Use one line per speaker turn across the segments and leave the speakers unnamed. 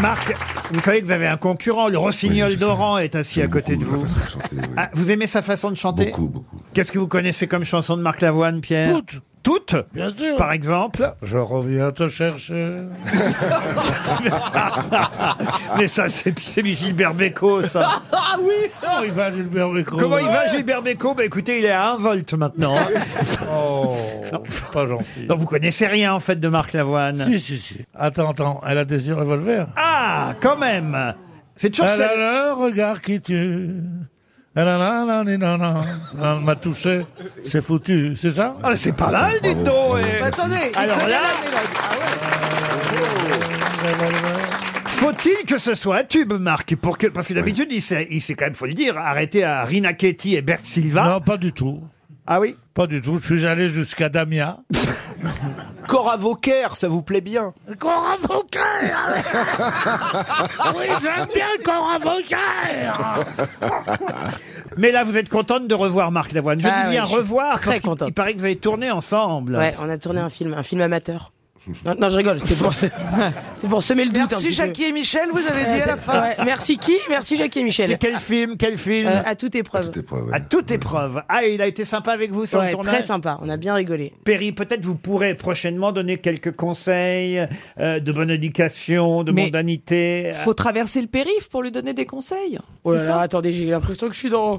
Marc, vous savez que vous avez un concurrent, le Rossignol d'Oran est assis à côté de vous. Ah, vous aimez sa façon de chanter
Beaucoup, beaucoup.
Qu'est-ce que vous connaissez comme chanson de Marc Lavoine, Pierre Toutes Toutes
Bien sûr.
Par exemple
Je reviens te chercher.
Mais ça, c'est c'est Gilbert Bécaud, ça
Ah oui
Comment il va, Gilbert Bécaud
Comment il va, Gilbert Bécaud Bah écoutez, il est à 1 volt maintenant.
Oh, pas gentil.
Donc vous connaissez rien, en fait, de Marc Lavoine.
Si, si, si. Attends, attends, elle a des yeux revolver.
Ah, quand même C'est toujours
Elle a
celle...
le regard qui tue. Elle a la la ni na na. Elle m'a touché, c'est foutu, c'est ça
Ah, c'est pas mal, dites donc eh.
Attendez il
Alors
connaît
là-
la mélodie. Ah ouais.
Faut-il que ce soit un tube, Marc pour que... Parce que d'habitude, il s'est il s'est quand même, faut le dire, arrêté à Rina Ketty et Bert Silva.
Non, pas du tout.
Ah oui
Pas du tout. Je suis allé jusqu'à Damia.
Cora Vauquer, ça vous plaît bien
Cora Vauquer Oui, j'aime bien Cora Vauquer
Mais là, vous êtes contente de revoir Marc Lavoine. Je
Ah
dis
oui,
bien
je suis
revoir,
très
parce qu'il
contente.
il paraît que vous avez tourné ensemble.
Ouais, on a tourné un film, un film amateur. Non, non, je rigole, c'était pour, c'était pour semer le doute. un petit
Merci
peu.
Jackie et Michel, vous avez dit à la fin.
Ouais, merci qui Merci Jackie et
C'était
Michel.
quel film Quel film
Euh, à toute épreuve.
Toute épreuve, ouais.
À toute épreuve. Ah, il a été sympa avec vous sur
Ouais,
le tournage
très sympa, on a bien rigolé.
Perry, peut-être vous pourrez prochainement donner quelques conseils euh, de bonne éducation, de
Mais
mondanité. Ah,
Faut traverser le périph' pour lui donner des conseils.
Oh là
c'est
là,
ça
attendez, j'ai l'impression que je suis dans.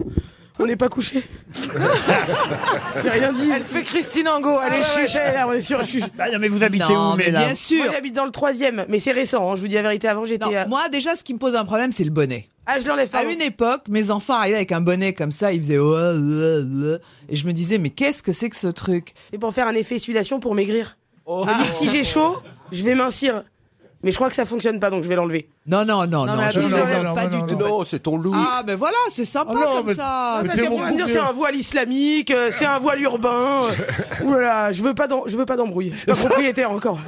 On n'est pas couché. j'ai rien dit. Ah
Elle fait Christine Angot,
Allez,
allez
chuche, là, on est sur chuche.
Ah non, mais vous habitez
Non,
où,
mais
mais là
bien
Moi,
sûr.
j'habite dans le troisième, mais c'est récent, hein, je vous dis la vérité. Avant, j'étais.
Non,
à-
moi, déjà, ce qui me pose un problème, c'est le bonnet.
Ah, je l'enlève pas.
À une époque, mes enfants arrivaient avec un bonnet comme ça, ils faisaient oh, ouah, ouah, ouah oh. et je me disais mais qu'est-ce que c'est que ce truc Oh.
C'est pour faire un effet sudation pour maigrir. Je me dis que si j'ai chaud, je vais mincir. Mais je crois que ça fonctionne pas, donc je vais l'enlever.
Non non non non,
mais
je
attends, non,
plaisante
non,
pas
non,
du
non,
tout.
Non, c'est ton loup.
Ah ben voilà, c'est sympa
Ah non,
comme
mais-
ça.
mais
Ça,
Parce
t'es
qu'on
mon
va me dire,
couple.
c'est un voile islamique, euh, c'est un voile urbain. euh. Ouh là là, je veux pas d'en- je veux pas d'embrouille. Je suis pas propriétaire encore.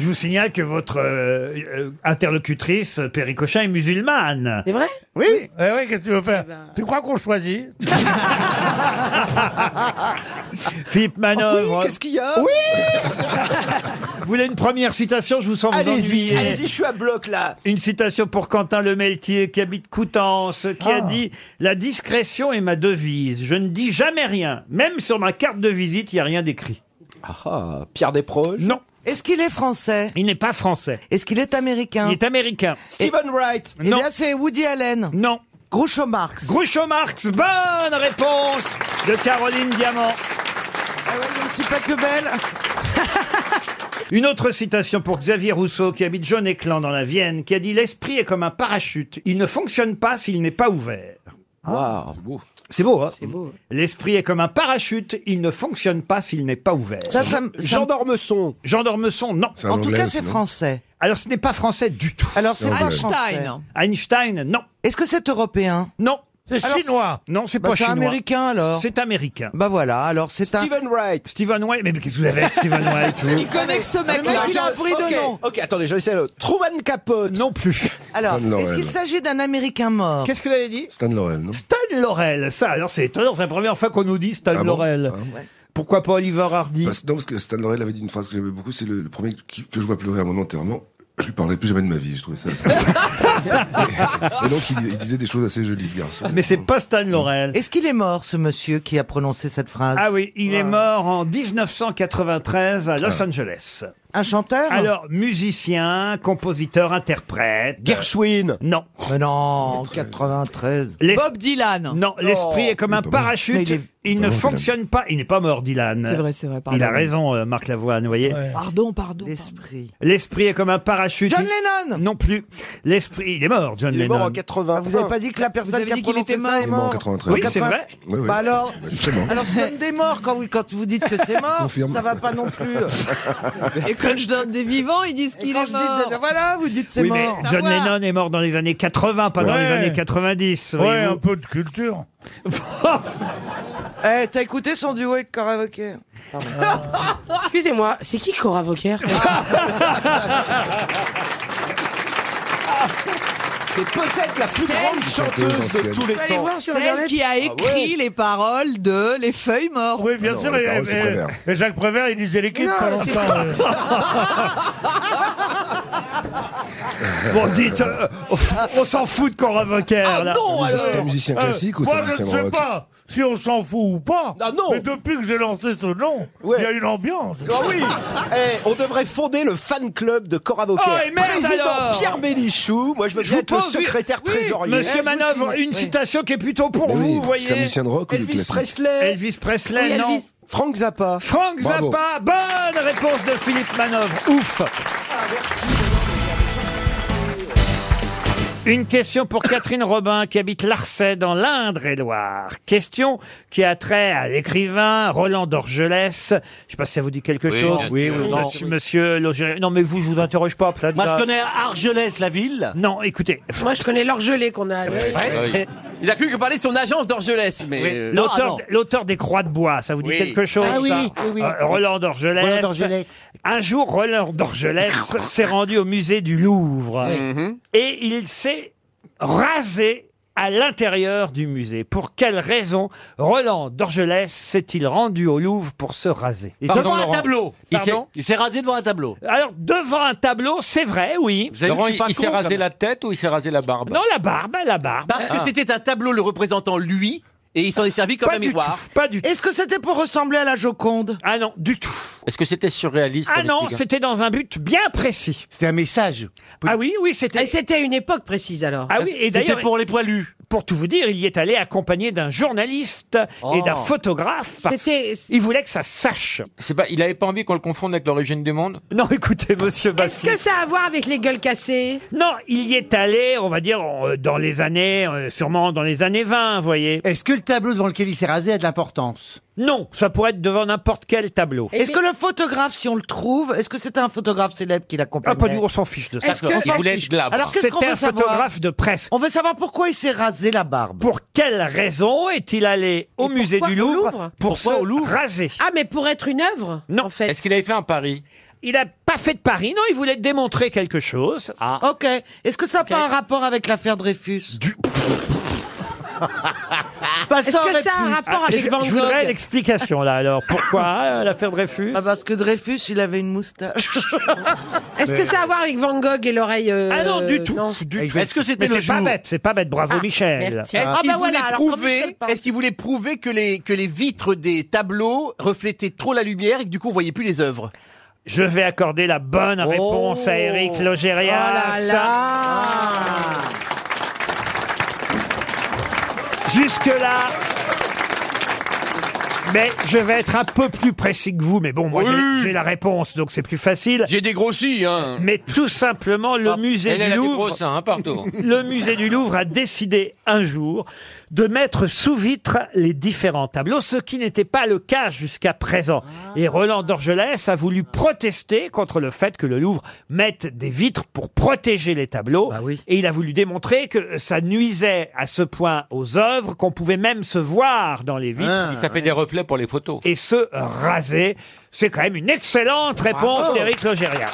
Je vous signale que votre euh, euh, interlocutrice, euh, Perry Cochin, est musulmane.
C'est vrai
Oui
Eh oui, qu'est-ce que tu veux faire Tu crois qu'on choisit
Philippe Manœuvre.
Qu'est-ce qu'il y a
Oui vous voulez une première citation Je vous sens vous
Allez-y,
ennuyer.
allez-y, je suis à bloc là.
Une citation pour Quentin Lemeltier qui habite Coutances, qui
Ah.
a dit « La discrétion est ma devise. Je ne dis jamais rien. Même sur ma carte de visite, il n'y a rien d'écrit.
Ah, ah, Pierre Desproges.
Non,
Est-ce qu'il est français
il n'est pas français.
Est-ce qu'il est américain
Il est américain.
Stephen Wright.
Eh
Non.
bien, c'est Woody Allen.
Non.
Groucho Marx.
Groucho Marx, bonne réponse de Caroline Diamant.
Ah ouais, je ne suis pas que belle.
Une autre citation pour Xavier Rousseau qui habite John Éclan dans la Vienne, qui a dit L'esprit est comme un parachute. Il ne fonctionne pas s'il n'est pas ouvert.
Ah.
Waouh, c'est beau.
C'est beau, hein
C'est beau.
L'esprit est comme un parachute. Il ne fonctionne pas s'il n'est pas ouvert.
Ça, ça me- ça me-
Jean d'Ormesson.
Jean d'Ormesson, non.
C'est un
en tout
anglais
cas,
aussi,
c'est
non
français.
Alors ce n'est pas français du tout.
Alors, c'est
Non,
pas
mais-
français.
Einstein.
Einstein, non.
Est-ce que c'est européen
Non.
C'est
Alors,
chinois.
Non, c'est
bah,
pas
C'est
chinois.
américain alors.
C'est américain.
Bah voilà, alors c'est un.
Stephen Wright.
Stephen White, mais qu'est-ce que vous avez avec Stephen White vous
Il connaît que ce mec
mec,
là.
il a un bruit de
Ok,
nom.
Ok, attendez, je laisse l'autre. Truman Capote.
Non plus.
Alors,
Stan Laurel.
est-ce qu'il s'agit d'un américain mort
Qu'est-ce que vous avez dit
Stan Laurel, non
Stan Laurel, ça, alors c'est étonnant, c'est la première fois qu'on nous dit Stan
Ah bon
Laurel.
Ah bon
Pourquoi pas Oliver Hardy
Parce- Non, parce que Stan Laurel avait dit une phrase que j'aimais beaucoup, c'est le, le premier qui- que je vois pleurer à mon enterrement. Je lui parlerai plus jamais de ma vie, je trouvais ça. ça- et, et donc il, il disait des choses assez jolies, ce garçon.
Mais c'est pas Stan Laurel.
Est-ce qu'il est mort, ce monsieur qui a prononcé cette phrase
Ah oui, il est mort en 1993 à
Ah.
Los Angeles.
Un chanteur
Alors, musicien, compositeur, interprète.
Gershwin.
Non.
Mais non, 93.
L'es-
Bob Dylan.
Non,
Oh.
l'esprit est comme un
Il est pas mort.
Mais
parachute.
il
Il,
est-
ne
pas mort,
fonctionne pas. Il n'est pas mort, Dylan.
C'est vrai, c'est vrai, pardon.
Il a raison, euh, Marc Lavoine, vous voyez.
Pardon, pardon. pardon.
L'esprit.
L'esprit est comme un parachute.
John
Il-
Lennon
Non plus. L'esprit, il est mort, John
Il est
Lennon.
mort en 80.
Ah, Vous avez pas dit que la
Vous
personne
avez
qui a
dit qu'il
prononcé
était
ça est
Il est mort en
mort
93.
Oui,
Ouais,
c'est vrai.
ouais.
Bah alors
Bah, justement.
alors, je donne des morts quand vous, quand vous dites que c'est mort,
Confirme.
ça va pas non plus.
Et quand je donne des vivants, ils disent
Et
qu'il
quand
est
je
mort.
dis de- voilà, vous dites c'est
Oui, mais
mort.
John
savoir.
Lennon est mort dans les années 80, pas dans les
Ouais.
années 90.
Ouais,
voyez-vous.
un peu de culture.
Eh, t'as écouté son duo avec Cora Vauquer
Excusez-moi, c'est qui Cora Vauquer
C'est peut-être la plus
Celle-
grande chanteuse de
ancienne.
tous les
Vous allez
temps.
voir
Ah
sur
Celle
internet.
qui a écrit les paroles de Les Feuilles Mortes.
Oui, bien
Ah
non,
sûr.
les
Et,
paroles, c'est
et-
Prévert.
et Jacques
euh,
Prévert, il disait l'équipe
Non,
pendant
c'est
longtemps. euh.
Bon, dites, euh, on s'en fout de Cora Vauquer,
Ah
là.
non, alors
C'est un musicien
Euh,
classique ou c'est
Moi,
un
je
musicien
ne sais
baroque
pas si on s'en fout ou pas.
Ah non.
Mais depuis que j'ai lancé ce nom, il
Ouais.
y a une ambiance.
Ah oui Eh, On devrait fonder le fan club de Cora Vauquer.
Ah,
Oh, et merde
Président
alors
Pierre Bénichou, moi je veux
Je vous
bien être le
pose-
secrétaire
Oui,
trésorier.
Monsieur
Eh, je vous
Manœuvre,
signe.
une citation qui est plutôt pour
Mais
vous,
oui,
vous voyez.
C'est un musicien de rock ou du
Elvis
classique
Presley,
Elvis Presley,
Oui,
non.
Elvis.
Frank Zappa.
Franck
Bravo.
Zappa, bonne réponse de Philippe Manœuvre. Ouf. Une question pour Catherine Robin qui habite Larçay dans l'Indre-et-Loire. Question qui a trait à l'écrivain Roland d'Orgelès. Je sais pas si ça vous dit quelque chose.
Oui, oui, non.
Monsieur, monsieur Logé- Non, mais vous, je vous interroge pas, Plaza.
Moi, je connais Argelès, la ville.
Non, écoutez.
Moi, je connais l'orgelé qu'on a.
Il a cru que parlait de son agence d'Orgelès, mais. euh,
Non,
L'auteur,
non.
l'auteur des Croix de Bois, ça vous dit
Oui.
quelque chose
Ah oui,
ça
oui, oui.
Euh, Roland d'Orgelès.
Roland d'Orgelès.
Un jour, Roland d'Orgelès s'est rendu au musée du Louvre
Mm-hmm.
mhm.
et il s'est rasé à l'intérieur du musée. Pour quelle raison Roland d'Orgelès s'est-il rendu au Louvre pour se raser
Et
Pardon,
devant
Laurent.
un tableau.
Il s'est-
Il s'est rasé devant un tableau.
Alors, devant un tableau, c'est vrai, oui.
Vous avez vu, je suis pas con, quand même.
la tête ou il s'est rasé la barbe
Non, la barbe, la barbe. Ah.
Parce que c'était un tableau le représentant lui, et il s'en est servi comme
Pas
un
du tout,
miroir.
pas du tout.
Est-ce que c'était pour ressembler à la Joconde
Ah non, du tout.
Est-ce que c'était surréaliste
Ah
avec
non,
les gars
c'était dans un but bien précis.
C'était un message.
Ah oui, oui, c'était...
c'était une époque précise alors.
Ah oui, et
C'était
d'ailleurs...
pour les poilus.
Pour tout vous dire, il y est allé accompagné d'un journaliste
Oh.
et d'un photographe. Parce
C'était.
il voulait que ça se sache.
C'est pas, Il avait pas envie qu'on le confonde avec l'origine du monde
Non, écoutez, monsieur Bassi.
ça a à voir avec les gueules cassées
Non, il y est allé, on va dire, en- dans les années, euh, sûrement dans les années 20, vous voyez.
Est-ce que le tableau devant lequel il s'est rasé a de l'importance
Non, ça pourrait être devant n'importe quel tableau.
Est-ce que le photographe, si on le trouve, est-ce que c'était un photographe célèbre qui
Ah,
l'accompagnait
pas du on s'en fiche de ça.
Est-ce que-
Il voulait être glabre.
Alors qu'est-ce qu'on
C'était
veut
un
savoir
photographe de presse.
On veut savoir pourquoi il s'est rasé la barbe.
Pour quelle raison est-il allé au
Et
musée
pourquoi
du
au Louvre
Louvre, pour
Pourquoi
se
au Louvre
raser
Ah, mais pour être une œuvre
Non.
En fait.
Est-ce qu'il avait fait un pari
Il n'a pas fait de Paris, non, il voulait démontrer quelque chose. Ah.
Ok. Est-ce que ça n'a pas un rapport avec l'affaire Dreyfus
Pas
Est-ce que ça a un rapport
Ah, Je,
avec Van
je voudrais
Gogh
l'explication là, alors. Pourquoi euh, l'affaire Dreyfus
Ah, Parce que Dreyfus, il avait une moustache.
Est-ce que ça a à voir avec Van Gogh et l'oreille euh,
Ah non, du tout.
non.
du tout.
Est-ce que
Mais
c'était le
c'est pas
jour
bête, c'est pas bête. Bravo,
Ah,
Michel.
merci.
Est-ce
Ah,
qu'il
bah voilà,
voulait
alors, comme
prouver,
Michel parle.
est-ce qu'il voulait prouver que les, que les vitres des tableaux reflétaient trop la lumière et que du coup on voyait plus les œuvres
Je vais accorder la bonne réponse à Eric Logérias.
Oh
Jusque-là. Mais je vais être un peu plus précis que vous, mais bon, moi
Oui.
j'ai- j'ai la réponse, donc c'est plus facile.
J'ai dégrossi, hein
Mais tout simplement, le musée
Ah, Elle, elle
du
a des
Louvre
gros seins hein, partout.
le musée du Louvre a décidé un jour de mettre sous vitre les différents tableaux, ce qui n'était pas le cas jusqu'à présent.
Ah.
Et Roland d'Orgelès a voulu protester contre le fait que le Louvre mette des vitres pour protéger les tableaux.
Bah oui.
Et il a voulu démontrer que ça nuisait à ce point aux œuvres qu'on pouvait même se voir dans les vitres
Il s'appelait Ah. des reflets pour les photos.
et se raser. C'est quand même une excellente réponse d'Éric Logérias.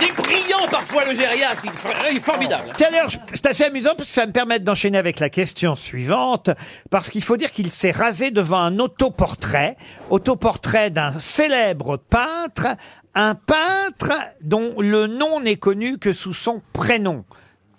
Il est brillant parfois le Gérias, il il est formidable
Tout à l'heure, je- c'est assez amusant parce que ça me permet d'enchaîner avec la question suivante, parce qu'il faut dire qu'il s'est rasé devant un autoportrait, autoportrait d'un célèbre peintre, un peintre dont le nom n'est connu que sous son prénom.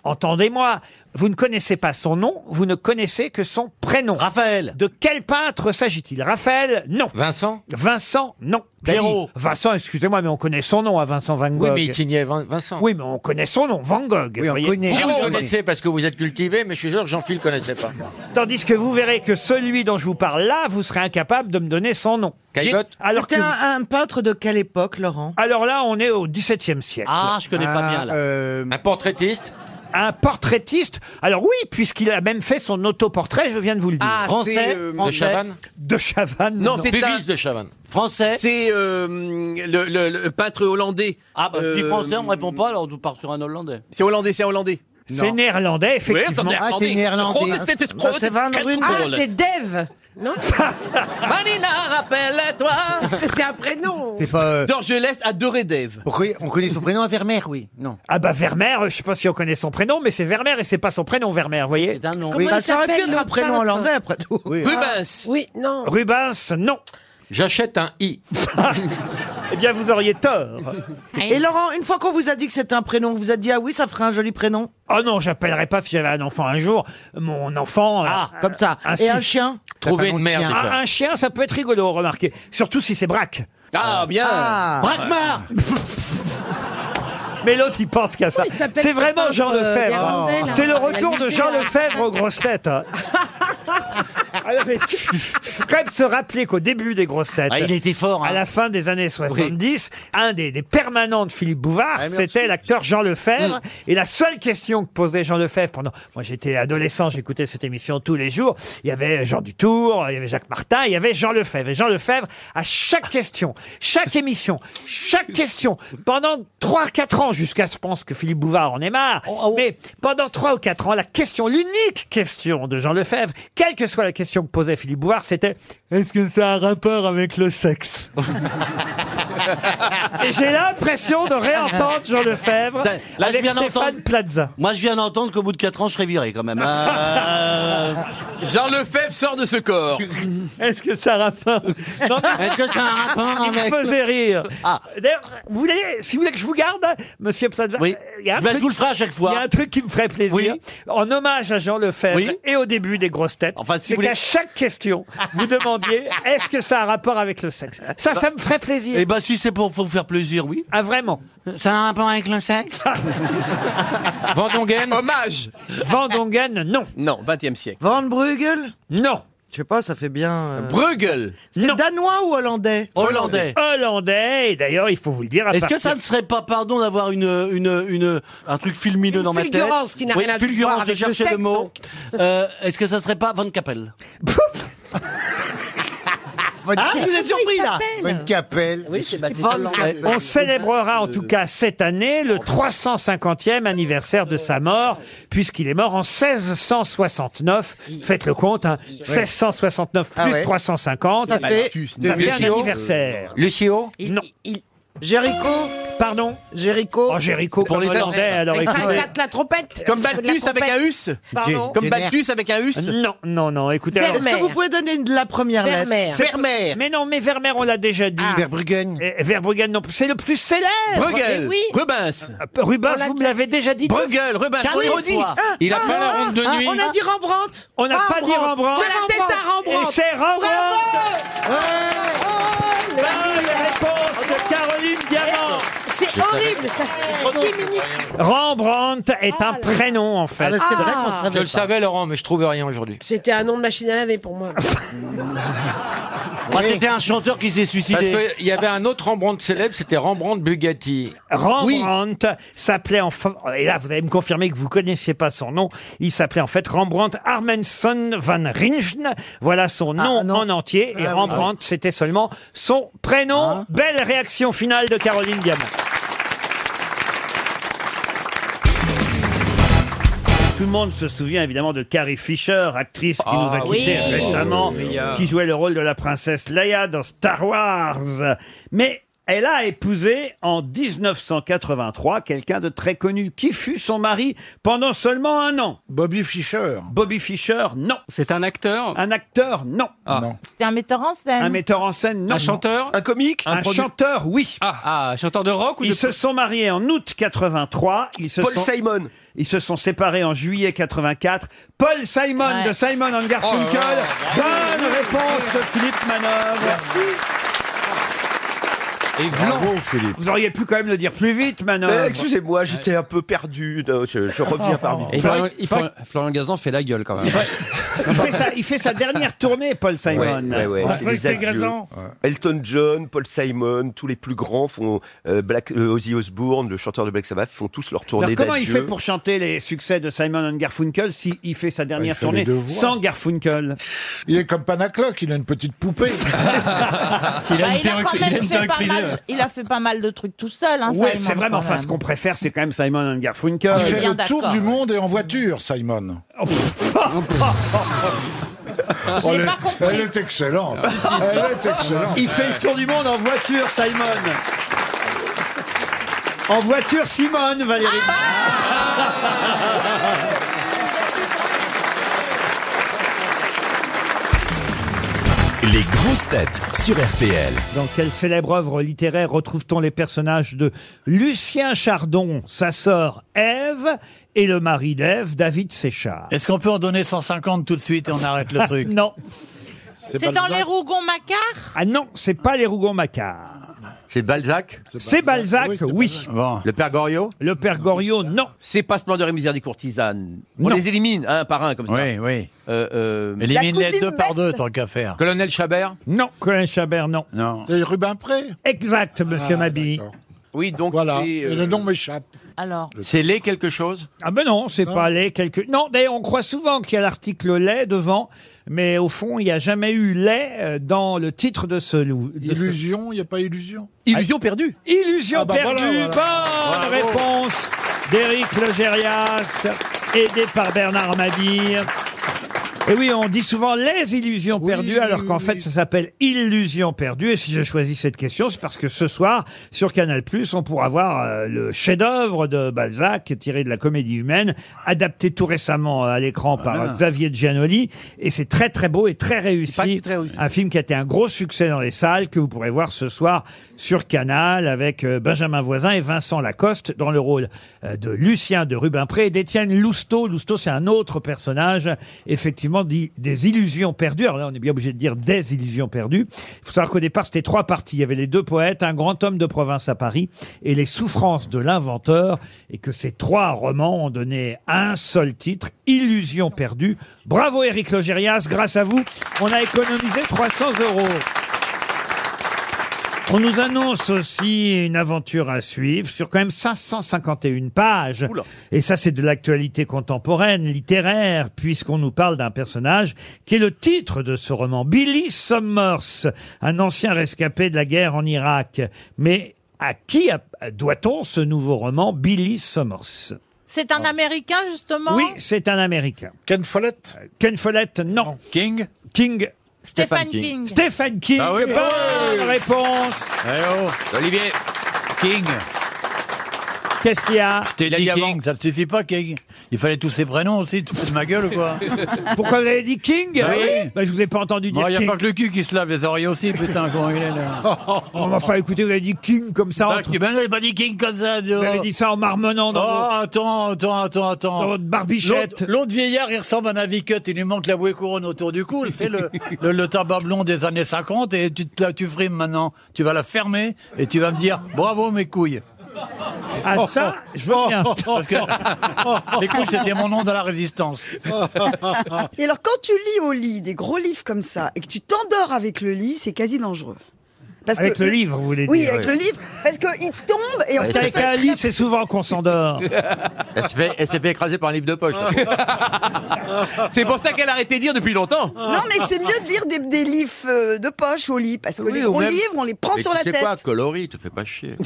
Entendez-moi, vous ne connaissez pas son nom, vous ne connaissez que son prénom.
Raphaël.
De quel peintre s'agit-il Raphaël Non.
Vincent
Vincent Non.
Pierrot.
Vincent, excusez-moi, mais on connaît son nom à Vincent Van Gogh.
Oui, mais il signait Vin- Vincent.
Oui, mais on connaît son nom, Van Gogh.
Oui,
vous
on
voyez.
connaît.
Vous le connaissez parce que vous êtes cultivé, mais Ah, je suis sûr que Jean-Phil connaissait pas.
Tandis que vous verrez que celui dont je vous parle là, vous serez incapable de me donner son nom.
Caillebotte
Alors, que
C'était
vous-
un, un peintre de quelle époque, Laurent
Alors là, on est au XVIIe siècle.
Ah, je connais pas bien là.
Euh,
Un portraitiste
Un portraitiste. Alors oui, puisqu'il a même fait son autoportrait, je viens de vous le dire.
Ah,
Français,
euh,
De
français,
Chavannes
De Chavannes.
Non, c'est un...
Bévis de Chavannes.
français.
C'est euh, le, le- le peintre hollandais.
Ah, bah, si
Euh,
français, on me répond pas, alors on part sur un hollandais.
C'est hollandais, c'est hollandais.
C'est néerlandais, effectivement.
Oui,
Ah, c'est néerlandais. Bah,
Ah, c'est Van
Ah,
Rundel.
c'est Dev
Manina, rappelle-toi
Parce que c'est un prénom
C'est pas.
euh,
D'Orgelès adorait Dave.
on connaît son prénom à Vermeer, oui. Non.
ah bah Vermeer, je sais pas si on connaît son prénom, mais c'est Vermeer et c'est pas son prénom Vermeer, vous voyez.
C'est un nom.
Bah, ça aurait pu
s'appelle,
être un
le
prénom
peintre
hollandais, après
hein.
tout.
bah.
Rubens.
Oui, non.
Rubens, non.
J'achète un I.
Eh bien, vous auriez tort.
Et Laurent, une fois qu'on vous a dit que c'était un prénom, on vous a dit ah oui, ça ferait un joli prénom.
Oh non, j'appellerai pas si j'avais un enfant un jour. Mon enfant. Ah,
comme ça. Et un chien
Trouver une merde.
Un, Ah, un chien, ça peut être rigolo, remarquez. Surtout si c'est braque.
Ah, bien
Ah.
Braquemar
Mais l'autre, il pense qu'à ça.
il s'appelle
C'est
ce
vraiment
peintre,
Jean Lefebvre. hein.
Hirondelle, hein.
C'est le
Il a
retour de
marché,
Jean
là.
Lefebvre aux grosses têtes. hein. Ah non, mais faut quand même se rappeler qu'au début des grosses têtes,
Ah, il était fort.
à
Hein.
la fin des années 70, un des, des permanents de Philippe Bouvard, c'était l'acteur Jean Lefebvre. Et la seule question que posait Jean Lefebvre pendant, moi j'étais adolescent, j'écoutais cette émission tous les jours, il y avait Jean Dutour, il y avait Jacques Martin, il y avait Jean Lefebvre. Et Jean Lefebvre, à chaque question, chaque émission, chaque question, pendant 3-4 ans, jusqu'à ce je pense que Philippe Bouvard en est marre, mais pendant 3 ou 4 ans, la question, l'unique question de Jean Lefebvre, quelle que soit la question que posait Philippe Bouvard, c'était « Est-ce que ça a un rapport avec le sexe ?» Et j'ai l'impression de réentendre Jean Lefebvre
Là, je
avec
viens
Stéphane
d'entendre.
Plaza.
Moi, je viens d'entendre qu'au bout de 4 ans, je serais viré quand même. Euh,
Jean Lefebvre sort de ce corps.
Mmh. Est-ce que ça rapporte Non, mais
Est-ce que ça a un rapport
il me
avec...
faisait rire.
Ah.
D'ailleurs, vous voulez, si vous voulez que je vous garde, monsieur Plaza,
Oui.
il y a un
Ben,
truc-
je vous le ferai à chaque
il y a
fois.
un truc qui me ferait plaisir.
Oui.
En hommage à Jean Lefebvre
Oui.
et au début des grosses têtes,
Enfin, si
c'est
vous
qu'à
voulez-
chaque question, vous demandiez est-ce que ça a un rapport avec le sexe Ça, ça me ferait plaisir.
Eh ben, si c'est pour vous faire plaisir, oui.
Ah, vraiment
Ça a un rapport avec le sexe
Vendongaine
Hommage
Vandongen, non.
Non, 20e siècle.
Van Bruegel
Non.
Je sais pas, ça fait bien. euh,
Bruegel
C'est
Non.
danois ou hollandais
Hollandais.
Hollandais, et d'ailleurs, il faut vous le dire. à
Est-ce que
partir-
ça ne serait pas, pardon, d'avoir une, une, une, un truc filmineux dans ma tête
fulgurance qui n'a
Oui,
rien à
fulgurance,
voir avec
je
le
cherchais
sexe,
mot.
donc.
Euh, Est-ce que ça serait pas Van Capel Ah, je vous ai surpris là
Une capelle.
Oui, c'est
Eh, On célébrera en tout cas cette année le 350e anniversaire de sa mort, puisqu'il est mort en 1669. Faites le compte, hein. 1669
Ah
plus 350. Ça fait un
Euh,
anniversaire.
Lucio
Non,
Jéricho
pardon.
Jéricho
Oh, Jéricho, comme hollandais, alors écoutez.
la trompette
Comme Balthus avec un us
Pardon.
Comme Balthus avec un us
Euh, Non, non, non, écoutez. alors-
Est-ce que vous pouvez donner une- la première lettre
Vermeer.
Vermeer
mais non, mais Vermeer, on l'a déjà dit.
Ah.
Verbruggen.
Et Verbruggen, non plus. C'est le plus célèbre.
Eh
Euh,
Bruegel
Oui.
Rubens
Rubens, vous me l'avez déjà dit.
Bruegel Rubens
Quatre
Rodi
fois.
Il a pas la ronde de
Ah,
nuit
On a dit Ah, Rembrandt
On
Ah,
n'a pas dit Rembrandt.
C'est la tête à
Et
Rembrandt
c'est Rembrandt
Oh,
Bonne réponse de Caroline Diamant
C'est horrible, ça fait 10 minutes.
Rembrandt
Oh
est un prénom, en fait.
Ah, c'est vrai qu'on
Je le savais, Laurent, mais je trouve rien aujourd'hui.
C'était un nom de machine à laver pour moi.
Ah, C'était un chanteur qui s'est
Parce
suicidé.
qu'il y avait un autre Rembrandt célèbre, c'était Rembrandt Bugatti.
Rembrandt s'appelait en fa- oh, et là vous allez me confirmer que vous connaissiez pas son nom. Il s'appelait en fait Rembrandt Armenson van Ringen. Voilà son nom
non.
en entier. Et Rembrandt, c'était seulement son prénom. Belle réaction finale de Caroline Diamant. Tout le monde se souvient évidemment de Carrie Fisher, actrice qui nous a quittés récemment, qui jouait le rôle de la princesse Leia dans Star Wars. Mais elle a épousé en 1983 quelqu'un de très connu qui fut son mari pendant seulement un an.
Bobby Fischer.
Bobby Fischer, non.
C'est un acteur
Un acteur, non.
C'était un metteur en
Un
scène.
metteur en scène, non.
chanteur
Un comique
Un
produ-
chanteur, oui.
Ah, chanteur de rock
Ils se sont mariés en août 83. Ils se,
Paul
sont,
Simon.
ils se sont séparés en juillet 84. Paul Simon
Ouais.
de Simon and
Oh
Garfunkel. Bonne réponse de Philippe Manœuvre.
Et blanc.
Vous auriez pu quand même le dire plus vite,
Euh,
Manœuvre.
Excusez-moi, j'étais un peu perdu. de- Je, je
Oh.
reviens parmi vous.
Florian-
Gazan fait la gueule quand même.
Il fait, sa, il fait sa dernière tournée, Paul Simon.
Ouais, ouais, c'est les adieux. Elton John, Paul Simon, tous les plus grands font euh, Black, euh, Ozzy Osbourne, le chanteur de Black Sabbath, font tous leur tournée
Alors, comment il
d'adieu.
fait pour chanter les succès de Simon and Garfunkel s'il fait sa dernière
fait
tournée
les deux voix.
sans Garfunkel
Il est comme Panacloc, il a une petite poupée.
Bah, il, a quand même fait pas mal, il a fait pas mal de trucs tout seul. Hein,
Ouais,
Simon,
c'est vraiment.
quand
Enfin,
même.
ce qu'on préfère, c'est quand même Simon and Garfunkel.
Il fait
bien
le tour
d'accord,
du
ouais.
monde et en voiture, Simon.
Oh, pff,
Oh,
Je l'ai
elle,
pas
est,
compris.
elle est excellente. elle est excellente.
il fait le tour du monde en voiture, Simon. En voiture, Simone, Valérie.
Ah,
Les grosses têtes sur RTL.
Dans quelle célèbre œuvre littéraire retrouve-t-on les personnages de Lucien Chardon, sa sœur Ève et le mari d'Ève, David Séchard
Est-ce qu'on peut en donner 150 tout de suite et on arrête le truc
Non.
C'est dans les Rougon-Macquart
Ah non, c'est pas les Rougon-Macquart.
C'est Balzac
C'est Balzac, oui.
Le père Goriot
Le père Goriot, non.
C'est pas Splendeur et Misère des courtisanes. On les élimine, un par un, comme ça.
Oui, oui.
Euh, euh,
Élimine-les deux par deux, tant qu'à faire.
Colonel Chabert
Non, Colin Chabert, non.
Non.
C'est Rubempré
Exact, monsieur
Ah,
Mabille.
Oui, donc
Voilà.
c'est,
Et
euh,
le nom m'échappe.
Alors
C'est les quelque chose
Ah ben non, c'est
Non.
pas les quelque... Non, d'ailleurs, on croit souvent qu'il y a l'article lait devant, mais au fond, il n'y a jamais eu lait euh, dans le titre de ce loup.
Illusion, il n'y a pas illusion.
Illusion perdue.
Ah, Illusion
Ah bah
perdue.
voilà, voilà.
Bonne
Bravo.
réponse d'Éric Logérias, aidé par Bernard Mabille. Et oui, on dit souvent les illusions perdues, alors qu'en fait, ça s'appelle illusion perdue. Et si j'ai choisi cette question, c'est parce que ce soir, sur Canal+, on pourra voir euh, le chef-d'œuvre de Balzac, tiré de la Comédie humaine, adapté tout récemment euh, à l'écran
Ah,
par Xavier Giannoli. Et c'est très très beau et très réussi. Un film qui a été un gros succès dans les salles, que vous pourrez voir ce soir sur Canal, avec euh, Benjamin Voisin et Vincent Lacoste dans le rôle euh, de Lucien de Rubempré et d'Étienne Lousteau. Lousteau, c'est un autre personnage, effectivement, dit des illusions perdues. Alors là, on est bien obligé de dire des illusions perdues. Il faut savoir qu'au départ, c'était trois parties. Il y avait les deux poètes, un grand homme de province à Paris et les souffrances de l'inventeur, et que ces trois romans ont donné un seul titre, Illusions perdues. Bravo Éric Logérias, grâce à vous, on a économisé 300 euros. On nous annonce aussi une aventure à suivre sur quand même 551 pages. Et ça, c'est de l'actualité contemporaine, littéraire, puisqu'on nous parle d'un personnage qui est le titre de ce roman. Billy Sommers, un ancien rescapé de la guerre en Irak. Mais à qui a- doit-on ce nouveau roman, Billy Sommers
C'est un Américain, justement
Oui, c'est un Américain. Ken Follett Ken Follett, non.
King
King.
Stephen King. King.
Stephen King,
Ah oui. Eh oh.
bonne réponse
Olivier King.
Qu'est-ce qu'il y a
T'es dit King, ça ne suffit pas, King. Il fallait tous ses prénoms aussi, tu te fous de ma gueule ou quoi
Pourquoi vous avez dit King
Bah oui.
Bah, Je vous ai pas entendu
Bon,
dire
Il n'y a
King.
pas que le cul qui se lave, les oreilles aussi, putain, comment il est là
Oh, mais enfin, écoutez, vous avez dit King comme ça.
Bah,
entre-
qui- ben non, il a pas dit King comme ça.
Vous avez dit ça en marmonnant
Oh,
dans vos-
attends, attends, attends, attends.
Dans votre barbichette.
L'autre- L'autre vieillard, il ressemble à un avicut. Il lui manque la bouée couronne autour du cou. C'est le, le, le tabac blond des années 50. Et tu, te la- tu frimes maintenant. Tu vas la fermer et tu vas me dire bravo mes couilles. Oh,
Ah, ça, je veux bien.
Parce que les couilles, c'était mon nom dans la résistance.
Ah
Et alors, quand tu lis au lit des gros livres comme ça et que tu t'endors avec le lit, c'est quasi dangereux.
Avec le livre, vous voulez
oui,
dire.
Oui, avec
Oui.
le livre, parce qu'il tombe et on
Parce qu'avec un lit, c'est souvent qu'on s'endort.
Elle s'est fait, elle s'est fait écraser par un livre de poche.
C'est pour ça qu'elle a arrêté de dire depuis longtemps.
Non, mais c'est mieux de lire des, des livres euh, de poche au lit, parce que les
ou
gros
même-
livres, on les prend
Mais
sur
tu
la
sais
tête.
quoi, coloris, te fais pas chier.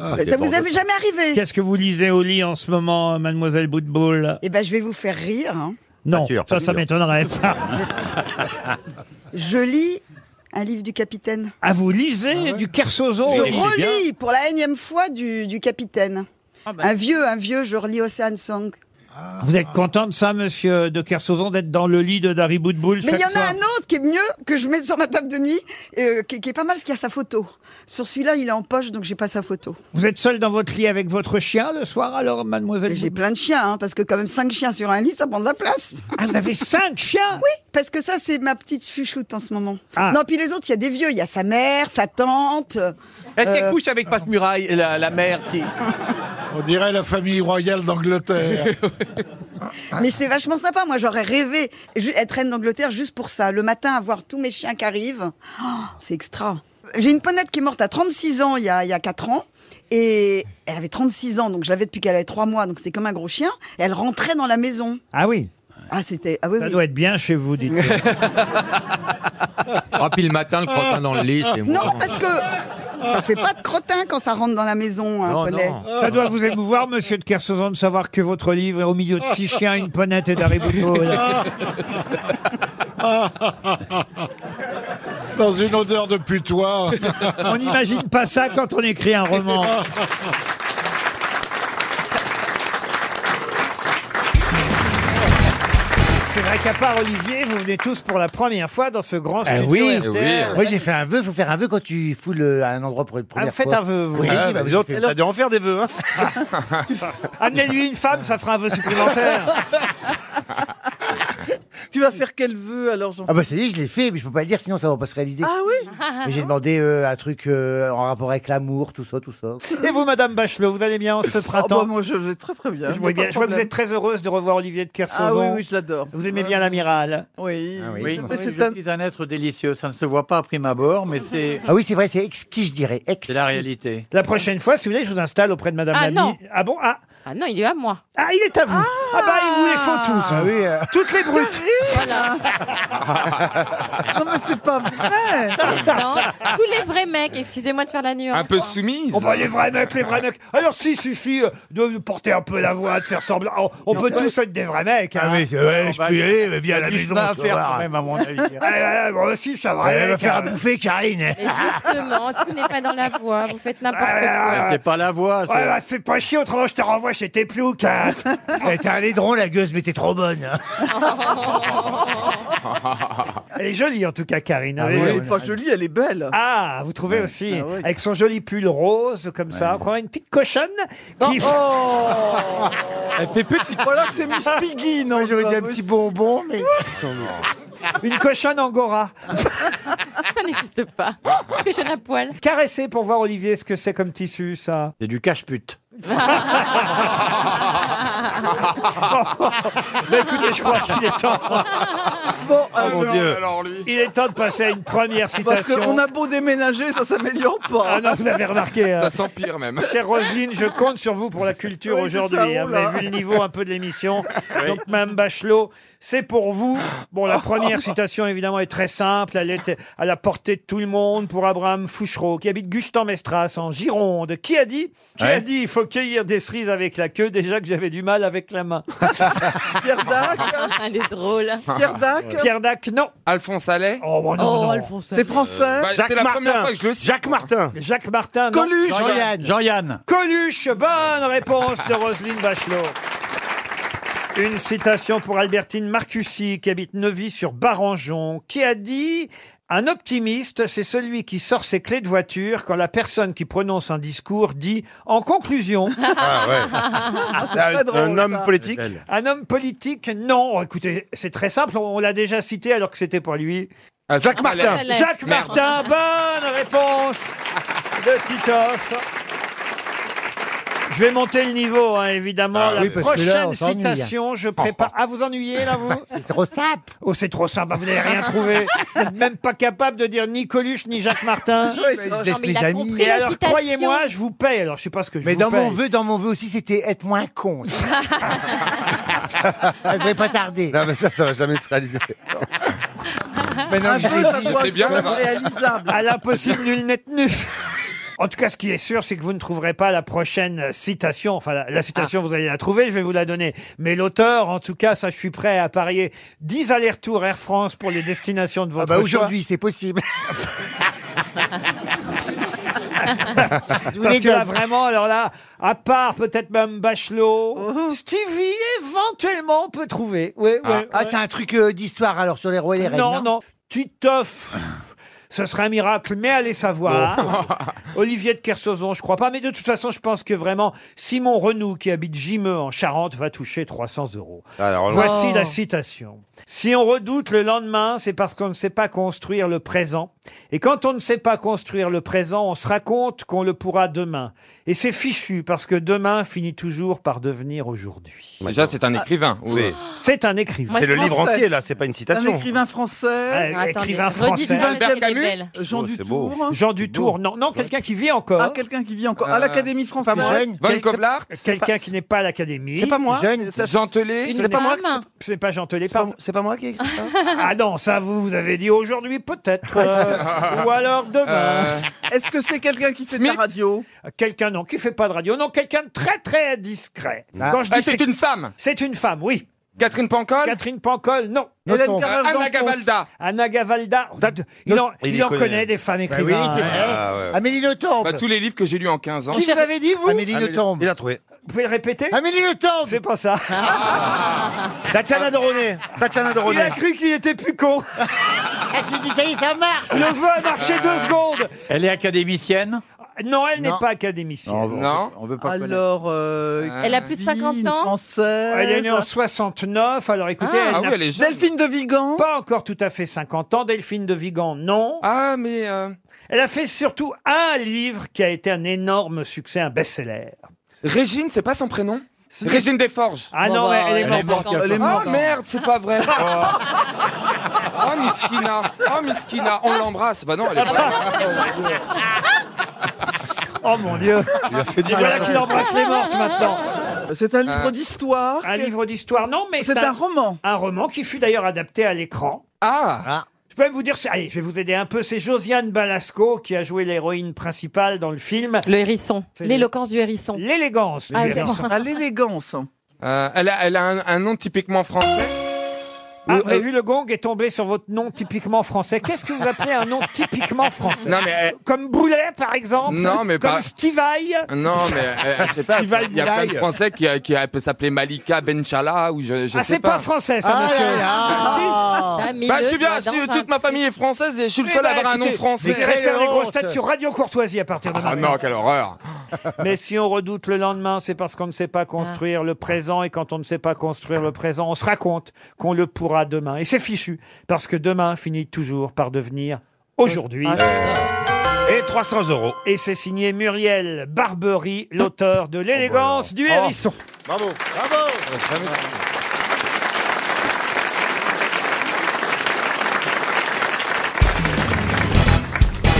Ah,
Mais ça vous est jamais arrivé
Qu'est-ce que vous lisez au lit en ce moment, mademoiselle Boutboul
Eh ben, je vais vous faire rire. hein.
Non,
Peinture,
ça, ça
peinture.
m'étonnerait.
Je lis un livre du capitaine.
ah, vous lisez du Kersozo
Je
au lit
relis pour la énième fois du, du capitaine.
Ah ben.
Un vieux, un vieux, je relis Ocean Song.
Vous êtes content de ça, monsieur de Kersauzon, d'être dans le lit de Dari Boutboul
Mais il y
chaque
en a
soir
un autre qui est mieux, que je mets sur ma table de nuit, euh, qui, qui est pas mal, parce qu'il y a sa photo. Sur celui-là, il est en poche, donc j'ai pas sa photo.
Vous êtes seul dans votre lit avec votre chien le soir, alors, mademoiselle
Et J'ai
Boutboul
plein de chiens, hein, parce que quand même cinq chiens sur un lit, ça prend de la place.
Ah, vous avez cinq chiens
Oui, parce que ça, c'est ma petite chouchoute en ce moment.
Ah.
Non, puis les autres, il y a des vieux, il y a sa mère, sa tante.
Est-ce
euh,
qu'elle couche avec Passe-Muraille, la, la mère qui...
On dirait la famille royale d'Angleterre.
Mais c'est vachement sympa. Moi, j'aurais rêvé ju- être reine d'Angleterre juste pour ça. Le matin, avoir tous mes chiens qui arrivent. Oh, c'est extra. J'ai une ponette qui est morte à 36 ans il y a, il y a 4 ans. Et elle avait 36 ans, donc j'avais depuis qu'elle avait 3 mois, donc c'était comme un gros chien. Et elle rentrait dans la maison.
Ah oui,
Ah, c'était. Ah oui,
ça
oui.
doit être bien chez vous, dites
Ah, puis le matin, le crottin dans le lit, c'est
Oh. Non,
mort.
parce que ça fait pas de crottin quand ça rentre dans la maison, un
Non,
poney.
non.
Ça doit vous émouvoir, monsieur de Kersauzon, de savoir que votre livre est au milieu de six chiens, une ponette et d'Harry Boudboul.
Ah.
Ah.
Dans une odeur de putois.
On n'imagine pas ça quand on écrit un roman. C'est vrai qu'à part Olivier, vous venez tous pour la première fois dans ce grand
Ah
studio
oui,
RTL.
moi j'ai fait un vœu, faut faire un vœu quand tu fous le, à un endroit pour une première
ah, faites
fois.
un vœu, vous.
Oui,
Ah,
bah,
bah,
oui,
dis donc,
fais-
t'as dû
en faire des vœux. Hein
Amenez-lui une femme, ça fera un vœu supplémentaire.
tu vas faire quel vœu alors Ah bah c'est dit, je l'ai fait, mais je peux pas le dire, sinon ça va pas se réaliser.
Ah oui
Mais J'ai demandé euh, un truc euh, en rapport avec l'amour, tout ça, tout ça.
Et vous, Madame Bachelot, vous allez bien en ce printemps
moi, je vais très très bien.
Je, vois bien. Je vois que vous êtes très heureuse de revoir Olivier de
Ah
Kersauzon.
oui, oui, je l'adore.
Vous aimez bien l'amiral
Oui.
Ah Oui,
Mais c'est
je suis un être délicieux. Ça ne se voit pas à prime abord, mais c'est
Ah oui, c'est vrai, c'est exquis, je dirais.
c'est la réalité.
La prochaine fois, si vous voulez, je vous installe auprès de Madame
Ah
Lamy.
non.
Ah bon Ah
Ah non, il est à moi.
Ah, il est à vous. Ah, bah, il vous les faut tous.
Ah euh.
Toutes les brutes.
Voilà.
Non, mais c'est pas vrai.
Non, tous les vrais mecs, excusez-moi de faire la nuance.
Oh bah les vrais mecs, les vrais mecs. Alors si, suffit euh, de porter un peu la voix, de faire semblant. On, on peut tous être des vrais mecs. Ah
oui, c'est vrai,
je
peux y aller, mais viens à la maison,
tu vas voir.
hein.
moi aussi, je suis un vrai
Elle va
mec,
faire
hein.
à bouffer, Karine.
Mais
Ah,
Justement, tout n'est pas dans la voix, vous faites n'importe
Ah,
quoi.
C'est pas la voix.
Ouais, bah, fais pas chier, autrement je te renvoie chez tes ploucs. hein.
Eh, T'as un laidron, la gueuse, mais t'es trop bonne.
Oh,
Elle est jolie en tout cas, Karine.
Ah Elle est pas jolie, elle est belle.
Ah, vous trouvez aussi
Ah oui.
Avec son joli pull rose, comme ça. On croirait une petite cochonne
Oh,
qui... Elle fait petite.
Voilà oh. que c'est Miss Piggy, non
J'aurais dit un petit bonbon, mais.
Une cochonne angora.
Ça n'existe pas. Cochonne à poil.
Caresser pour voir, Olivier, ce que c'est comme tissu, ça.
C'est du cache-pute.
Bah écoutez, je crois qu'il est temps.
Bon, alors,
Il est temps de passer à une première
Parce
citation.
qu'on a beau déménager, ça s'améliore pas.
Ah non, vous avez remarqué. hein.
s'empire même.
Chère Roselyne, je compte sur vous pour la culture
Oui, c'est ça,
aujourd'hui. hein. vous
oula.
avez vu le niveau un peu de l'émission. Donc, Mme Bachelot, c'est pour vous. Bon,
Oh.
la première citation, évidemment, est très simple. Elle est à la portée de tout le monde pour Abraham Fouchereau, qui habite Gustan-Mestras, en Gironde, qui a dit, qui a
Ouais.
dit, il faut cueillir des cerises avec la queue, déjà que j'avais du mal avec la main.
Pierre Dac.
Elle est drôle.
Pierre Dac.
Pierre Dac, non.
Alphonse Allais
Oh, Euh, bah non,
Oh,
non.
Alphonse
C'est français.
Bah, c'est la première fois que je le cite.
Jacques Martin. Jacques Martin. non.
Coluche.
Jean-Yann. Jean-Yann.
Coluche, bonne réponse de Roselyne Bachelot. Une citation pour Albertine Marcussi, qui habite Neuvy sur Barangeon, qui a dit Un optimiste, c'est celui qui sort ses clés de voiture quand la personne qui prononce un discours dit En conclusion.
Ah, c'est très drôle, ça.
Un homme politique, non. Oh, Écoutez, c'est très simple, on, on l'a déjà cité alors que c'était pour lui.
Ah, Jacques
Ah,
Martin. Allais.
Jacques
Merde.
Martin, bonne réponse de Titoff. Je vais monter le niveau, hein, évidemment.
Ah
la
oui, parce que là,
prochaine
on s'ennuie, hein.
citation, je prépare. Ah, vous ennuyez là, vous
C'est trop simple.
Oh, c'est trop simple, vous n'avez rien trouvé. Vous n'êtes même pas capable de dire ni Coluche, ni Jacques
Ah,
Martin.
Ouais, c'est- Non, mais il a compris
Et
la
alors,
citation.
croyez-moi, je vous paye. Alors, je sais pas ce que je
Mais
vous
dans mon
paye.
vœu, dans mon vœu aussi, c'était être moins con. Ça devrait pas tarder.
Non, mais ça, ça va jamais se réaliser.
Mais non,
Un
Ah, je
peu,
l'ai
ça Ah,
dit.
doit être réalisable.
À l'impossible, nul n'est tenu. En tout cas, ce qui est sûr, c'est que vous ne trouverez pas la prochaine citation. Enfin, la, la citation,
Ah.
vous allez la trouver, je vais vous la donner. Mais l'auteur, en tout cas, ça, je suis prêt à parier 10 allers-retours Air France pour les destinations de
Ah
votre
bah
choix.
aujourd'hui, c'est possible. Je vous
Parce
l'ai
que là,
dit.
vraiment, alors là, à part peut-être même Bachelot, Stevie éventuellement peut trouver. Ouais,
Ah,
ouais,
Ah,
ouais.
c'est un truc euh, d'histoire alors sur les rois et les reines.
Non, non, Titoff. Ce serait un miracle, mais allez savoir.
Oh.
Olivier de Kersauzon, je crois pas. Mais de toute façon, je pense que vraiment, Simon Renou, qui habite Gimeux en Charente, va toucher 300 euros.
Alors,
Voici
oh.
la citation. Si on redoute le lendemain, c'est parce qu'on ne sait pas construire le présent. Et quand on ne sait pas construire le présent, on se raconte qu'on le pourra demain. Et c'est fichu, parce que demain finit toujours par devenir aujourd'hui.
Déjà, c'est un écrivain. Oui.
C'est un écrivain.
C'est le livre
français.
entier, là, c'est pas une
Un
citation.
écrivain français.
Euh,
Ah, Attendez, écrivain redites-moi français. la
Albert
série
Camus.
Belle.
Jean
Oh, c'est beau.
Dutour.
Jean Dutour, non, non, quelqu'un qui vit encore.
Ah, quelqu'un qui vit encore.
Euh,
Euh,
À l'Académie française.
Von Koblart
Quelqu'un qui n'est pas à l'académie.
C'est pas moi. Jeune. Ça,
Jean Tellet
C'est pas moi. C'est pas Jean Tellet. C'est pas moi qui ai écrit ça. ah non, ça vous vous avez dit aujourd'hui peut-être. euh, ou alors demain. Euh,
Euh. Est-ce que c'est quelqu'un qui fait de la radio
Quelqu'un non qui fait pas de radio. Non, quelqu'un de très très discret.
Ah. Ah, c'est une femme.
C'est une femme, oui.
Catherine Pancol
Catherine Pancol, non.
Hélène
Notons.
Carrère Anna d'Enfance. Gavalda.
Anna Gavalda. Il en,
Il
il
les
en
connaît.
connaît des femmes
Bah oui,
écrivains.
c'est vrai.
hein.
Ah, ouais.
Amélie Le Temple.
Bah, tous les livres que j'ai lus en 15 ans.
Qui vous l'avez dit, vous Amélie
Amélie-
Le Temple.
Il a trouvé.
Vous pouvez le répéter
Amélie Le Temps
C'est pas ça.
Tatiana Doronet. Tatiana Doronet.
Il a cru qu'il était plus con. Ah,
Je dis, ça y est, ça marche.
Le vœu a marché deux secondes.
Elle est académicienne
Euh, Non, Oh, elle n'est
Non.
pas académicienne.
Non, on veut- Non. on veut pas
Alors, euh,
Elle a plus de 50 ans
Française.
Euh, Elle est née en 69. Alors écoutez,
Ah. Ah
n'a-
oui, elle est jeune. Delphine de Vigan
Pas encore tout à fait 50 ans. Delphine de Vigan, non.
Ah, mais.
Elle a fait surtout un livre qui a été un énorme succès, un best-seller.
Régine, c'est pas son prénom
Ce n'est-
Régine Desforges.
Ah non,
bah,
mais elle est morte.
Elle est morte. Ah merde, c'est pas vrai. Oh, oh Miskina. Oh Miskina. On l'embrasse. Bah non,
Ah,
elle est
Oh mon dieu. Ah, voilà qui embrasse les morts maintenant.
C'est un
Euh,
livre d'histoire.
Un livre d'histoire, non, mais
C'est un roman.
Un roman qui fut d'ailleurs adapté à l'écran.
Ah
Je peux même vous dire, c'est- allez, je vais vous aider un peu. C'est Josiane Balasco qui a joué l'héroïne principale dans le film. Le hérisson.
L'éloquence du hérisson.
L'élégance.
Ah,
du hérisson.
exactement.
À l'élégance.
Euh, elle a, elle a un, un nom typiquement français.
Ah, vous avez vu, le gong est tombé sur votre nom typiquement français. Qu'est-ce que vous appelez un nom typiquement français
Non, mais, euh,
Comme Boulet, par exemple
Non, mais
Comme
pas-
Stivaille
Non, mais euh,
Je sais pas,
il y a plein de
Moulay.
Français qui, euh, qui, euh, peut s'appeler Malika Benchala ou je, je
Ah,
sais
c'est pas français, ça,
Ah,
monsieur.
là, là.
Ah, mais
Bah,
le
je suis bien,
doigt
si,
dans un
toute ma famille est française et je suis le seul à avoir un nom français.
bah, Vous allez faire les grosses têtes sur Radio Courtoisie à partir de
Ah
maintenant.
non, quelle horreur Ah.
Mais si on redoute le lendemain, c'est parce qu'on ne sait pas construire le présent. Et quand on ne sait pas construire le présent, on se raconte qu'on le pourra demain. Et c'est fichu, parce que demain finit toujours par devenir aujourd'hui.
Ah,
Et 300 euros.
Et c'est signé Muriel Barbery, l'auteur
Oh,
de L'élégance du hérisson.
Bravo. Bravo.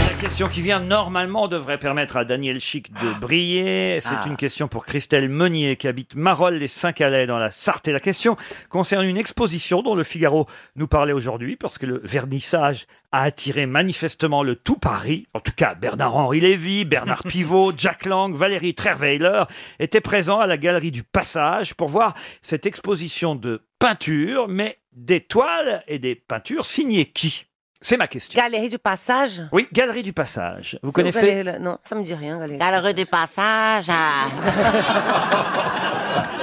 La question qui vient normalement devrait permettre à Daniel Chic de briller. C'est
Ah.
une question pour Christelle Meunier qui habite Marolles les Saint-Calais dans la Sarthe. Et la question concerne une exposition dont le Figaro nous parlait aujourd'hui parce que le vernissage a attiré manifestement le tout Paris. En tout cas, Bernard-Henri Lévy, Bernard Pivot, Jack Lang, Valérie Trerweiler étaient présents à la Galerie du Passage pour voir cette exposition de peinture, mais des toiles et des peintures signées qui C'est ma question.
Galerie du passage.
Oui, Galerie du Passage. Vous
Galerie-
connaissez
la- Non, ça me dit rien, Galerie. Galerie du passage.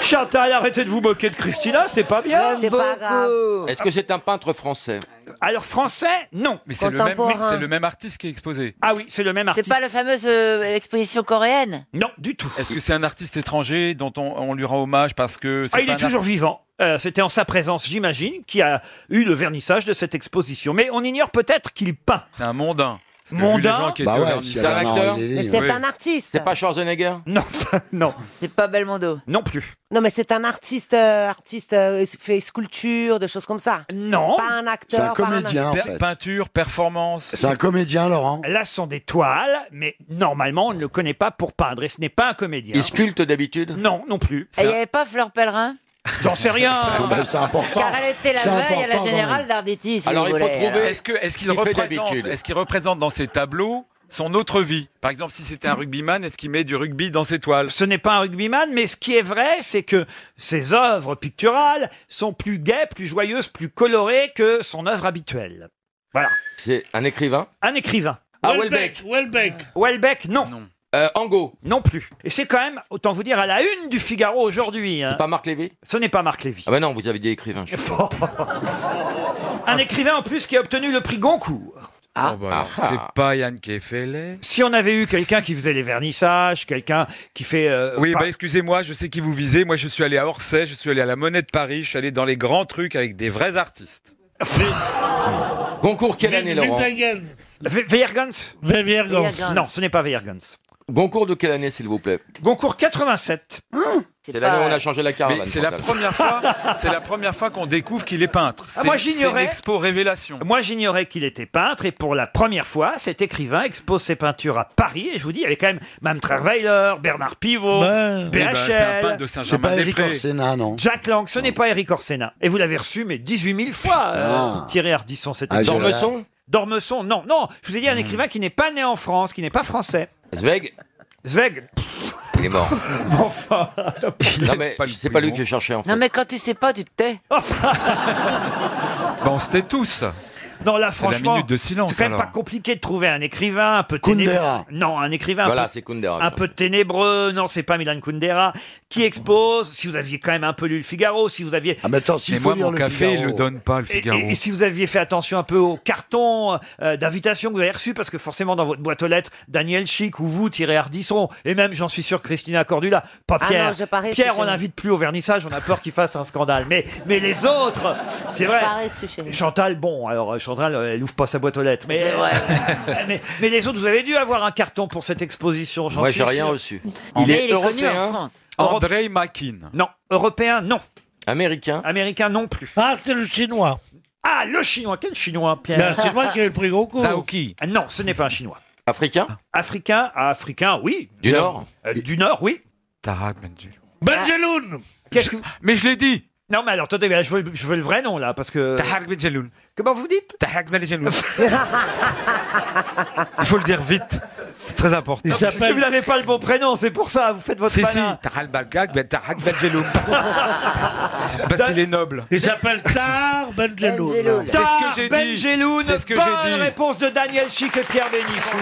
Chantal, arrêtez de vous moquer de Christina, c'est pas bien.
C'est pas grave.
Est-ce que c'est un peintre français
Alors français, non.
Mais c'est le, même,
Contemporain.
mais c'est le même artiste qui est exposé.
Ah oui, c'est le même
C'est
artiste.
pas la fameuse euh, exposition coréenne
Non, du tout.
Est-ce que c'est un artiste étranger dont on, on lui rend hommage parce que c'est
Ah, il
pas
est
un
toujours
art-
vivant. Euh, C'était en sa présence, j'imagine, qui a eu le vernissage de cette exposition. Mais on ignore peut-être qu'il peint.
C'est un mondain. Parce que vu les gens
Mondain.
qui étaient au Vernis-
c'est un acteur.
Mais c'est
Oui.
Bah un artiste.
C'est pas Schwarzenegger
Non, non.
C'est pas Belmondo
Non plus.
Non, mais c'est un artiste, euh, artiste euh, fait sculpture, des choses comme ça.
Non.
Pas un acteur. pas un...
Pe- Peinture, performance.
comédien, Laurent. Là, ce sont des toiles, mais normalement, on ne le connaît pas pour peindre. Et ce n'est pas un comédien.
Il sculpte d'habitude
Non, non plus.
Et il n'y avait pas Fleur Pellerin
J'en sais rien.
c'est important.
Car elle était la
C'est
veille à la
important,
générale d'Arditi. si
Alors
vous
il faut
voulez,
trouver.
alors.
Est-ce que- est-ce qu'il
Il fait
représente,
d'habitude.
est-ce qu'il représente dans ses tableaux son autre vie Par exemple, si c'était un rugbyman, est-ce qu'il met du rugby dans ses toiles
Ce n'est pas un rugbyman, mais ce qui est vrai, c'est que ses œuvres picturales sont plus gaies, plus joyeuses, plus colorées que son œuvre habituelle. Voilà.
C'est un écrivain
Un écrivain.
Ah, Welbeck.
Welbeck. Welbeck, non.
Angot.
Non plus. Et c'est quand même, autant vous dire, à la une du Figaro aujourd'hui. C'est pas
Marc Lévy
Ce n'est pas Marc Lévy.
Ah bah non, vous avez dit écrivain.
Ah.
je sais.
Un écrivain en plus qui a obtenu le prix Goncourt.
Oh, bah alors, C'est pas Yann Kefele.
Si on avait eu quelqu'un qui faisait les vernissages, quelqu'un qui fait... euh,
Oui,
par-
bah excusez-moi, je sais qui vous visez. Moi, je suis allé à Orsay, je suis allé à la Monnaie de Paris, je suis allé dans les grands trucs avec des vrais artistes. Goncourt, quelle année, Laurent
Ve- Veergans
Veergans.
Non, ce n'est pas Veergans.
Goncourt de quelle année, s'il vous plaît
Goncourt 87.
C'est l'année où on a changé la caravane.
Mais c'est la
Chantal.
première fois, c'est la première fois qu'on découvre qu'il est peintre.
Ah,
C'est-
moi,
C'est une
j'ignorais.
expo révélation.
Moi, j'ignorais qu'il était peintre et pour la première fois, cet écrivain expose ses peintures à Paris. Et je vous dis, il y avait quand même Mme Travailer, Bernard Pivot,
Ben,
BHL.
eh ben, c'est un peintre de Saint-Germain-des-Prés. C'est pas Éric Orsena, non.
Jacques Lang, ce n'est pas Eric Orsena. Et vous l'avez reçu, mais 18 000 fois, euh,
Ah.
Thierry Ardisson, cet
Ah,
écrivain.
Dormesson Hmm.
Dormesson, non, non. Je vous ai dit un écrivain qui n'est pas né en France, qui n'est pas français.
Zweig
Zweig,
Il est mort.
bon, enfin.
non, mais c'est pas lui que j'ai cherché en fait.
Non, mais quand tu sais pas, tu te tais.
Enfin,
Bah, on se tait tous.
Non, là,
C'est la
franchement,
minute de silence,
c'est quand même
alors.
pas compliqué de trouver un écrivain un peu ténébreux.
Kundera.
Non, un écrivain
Voilà,
un, peu,
c'est Kundera,
un
ça.
peu ténébreux. Non, c'est pas Milan Kundera qui expose. Si vous aviez quand même un peu lu Le Figaro, si vous aviez.
Ah, mais attends, s'il Mais faut moi, lire mon Le café, Figaro. il le donne pas, Le
Et- et-
Figaro.
Et, si vous aviez fait attention un peu au carton euh, d'invitation que vous avez reçu, parce que forcément, dans votre boîte aux lettres, Daniel Chic ou vous, Thierry Ardisson, et même, j'en suis sûr, Christina Cordula, pas
Ah
Pierre.
non, je parais,
Pierre,
c'est
on
sûr.
n'invite plus au vernissage, on a peur qu'il fasse un scandale. Mais, mais les autres, c'est
Je
vrai.
parais, c'est chez nous.
Chantal, bon, alors euh, Chantal, euh, elle ouvre pas sa boîte aux lettres. Mais, euh,
C'est vrai.
mais, mais les autres, vous avez dû avoir un carton pour cette exposition. j'en
Moi,
suis
j'ai rien
sûr.
reçu. Il Mais est il est connu européen. en France. Andrei Makin.
Non. Européen, non. Américain. Américain, non plus. Ah, c'est le chinois. Ah, le chinois. Quel chinois, Pierre
Il y a un Chinois qui a eu le prix Goncourt.
Taoki. Non, ce n'est pas un chinois.
Africain
Africain, ah, africain, oui.
Du
Euh,
Nord
euh, Du Nord, oui.
Tarak Benjelloun.
Benjeloun
Mais je l'ai dit
Non, mais alors, attendez, mais là, je veux, je veux le vrai nom, là, parce que...
Tarak Benjelloun.
Comment vous dites
Tarak Benjelloun. Il faut le dire vite. C'est très important.
Non, parce que Vous n'avez pas le bon prénom, c'est pour ça, vous faites votre
Si, si.
malin.
Tarak Balgag, ben Tarak Benjelloun. Parce qu'il est noble.
Il s'appelle Tar Benjeloun.
C'est ce
Tar
que j'ai dit. Benjeloun,
C'est ce que
bonne
j'ai dit.
réponse de Daniel Chic et Pierre Bénichou.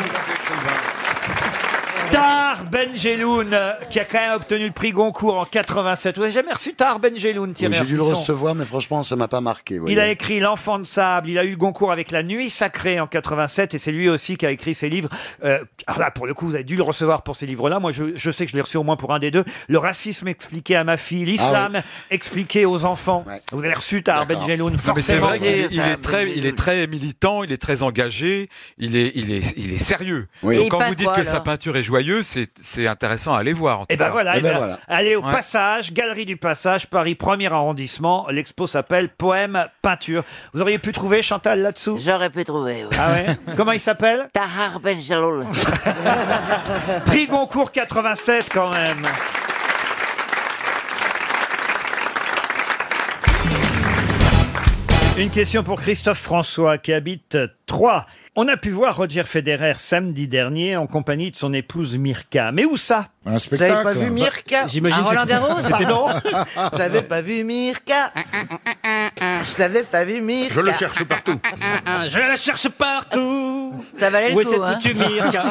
Tar Benjeloun, euh, qui a quand même obtenu le prix Goncourt en 87. Vous n'avez jamais reçu Tar Benjeloun,
Oui,
Thierry
J'ai dû le
Ardisson
recevoir, mais franchement, ça m'a pas marqué. voyez.
Il a écrit L'Enfant de Sable, il a eu le Goncourt avec La Nuit Sacrée en 87, et c'est lui aussi qui a écrit ses livres. Euh, alors là, pour le coup, vous avez dû le recevoir pour ces livres-là. Moi, je, je sais que je l'ai reçu au moins pour un des deux. Le racisme expliqué à ma fille, l'islam expliqué aux enfants. Vous avez reçu Tar Benjeloun,
Non, mais c'est
forcément.
vrai qu'il est, il est très, il est très militant, il est très engagé, il est, il est, il est sérieux.
Oui. Et
Donc quand
pas
vous dites
quoi,
que
alors
sa peinture est joyeuse, c'est, c'est intéressant à aller voir. en
Et
tout
ben
cas.
voilà, eh ben, allez au
Ouais.
passage, galerie du passage, Paris 1er arrondissement. L'expo s'appelle Poème Peinture. Vous auriez pu trouver Chantal là-dessous J'aurais pu trouver. Ah ouais Comment il s'appelle Tahar
Ben
Benjaloul. Prix Goncourt 87 quand même. Une question pour Christophe François qui habite Troyes. On a pu voir Roger Federer samedi dernier en compagnie de son épouse Mirka. Mais où ça Un
Vous avez pas vu Mirka pardon. Vous avez pas vu Mirka Vous avez pas vu Mirka
Je le cherche partout.
Je la cherche partout Ça valait le
Où est
coup,
cette
hein.
foutue Mirka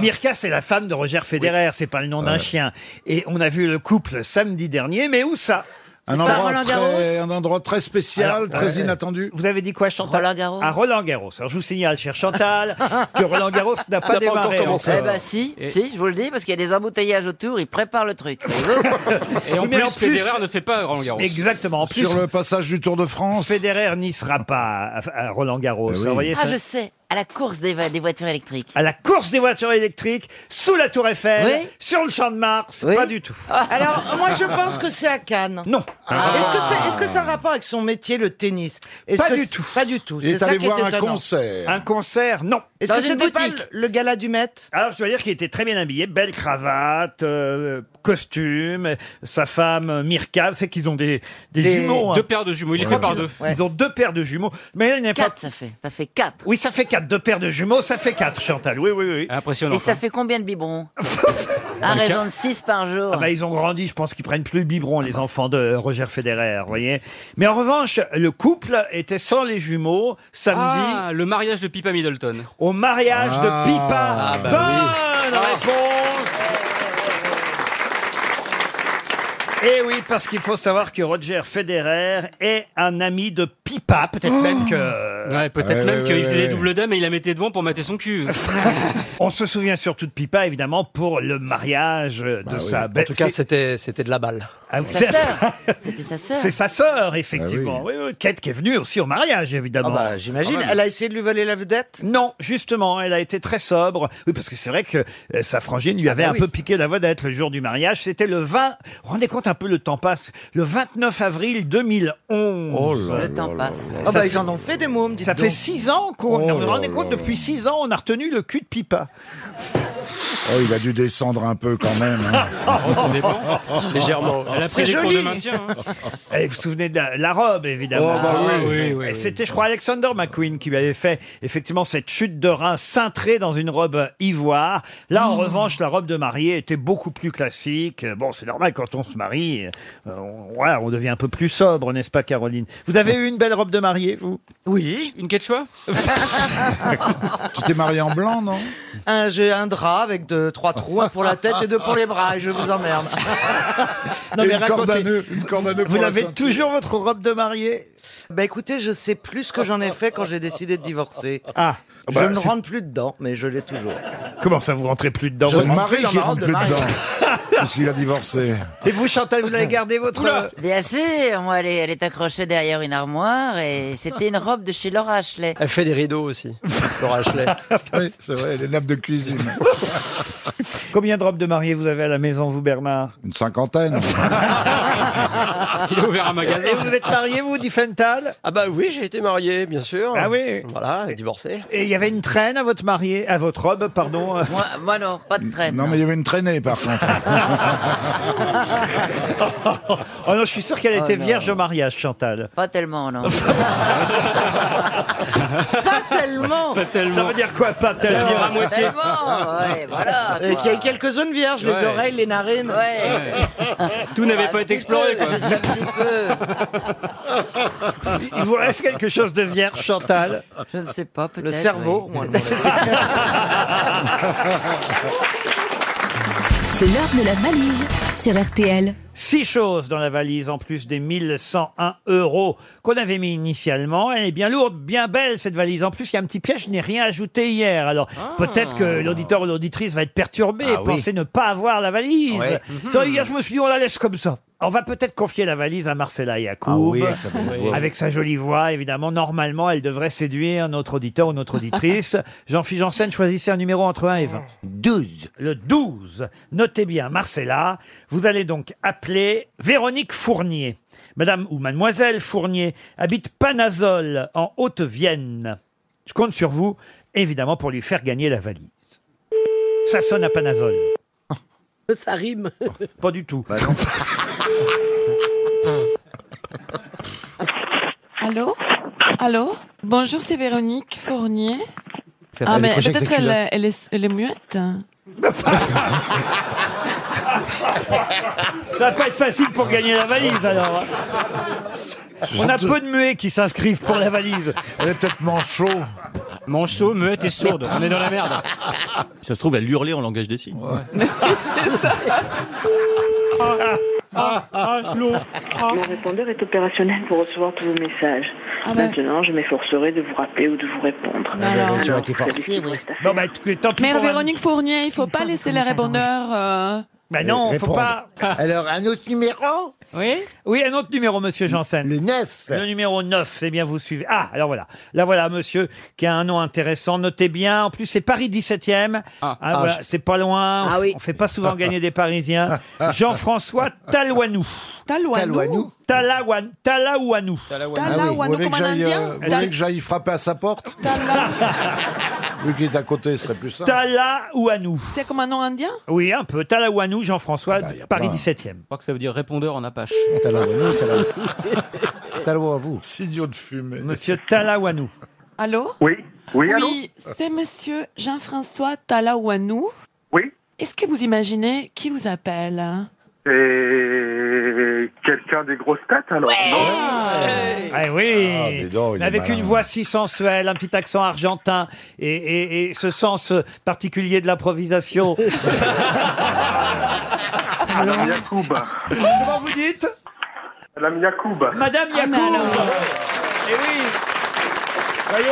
Mirka, c'est la femme de Roger Federer, c'est pas le nom d'un chien. Et on a vu le couple samedi dernier, mais où ça
Un endroit, très, un endroit très spécial,
Alors,
très
ouais.
inattendu.
Vous avez dit quoi, Chantal Roland
Garros.
À Roland Garros. Alors je vous signale, cher Chantal, que Roland Garros n'a pas démarré. hein.
Eh ben si, si, je vous le dis, parce qu'il y a des embouteillages autour, ils préparent le truc.
Ah, Et en Oui, mais plus, en plus- Federer
ne fait pas Roland
Exactement. En plus,
Sur le passage du Tour de France. Eh
Federer n'y sera pas à à Roland Garros. Vous voyez
Ah,
ça
je sais, à la course des, va- des voitures électriques.
À la course des voitures électriques, sous la Tour Eiffel,
Oui.
sur le Champ de Mars, pas du tout.
Alors, moi, je pense que c'est à Cannes.
Non.
Ah.
Est-ce que, c'est- est-ce que ça a rapport avec son métier, le tennis
Pas du tout.
Pas du tout.
Il est
C'est ça
allé
qui
voir un
étonnant.
concert.
Un concert, non.
Est-ce que c'était pas le, le gala du Met
Alors, je dois dire qu'il était très bien habillé, belle cravate, euh, costume, sa femme euh, Mirka, c'est qu'ils ont des, des,
Des-
jumeaux.
Deux paires de jumeaux, il
Je
est fait
crois
par
qu'ils-
deux.
Ils ont deux paires de jumeaux, mais elle n'est pas...
Quatre, ça fait. Ça fait quatre.
Oui, ça fait quatre, deux paires de jumeaux, ça fait quatre, Chantal, oui, oui, oui. Impressionnant.
Et ça fait combien de biberons À
Le
raison
quatre.
de six par jour.
Ah bah, ils ont grandi, je pense qu'ils prennent plus le biberon, les enfants de Roger Federer, vous voyez. Mais en revanche, le couple était sans les jumeaux samedi Oh.
Ah, le mariage de Pipa Middleton.
au mariage
Ah.
de Pipa.
Ah bah
Bonne réponse Et Eh oui, parce qu'il faut savoir que Roger Federer est un ami de Pipa, peut-être même
Ah.
que...
Ouais,
Ouais,
peut-être même
ouais,
qu'il
ouais,
faisait
ouais.
des doubles dames et il la mettait devant pour mater son cul.
On se souvient surtout de Pipa, évidemment, pour le mariage euh, de sa
En tout cas, c'était c'était de la balle.
Ah oui,
Sa
c'est-
sœur. C'était sa sœur.
C'est sa sœur, effectivement. oui. oui, Kate qui est venue aussi au mariage, évidemment.
Ah bah, j'imagine. Elle a essayé de lui voler la vedette
Non, justement, elle a été très sobre. Oui, parce que c'est vrai que euh, sa frangine lui avait
bah
un
oui.
peu piqué la vedette le jour du mariage. C'était le 20... Rendez compte un peu, le temps passe. Le 29 avril 2011.
Oh là Le là temps là passe. là.
Ah bah,
Ça
ils en ont fait des mômes, dites
ça
donc.
fait six ans qu'on.
Oh
vous vous rendez
là
compte,
là
depuis six ans, on a retenu le cul de Pipa.
Oh, il a dû descendre un peu quand même. hein.
ça
Oh, dépend.
Légèrement.
Elle a pris des cours de maintien. hein.
Et Eh, vous vous souvenez de la, la robe, évidemment.
Oh, bah Ah, oui. oui, oui,
Et
oui.
C'était, je crois, Alexander McQueen qui lui avait fait effectivement cette chute de rein cintrée dans une robe ivoire. Là,
Mmh.
en revanche, la robe de mariée était beaucoup plus classique. Euh, Bon, c'est normal, quand on se marie, euh, on, voilà, on devient un peu plus sobre, n'est-ce pas, Caroline Vous avez eu une belle belle robe de mariée, vous
Oui, une quechua
Tu t'es marié en blanc, non
Un, j'ai un drap avec deux, trois trous, un pour la tête et deux pour les bras, et je vous emmerde.
Et une corde à nœud, une corde à nœud
Vous
pour la
l'avez
ceinture.
toujours votre robe de mariée Bah écoutez, je sais plus ce que j'en ai fait quand j'ai décidé de divorcer.
Ah,
je
bah,
ne
c'est-
rentre plus dedans, mais je l'ai toujours.
Comment ça, vous rentrez plus dedans
C'est
vous
le mari
dans
qui
la robe
rentre
de
plus
mariée.
dedans. Parce qu'il a divorcé.
Et vous, Chantal, vous l'avez gardé votre.
Bien sûr, moi, elle est, elle est accrochée derrière une armoire et c'était une robe de chez Laura Ashley.
Elle fait des rideaux aussi, Laura Ashley.
Oui, c'est vrai, les nappes de cuisine.
Combien de robes de mariée vous avez à la maison, vous, Bernard
Une cinquantaine.
Il a ouvert un magasin.
Et vous êtes marié, vous, Diffental
Ah bah oui, j'ai été marié, bien sûr.
Ah oui
Voilà, et divorcé.
Et il y avait une traîne à votre mariée, Ah, à votre robe, pardon.
Moi, moi, non, pas de traîne.
Non, mais il y avait une traînée, par contre.
Oh non, je suis sûr qu'elle
Oh
était
non.
vierge au mariage, Chantal.
Pas tellement, non.
Pas tellement
Pas tellement. Ça veut dire quoi,
Ça
pas
veut
tellement
dire à moitié. Tellement, ouais, voilà,
Et
quoi.
qu'il y a quelques zones vierges,
Ouais.
les oreilles, les narines.
Ouais.
Tout n'avait pas été exploré, quoi.
Il vous reste quelque chose de vierge, Chantal
Je ne sais pas, peut-être.
Le cerveau, moi.
C'est l'heure de la valise sur RTL.
Six choses dans la valise en plus des 1101 euros qu'on avait mis initialement. Elle est bien lourde, bien belle cette valise. En plus, il y a un petit piège, je n'ai rien ajouté hier. Alors peut-être que l'auditeur ou l'auditrice va être perturbé
Ah
et
oui.
penser ne pas avoir la valise.
Ouais.
Ça, hier, je me suis dit, on la laisse comme ça. On va peut-être confier la valise à Marcella Yacoub.
Ah oui, avec sa belle voix.
Avec sa jolie voix, évidemment. Normalement, elle devrait séduire notre auditeur ou notre auditrice. Jean-Philippe Janssen, choisissez un numéro entre 1 et 20. 12. Le 12. Notez bien, Marcella. Vous allez donc appeler Véronique Fournier. Madame ou Mademoiselle Fournier habite Panazol, en Haute-Vienne. Je compte sur vous, évidemment, pour lui faire gagner la valise. Ça sonne à Panazol.
Ça rime.
Pas du tout.
Bah
Allô Allô Bonjour, c'est Véronique Fournier.
Ça va
Ah, mais
décrocher avec
peut-être
sa
elle,
culotte.
est- elle est, elle est muette.
Ça va pas être facile pour gagner la valise alors. On a peu de muets qui s'inscrivent pour la valise.
Elle est peut-être manchot.
Manchot, muette et sourde. On est dans la merde.
Ça se trouve, elle hurlait en langage des signes.
Mon répondeur est opérationnel pour recevoir tous vos messages. Maintenant, je m'efforcerai de vous rappeler ou de vous répondre.
Bon bah écoutez, tant pis
Mère
pour la-
Véronique Fournier, il faut pas laisser les répondeurs. euh,
Bah non, faut pas. Alors un autre numéro Oui Oui, un autre numéro, monsieur Janssen. Le 9. Le numéro 9, c'est bien, vous suivez. Ah, alors voilà. Là voilà, monsieur, qui a un nom intéressant. Notez bien. En plus, c'est Paris 17 e Ah,
Ah,
voilà,
je-
c'est pas loin.
Ah
On f-
oui.
On fait pas souvent gagner des Parisiens. Jean-François Talouanou.
Talouanou
Talawan- Talaouanou.
Ah oui, vous voulez
comme
que
un
j'aille,
Indien
euh, vous voulez que j'aille frapper à sa porte Vu qu'il est à côté, ce serait plus simple.
Talaouanou.
C'est comme un nom indien
Oui, un peu. Talaouanou, Jean-François,
Ah bah,
Paris
plein.
17e.
Je crois que ça veut dire répondeur en apache.
vous. Idiot de fumée.
Monsieur Talawanou.
Allô
Oui.
Oui, c'est monsieur Jean-François Talaouanou. Oui. Est-ce que vous imaginez qui vous appelle hein
Et quelqu'un des grosses têtes alors
Ah oui,
il
Mais
est
avec
malin.
une voix si sensuelle, un petit accent argentin et, et- et ce sens particulier de l'improvisation.
Madame Yacoub.
Ah. Comment vous dites
Madame Yacoub.
Madame Yacoub Eh oui Vous voyez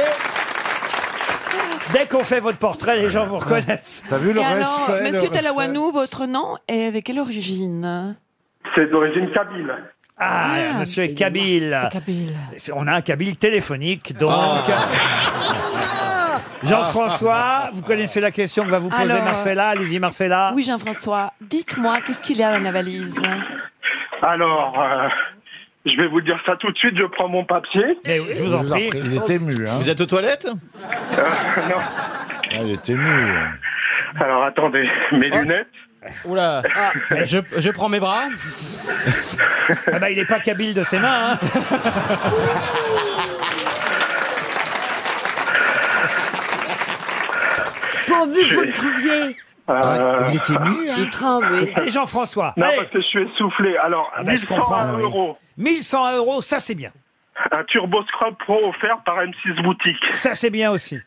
Dès qu'on fait votre portrait, les gens vous reconnaissent. T'as vu
Et alors, monsieur Talaouanou, votre nom est de quelle origine
C'est d'origine kabyle.
Ah, monsieur est Kabyle. C'est- On a un Kabyle téléphonique, donc.
Ah.
euh, Jean-François, vous connaissez la question que va vous poser
Alors-
Marcella. Allez-y, Marcella.
Oui, Jean-François, dites-moi, qu'est-ce qu'il y a dans la valise
Alors, euh, je vais vous dire ça tout de suite, je prends mon papier.
Eh, je vous en Je vous en prie. prie.
Il est ému. Hein.
Vous êtes aux toilettes Euh, Non.
Ah, il est ému.
Alors attendez, mes
Oh.
lunettes.
Oula.
Ah.
Je, je prends mes bras.
Ah bah, il n'est pas Kabyle de ses mains. hein.
Pourvu
que vous le
trouviez.
Vous êtes ému, hein Il
tremble.
Et Jean-François
Euh, Non,
allez.
parce que je suis essoufflé. Alors,
Ah bah, je
1100
comprends, oui.
euros.
1100 euros, ça c'est bien.
un Turbo Scrub Pro offert par M6 Boutique.
Ça, c'est bien aussi.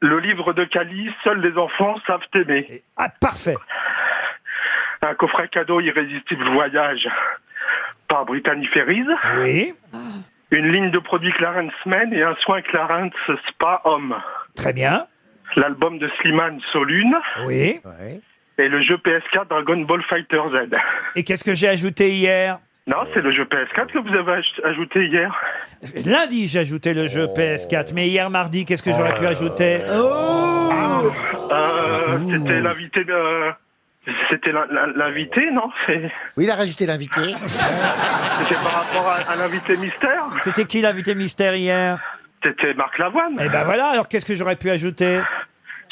le livre de Cali, Seuls les enfants savent aimer.
Ah, parfait.
Un coffret cadeau irrésistible voyage par Brittany Ferries.
Oui.
Une ligne de produits Clarence Men et un soin Clarence Spa Homme.
Très bien.
L'album de Slimane Solune.
Oui.
Et le jeu PS4 Dragon Ball Fighter Z.
Et qu'est-ce que j'ai ajouté hier
Non, c'est le jeu PS4 que vous avez ach- ajouté hier.
Lundi, j'ai ajouté le jeu PS4, mais hier mardi, qu'est-ce que j'aurais pu ajouter
Oh. Euh, c'était l'invité de... C'était l'in- l'in- l'invité, non C'est
Oui, il a rajouté l'invité.
c'était par rapport à, à l'invité mystère
C'était qui l'invité mystère hier
C'était Marc Lavoine.
Eh ben voilà, alors qu'est-ce que j'aurais pu ajouter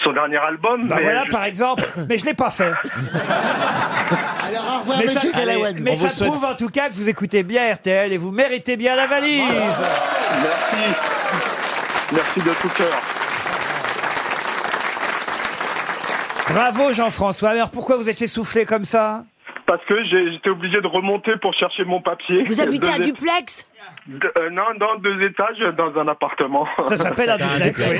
Son dernier album.
Bah
mais
voilà,
je-
par exemple, mais je l'ai pas fait.
Alors, au revoir,
mais
monsieur
ça,
Delawane.
mais ça prouve en tout cas que vous écoutez bien RTL et vous méritez bien la valise.
Ah, Merci. Merci de tout cœur.
Bravo Jean-François. Alors pourquoi vous êtes essoufflé comme ça
Parce que j'ai- j'étais obligé de remonter pour chercher mon papier.
Vous habitez
Deux
à
é-
duplex
deux- euh, Non, dans deux étages, dans un appartement.
Ça s'appelle un duplex, oui.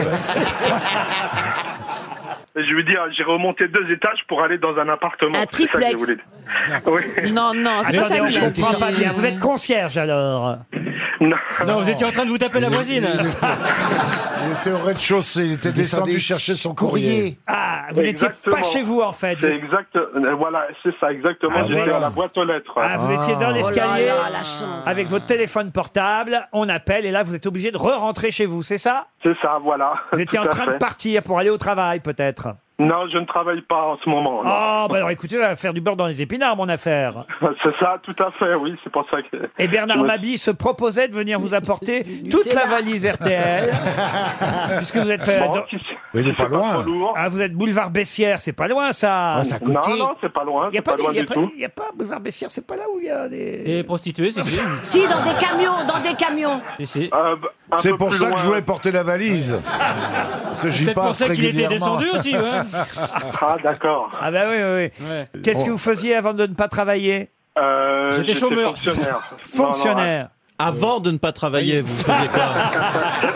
Je veux dire, j'ai remonté deux étages pour aller dans un appartement.
Un
C'est ça que
triplex.
je voulais dire. Oui.
Non, non, c'est pas
Attendez,
ça
on
qu'il a dit.
comprend pas bien. Vous êtes concierge alors
Non.
Non, vous étiez en train de vous taper la voisine.
Il était au rez-de-chaussée, il était descendu, chercher son courrier.
Ah, vous n'étiez pas chez vous en fait.
C'est exact. euh, Voilà, c'est ça, exactement.
Ah,
J'étais
voilà.
à la boîte aux lettres.
Ah, vous étiez dans l'escalier
Oh là là, la chance.
avec votre téléphone portable, on appelle et là vous êtes obligé de re-rentrer chez vous, c'est ça
C'est ça, voilà.
Vous étiez
Tout
en
à
train de
fait.
partir pour aller au travail peut-être.
Non, je ne travaille pas en ce moment.
Oh,
non.
bah alors écoutez, ça va faire du beurre dans les épinards mon affaire.
C'est ça, tout à fait, oui, c'est pour ça que.
Et Bernard
Je me-
Mabie se proposait de venir vous apporter toute la valise RTL. puisque vous êtes. euh,
Bon,
dans-
qui-
Il est pas loin.
Ah, vous êtes boulevard Bessières, c'est pas loin ça.
Ah, c'est à côté. Non, non,
c'est pas loin,
Il y a
c'est pas
des-
loin
il y a
du
pas-
tout.
Il n'y a pas boulevard Bessières, c'est pas là où il y a des.
Et prostituée, c'est sûr.
Si, dans des camions, dans des camions.
Euh, C'est pour ça que je voulais porter la valise.
C'est peut-être pour ça qu'il était descendu aussi, ouais.
Ah, d'accord.
Ah, bah oui, oui, oui. Qu'est-ce que vous faisiez avant de ne pas travailler
Euh,
J'étais chômeur.
Fonctionnaire.
Fonctionnaire.
Avant de ne pas travailler, vous faisiez quoi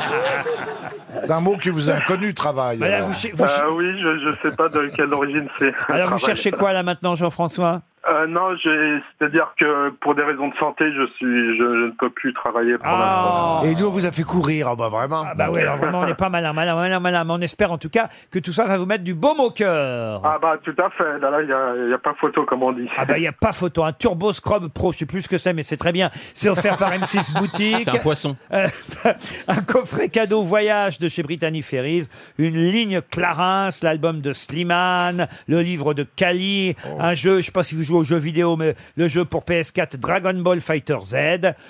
D'un mot qui vous est inconnu, travail.
Voilà,
alors.
Euh, oui, je ne sais pas de quelle origine c'est.
Alors
Travail.
vous cherchez quoi là maintenant, Jean-François
Euh, Non, j'ai- c'est-à-dire que pour des raisons de santé, je suis, je, je ne peux plus travailler pour l'instant.
Et nous, on vous a fait courir, ah bah vraiment.
Ah bah oui, alors vraiment, on n'est pas malin, malin, malin, malin. Mais on espère en tout cas que tout ça va vous mettre du baume au cœur.
Ah bah tout à fait, là, là, il n'y a, il y a pas photo comme on dit.
Ah bah il n'y a pas photo, un Turbo Scrub Pro, je sais plus ce que c'est, mais c'est très bien. C'est offert par M6 Boutique.
C'est un poisson.
Euh, un coffret cadeau voyage de chez Brittany Ferries, une ligne Clarence, l'album de Slimane, le livre de Kali,
Oh.
un jeu, je sais pas si vous jouez aux jeux vidéo, mais le jeu pour PS4 Dragon Ball Fighter Z.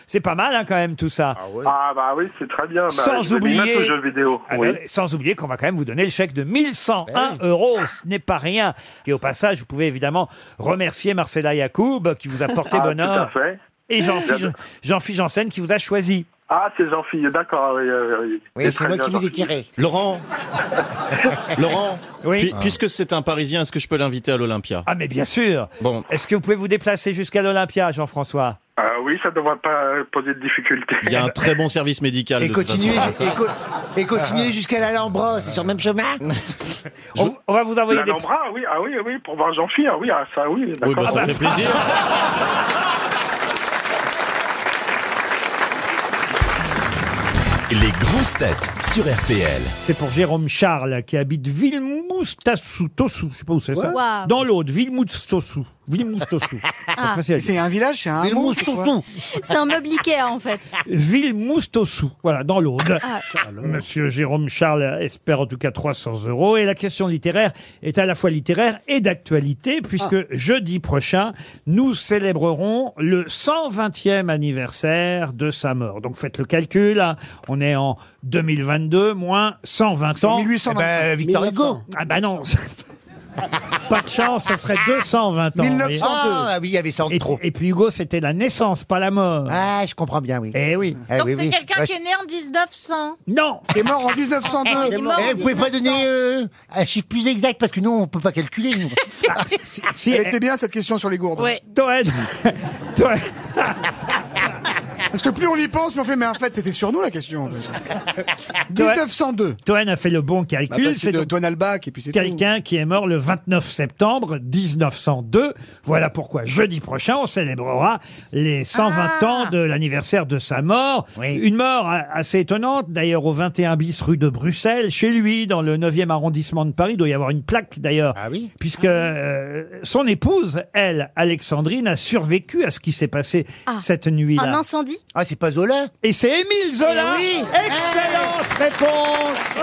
C'est pas mal hein, quand même tout ça.
Ah bah oui, c'est très bien. Bah,
Sans
je vais m'y mettre
oublier-
aux jeux vidéo.
Ah
oui. Eh
ben, sans oublier qu'on va quand même vous donner le chèque de 1101 euros. Ce n'est pas rien. Et au passage, vous pouvez évidemment remercier Marcella Yacoub qui vous a porté
Ah,
bonheur.
Tout à fait.
Et
J'adore.
Jean-Philippe Janssen qui vous a choisi.
Ah, c'est Jean-Philippe, d'accord. Oui, euh, oui, oui. Très bien, Jean-Philippe.
Laurent Laurent
Oui.
Puis- Puisque c'est un Parisien, est-ce que je peux l'inviter à l'Olympia
Ah, mais bien sûr.
Bon.
Est-ce que vous pouvez vous déplacer jusqu'à l'Olympia, Jean-François
Ah oui, ça ne devrait pas poser de difficultés.
Il y
Eh ben,
a un très bon service médical.
Et
de toute
continuez,
façon.
ju- et co- et
Ah.
continuez jusqu'à la Lambra, c'est sur le même chemin
on, va vous
La Lambra, oui, ah oui, oui, pour voir Jean-Philippe, ah oui, ah, ça, oui, d'accord.
bah, ça
Ah,
fait plaisir.
Les grosses têtes sur RTL.
C'est pour Jérôme Charles qui habite Villemoustassou, Tossou, je sais pas où c'est ça.
Wow.
Dans l'Aude, Villemoustassou. Villemoustassou.
Ah.
C'est un village, c'est un Villemoustassou.
C'est un meuble Ikea, en fait.
Villemoustassou, voilà, dans l'Aude.
Ah.
Monsieur Jérôme Charles espère en tout cas 300 euros. Et la question littéraire est à la fois littéraire et d'actualité, puisque
Ah.
jeudi prochain, nous célébrerons le 120e anniversaire de sa mort. Donc faites le calcul, hein. on est en 2022, moins 120 ans.
1825. Eh ben, Victor Hugo.
Ah bah non Pas de chance, ça serait 220 ans.
1902. Ah,
oui, il y avait ça en trop. Et puis Hugo, c'était la naissance, pas la mort. Ah, je comprends bien, oui. Eh oui.
Donc c'est quelqu'un qui est né en 1900.
Non
T'es mort en 1902
Il est mort en
Eh, Vous pouvez pas donner euh, un chiffre plus exact, parce que nous, on peut pas calculer. Nous.
si,
Elle était bien cette question sur les gourdes.
Toen. Toen.
Parce que plus on y pense, plus on fait, mais en fait, c'était sur nous la question. en fait. 1902.
Toen a fait le bon
Bah,
calcul.
parce que de Toine Albach, et puis c'est
quelqu'un qui est mort le 29 septembre 1902. Voilà pourquoi jeudi prochain, on célébrera les 120
Ah.
ans de l'anniversaire de sa mort. Une mort a- assez étonnante, d'ailleurs, au 21 bis rue de Bruxelles, chez lui, dans le 9e arrondissement de Paris. Il doit y avoir une plaque, d'ailleurs,
Ah
puisque
Ah
euh, son épouse, elle, Alexandrine, a survécu à ce qui s'est passé
Ah.
cette nuit-là.
Un incendie
Ah, c'est pas Zola Et c'est Émile Zola
Eh oui.
Excellente réponse
Oh.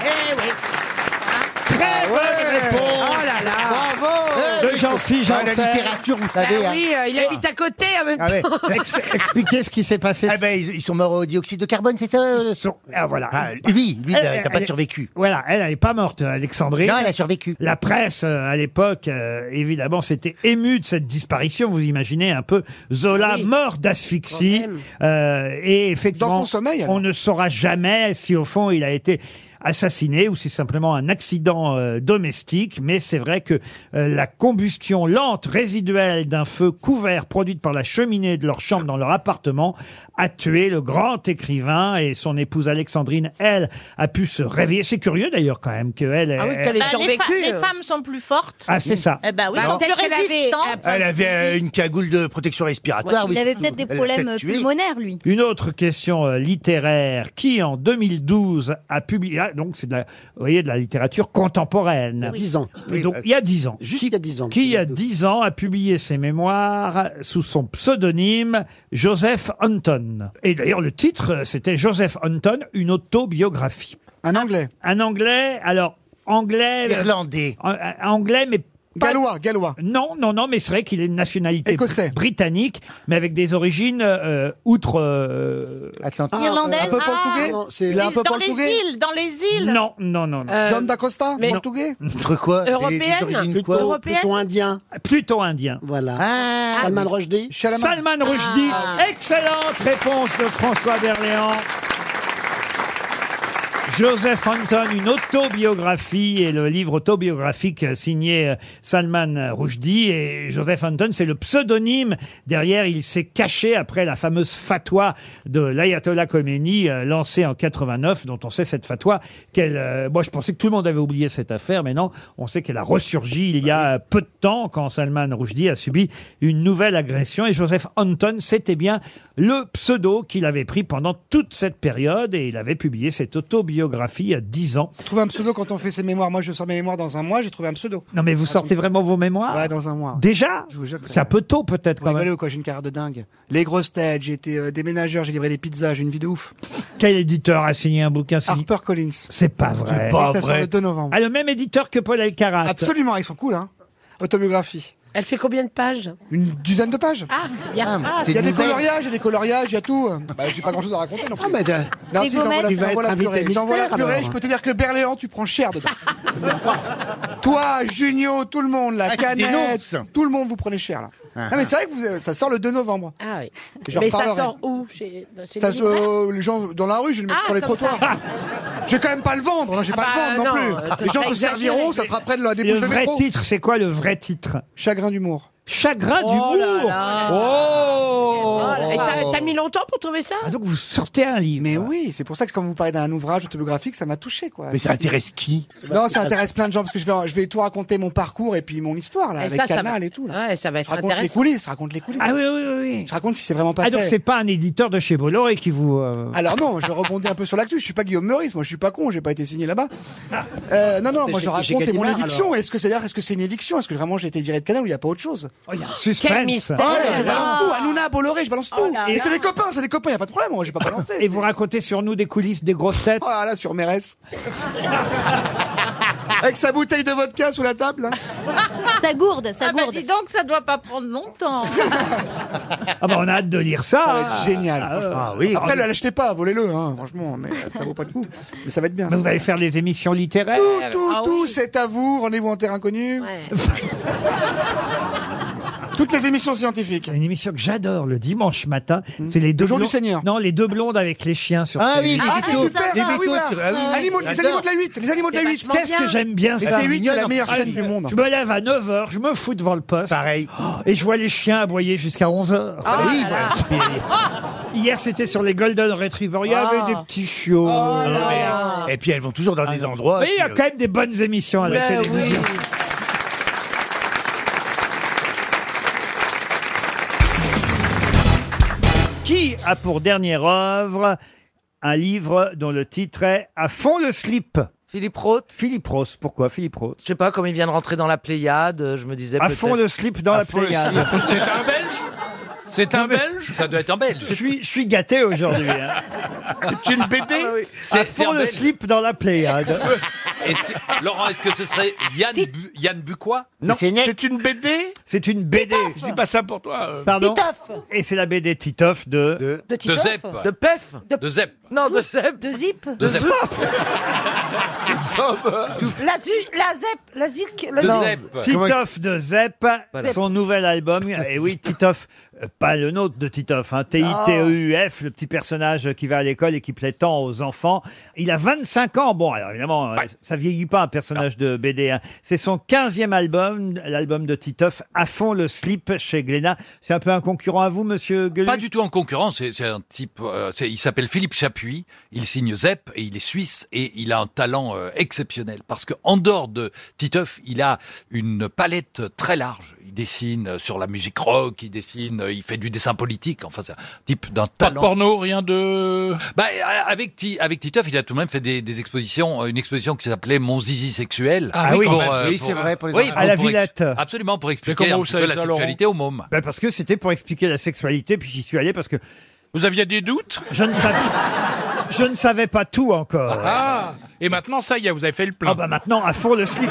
Eh
Très
Ah
bonne réponse
Oh là là
De Jean-Philippe
Ah, la
Janssen.
littérature, vous
Ah
Ben
savez.
oui,
hein.
euh, il habite
à côté en même
Ah ouais.
expliquez ce qui s'est passé.
Ah ben, ils, ils sont morts au dioxyde de carbone, c'est ça euh,
Ah voilà.
Ah, lui, lui, il
Elle-
a- t'as pas
elle-
survécu.
Voilà, elle n'est pas morte, Alexandrine.
Non, elle a survécu.
La presse, euh, à l'époque, euh, évidemment, s'était émue de cette disparition. Vous imaginez un peu Zola mort d'asphyxie. Euh, et effectivement, on ne saura jamais si au fond il a été assassiné ou si simplement un accident euh, domestique, mais c'est vrai que euh, la combustion lente résiduelle d'un feu couvert produite par la cheminée de leur chambre dans leur appartement a tué le grand écrivain et son épouse Alexandrine, elle, a pu se réveiller. C'est curieux d'ailleurs quand même Ah qu'elle...
Bah, les, fa- les femmes sont plus fortes.
Eh. Ah, c'est ça.
Eh ben oui,
Bah,
elles sont plus
peut-être
qu'elle avait-
résistantes.
Elle avait euh, une cagoule de protection respiratoire.
Ouais, il avait peut-être des problèmes euh, pulmonaires,
lui.
Une autre question euh, littéraire qui, en 2012, a publié, ah, donc c'est de la, vous voyez, de la littérature contemporaine.
Oui. Dix ans.
Et
Oui,
donc,
bah,
il y a dix ans.
juste
qui,
il y a dix ans.
Qui, il y a dix ans, a publié ses mémoires sous son pseudonyme Joseph Hunton. Et d'ailleurs, le titre, euh, c'était Joseph Hunton, une autobiographie. Un anglais. Un anglais, alors, anglais. Irlandais. Anglais, mais. Gallois, gallois. Non, non, non, mais c'est vrai qu'il est de nationalité br- britannique, mais avec des origines euh, outre. euh, Atlantique.
Irlandaise
Un peu portugais
Ah.
C'est- il est un peu
dans
portugais
les îles, dans les îles. Euh,
Non, non, non. non.
John da Costa,
mais-
portugais
Entre quoi Des- des
Européenne
origines quoi
Plutôt- Européenne
Plutôt indien.
Plutôt indien. Ah.
Voilà. Salman Rushdie. Ah.
Salman Rushdie. Excellente réponse de euh, François Berléand. Joseph Anton, une autobiographie et le livre autobiographique euh, signé euh, Salman Rushdie. Et Joseph Anton, c'est le pseudonyme. Derrière, il s'est caché après la fameuse fatwa de l'ayatollah Khomeini euh, lancée en 89, dont on sait cette fatwa qu'elle. euh, moi, je pensais que tout le monde avait oublié cette affaire, mais non, on sait qu'elle a ressurgi il y a euh, peu de temps quand Salman Rushdie a subi une nouvelle agression. Et Joseph Anton, c'était bien le pseudo qu'il avait pris pendant toute cette période et il avait publié cette autobiographie il y a 10 ans.
Trouver un pseudo quand on fait ses mémoires. Moi, je sors mes mémoires dans un mois, j'ai trouvé un pseudo.
Non, mais vous sortez vraiment vos mémoires
Ah, Ouais, dans un mois.
Déjà
Je vous jure que
C'est un peu tôt peut-être
Vous
quand même.
rigolez ou quoi J'ai une carrière de dingue. Les grosses têtes, j'ai été euh, déménageur, j'ai livré des pizzas, j'ai une vie de ouf.
Quel éditeur a signé un bouquin Harper
Collins.
C'est pas vrai.
C'est pas Ça sort vrai. le 2 novembre.
Ah, le même éditeur que Paul Elkarat.
Absolument, ils sont cool, hein. Autobiographie.
Elle fait combien de pages
Une dizaine de pages.
Ah, bien.
Ah, il y a des coloriages, il y a des coloriages, il y a tout. Bah, j'ai pas grand chose à raconter non plus.
bah, t'as-
Non,
Des
si, j'envoie la-
gommettes. Tu vas
j'envoie
être
la
invité
purée,
mystère,
j'envoie la purée,
alors.
je peux te dire que Berléand, tu prends cher dedans. Toi, Junio, tout le monde, la
Ah, tu dénonces.
canette, tout le monde, vous prenez cher là.
Ah,
non, mais c'est vrai que vous, euh, ça sort le 2 novembre.
Ah oui.
J'en
Mais ça
reparlerai.
sort où chez, chez
Ça,
les libraires
euh, les gens dans la rue, je vais le mettre
Ah,
sur les
comme ça.
trottoirs. je vais quand même pas le vendre, non, je vais
Ah
pas le
bah,
vendre
non,
non,
euh,
plus. Les gens
t'as
se
exagéré.
serviront, ça sera près de la
Le
débouche de
vrai
métro.
titre, c'est quoi le vrai titre
Chagrin d'humour.
Chagrin
Oh
d'humour
là là.
Oh, Ah,
Oh là là. Et t'as- t'as mis longtemps pour trouver ça
Donc vous sortez un livre.
Mais oui, c'est pour ça que quand vous parlez d'un ouvrage autobiographique, ça m'a touché
Ah,
quoi.
Mais ça intéresse qui
Non, ça intéresse plein de gens parce que je vais, je vais tout raconter mon parcours et puis mon histoire là,
Et
avec
ça, ça
Canal
va-
et tout.
Ouais, ça va être
raconte les
intéressant.
coulisses, raconte les coulisses.
Ah oui, oui, oui. oui.
Je raconte si c'est vraiment
Ah
passé. Ah.
donc c'est pas un éditeur de chez Bolloré qui vous... euh,
Alors non, je rebondis un peu sur l'actu. Je suis pas Guillaume Meurice, moi je suis pas con, j'ai pas été signé là-bas. Euh, non, non,
Mais
moi je
chez- chez
raconte et mon
Gallimard,
éviction. Est-ce que c'est d'ailleurs, est-ce que c'est une éviction Est-ce que vraiment j'ai été viré de Canal ou il y a pas autre chose Oh, il y a un
suspense. Quel mystère.
Oh, là, je
Oh là
balance
là.
tout. Hanouna, Bolloré, je balance tout.
là
et
là.
c'est les copains, c'est les copains, il y a pas de problème. Moi j'ai pas balancé.
Et vous racontez sur nous des coulisses, des grosses têtes
Ah là, sur Mérès. Avec sa bouteille de vodka sous la table. hein.
Ça gourde, ça gourde. Ah bah, dis donc, ça doit pas prendre longtemps.
Ah bah on a hâte de lire ça.
Ça va
hein.
être génial.
Ah,
franchement.
ah oui.
Après, ne l'achetez pas, volez-le, hein, franchement, mais ça vaut pas le coup. Mais ça va être bien.
Mais vous allez faire les émissions littéraires. Ah
Tout, tout, tout, c'est à vous. Rendez-vous en terre inconnue.
Toutes les émissions scientifiques. Une émission que j'adore le dimanche matin, c'est les deux
Le jour du
blondes- Non, les deux blondes avec les chiens sur
Ah oui,
C8.
les Ah, c'est vétos, super, les ça, vétos oui, sur- ah oui, oui, Animaux- les j'adore. animaux de la huit, les animaux de la C'est huit. vachement
Qu'est-ce que
bien.
j'aime bien
Et
ça
C8, c'est la meilleure
Ah,
chaîne du
je-
monde.
Je me lève à 9h, je me fous devant le poste. Pareil. Et je vois les chiens aboyer jusqu'à 11h.
Ah, oui, là, là.
Hier, c'était sur les Golden Retrievers. Il y
Ah.
avait des petits
Oh
chiots.
Et puis elles vont toujours dans des endroits.
Mais il y a
qui-
quand même des bonnes émissions à la
Ben
télévision. Qui a pour dernière œuvre un livre dont le titre est À fond le slip Philippe Roth Philippe Roth, pourquoi Philippe Roth
Je sais pas, comme il vient de rentrer dans la Pléiade, euh, je me disais.
À fond
peut-être-
le slip dans
À
la
fond le
Pléiade.
slip.
C'est
un Belge
C'est un Belge Ça doit être un Belge. Je suis, je suis gâté aujourd'hui. hein. Ah,
C'est une BD
Ah
À fond le slip dans la Pléiade.
Laurent, est-ce que ce serait Yann, Bu- Yann Bucois
Non, c'est une BD C'est une BD. Je dis pas ça pour toi. euh. Pardon Et c'est la BD Titoff de... De,
Titoff Zep.
De Pef
De Zep.
Non, de Zep. De Zip
De Zep.
La, zu, la ZEP, la ZIC, la
Non.
ZIC.
Titoff de Zep,
Voilà.
son nouvel album. Et oui, Titoff, euh, pas le nôtre de Titoff, hein, T-I-T-E-U-F, le petit personnage qui va à l'école et qui plaît tant aux enfants. Il a 25 ans. Bon, alors évidemment, euh, ça vieillit pas un personnage de BD. hein. C'est son 15e album, l'album de Titoff, À fond le slip chez Glénat. C'est un peu un concurrent à vous, monsieur Gueulin
Pas du tout en concurrence, c'est- c'est un type, euh, c'est- il s'appelle Philippe Chapuis, il signe ZEP et il est suisse et il a un talent euh, exceptionnel parce que en dehors de Titeuf, il a une palette très large. Il dessine euh, sur la musique rock, il dessine, euh, il fait du dessin politique, enfin c'est un type d'un
Pas de
talent.
porno,
rien de... Bah, euh, avec, Ti- avec Titeuf, il a tout de même fait des, des expositions, euh, une exposition qui s'appelait Mon zizi sexuel.
Ah oui, quand même.
euh,
Oui, c'est vrai, pour Ah, les
oui,
enfants. À la
pour ex-
Villette.
Absolument, pour expliquer
comment
un
vous
petit
savez
peu
ça,
la
Laurent
sexualité au môme.
Ben, parce que c'était pour expliquer la sexualité, puis j'y suis allé parce que. Vous aviez des doutes Je ne savais, je ne savais pas tout encore.
Ah Et maintenant, ça y est, vous avez fait le plein.
Ah bah maintenant, à fond le slip.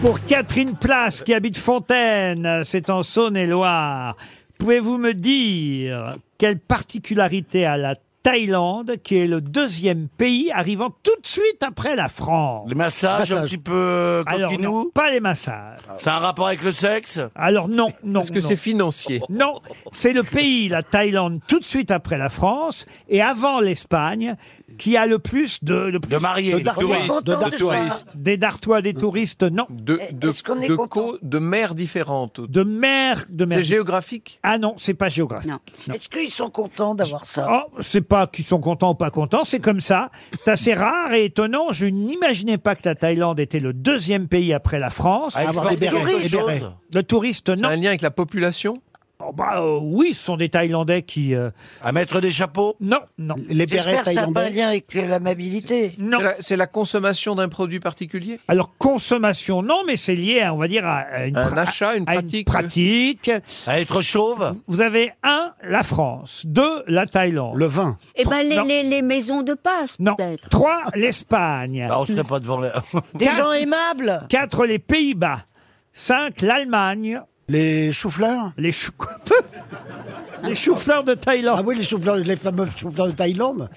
Pour Catherine Place, qui habite Fontaine, c'est en Saône-et-Loire. Pouvez-vous me dire quelle particularité a la Thaïlande, qui est le deuxième pays arrivant tout de suite après la France Les
massages, un petit peu, euh,
Alors
coquinou
non, pas les massages.
C'est un rapport avec le sexe
Alors non, non.
Est-ce que
non.
c'est financier
Non, c'est le pays, la Thaïlande, tout de suite après la France et avant l'Espagne, qui a le plus de le plus-
mariés, de
Dartois.
touristes, de
Dartois.
touristes.
des Dartois, des touristes, non.
De,
Eh,
de, de, co- de mers différentes.
De mer, de mer.
C'est géographique
Ah non, c'est pas géographique.
Est-ce qu'ils sont contents d'avoir ça
Oh, c'est pas qu'ils sont contents ou pas contents, c'est comme ça. C'est assez rare et étonnant. Je n'imaginais pas que la Thaïlande était le deuxième pays après la France.
À Avoir exporter des bérets, des bérets.
Touriste. Le touriste, non.
Un lien avec la population
Oh, bah, euh, oui, ce sont des Thaïlandais qui. euh,
À mettre des chapeaux
Non, non.
Les
J'espère que ça n'a pas un lien avec l'amabilité.
Non.
C'est la consommation d'un produit particulier
Alors consommation, non, mais c'est lié, à, on va dire, à- à une,
Un
pra-
achat, une
à
pratique.
pratique.
À être chauve
Vous avez un, la France. Deux, la Thaïlande. Le vin.
Eh ben, les,
Non.
les, les maisons de passe, peut-être.
Trois, l'Espagne.
Bah, On serait pas devant les...
Des
Quatre-
gens aimables.
Quatre, les Pays-Bas. Cinq, l'Allemagne. Les choux-fleurs Les choux... les choux-fleurs de Thaïlande.
Ah oui, les choux-fleurs, les fameux choux-fleurs de Thaïlande.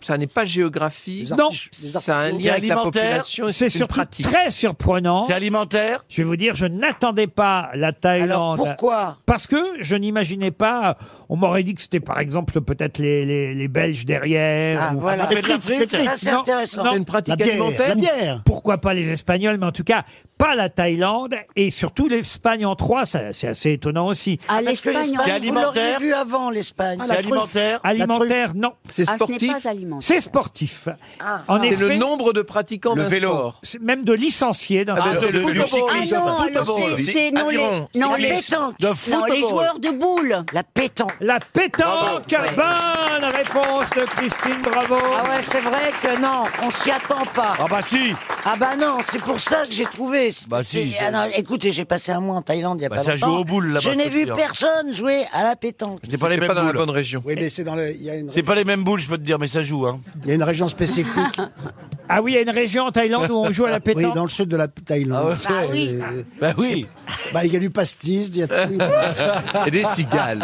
Ça n'est pas géographie.
Non.
Ça a un lien avec la population. et
C'est
une
surtout
pratique.
très surprenant.
C'est alimentaire.
Je vais vous dire, je n'attendais pas la Thaïlande.
Alors, pourquoi
Parce que je n'imaginais pas. On m'aurait dit que c'était par exemple peut-être les, les, les Belges derrière.
Ah, voilà.
Les
Les frites,
frites,
les frites.
frites.
Ça, c'est
Non,
intéressant.
non.
C'est une pratique La bière, alimentaire. la bière.
Pourquoi pas les Espagnols, mais en tout cas pas la Thaïlande et surtout l'Espagne en trois. ça, C'est assez étonnant aussi.
Ah,
À Ah, l'Espagne, hein. Ah,
C'est
vous l'auriez
alimentaire.
vu avant, l'Espagne.
C'est alimentaire. Alimentaire, non.
C'est Ah, ce n'est sportif pas alimentaire.
C'est sportif.
Ah.
En
C'est le
effet-
nombre de pratiquants
Le
d'un
vélo.
sport.
C'est Même de licenciés dans
Ah,
un
de
sport.
football. Du cyclisme.
Ah non,
Football.
alors c'est- c'est non, les,
Aviron.
non, les
Cyclisme.
pétanques.
De
non, les
football.
joueurs de boules. La pétanque.
La pétanque.
Bravo.
Bonne réponse de Christine Bravo.
Ah ouais, c'est vrai que non, on s'y attend pas.
Ah bah si
Ah bah non, c'est pour ça que j'ai trouvé. C'est-
Bah si.
c'est- ah non, écoutez, j'ai passé un mois en Thaïlande il y a
Bah
pas
ça
longtemps.
joue aux boules, là-bas,
Je n'ai
faut
vu
dire.
personne jouer à la pétanque.
Je n'ai pas les mêmes boules.
région. Oui, mais c'est dans le. Il y a une
C'est pas les mêmes boules, je peux te dire, mais ça joue. Hein.
Il y a une région spécifique.
Ah oui, il y a une région en Thaïlande où on joue à la pétanque.
Oui, dans le sud de la Thaïlande.
Ah ouais. Bah oui.
Euh,
Bah oui.
c'est- Bah, il y a du pastis, il y a tout.
Et des cigales.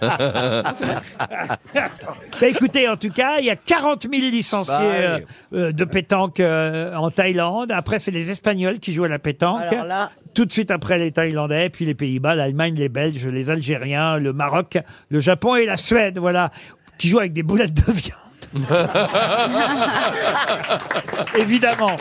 Bah, écoutez, en tout cas, il y a 40 000 licenciés
Bah oui.
euh, euh, de pétanque euh, en Thaïlande. Après, c'est les Espagnols qui jouent à la pétanque.
Alors là-
Tout de suite après les Thaïlandais, puis les Pays-Bas, l'Allemagne, les Belges, les Algériens, le Maroc, le Japon et la Suède, voilà, qui jouent avec des boulettes de viande. Évidemment.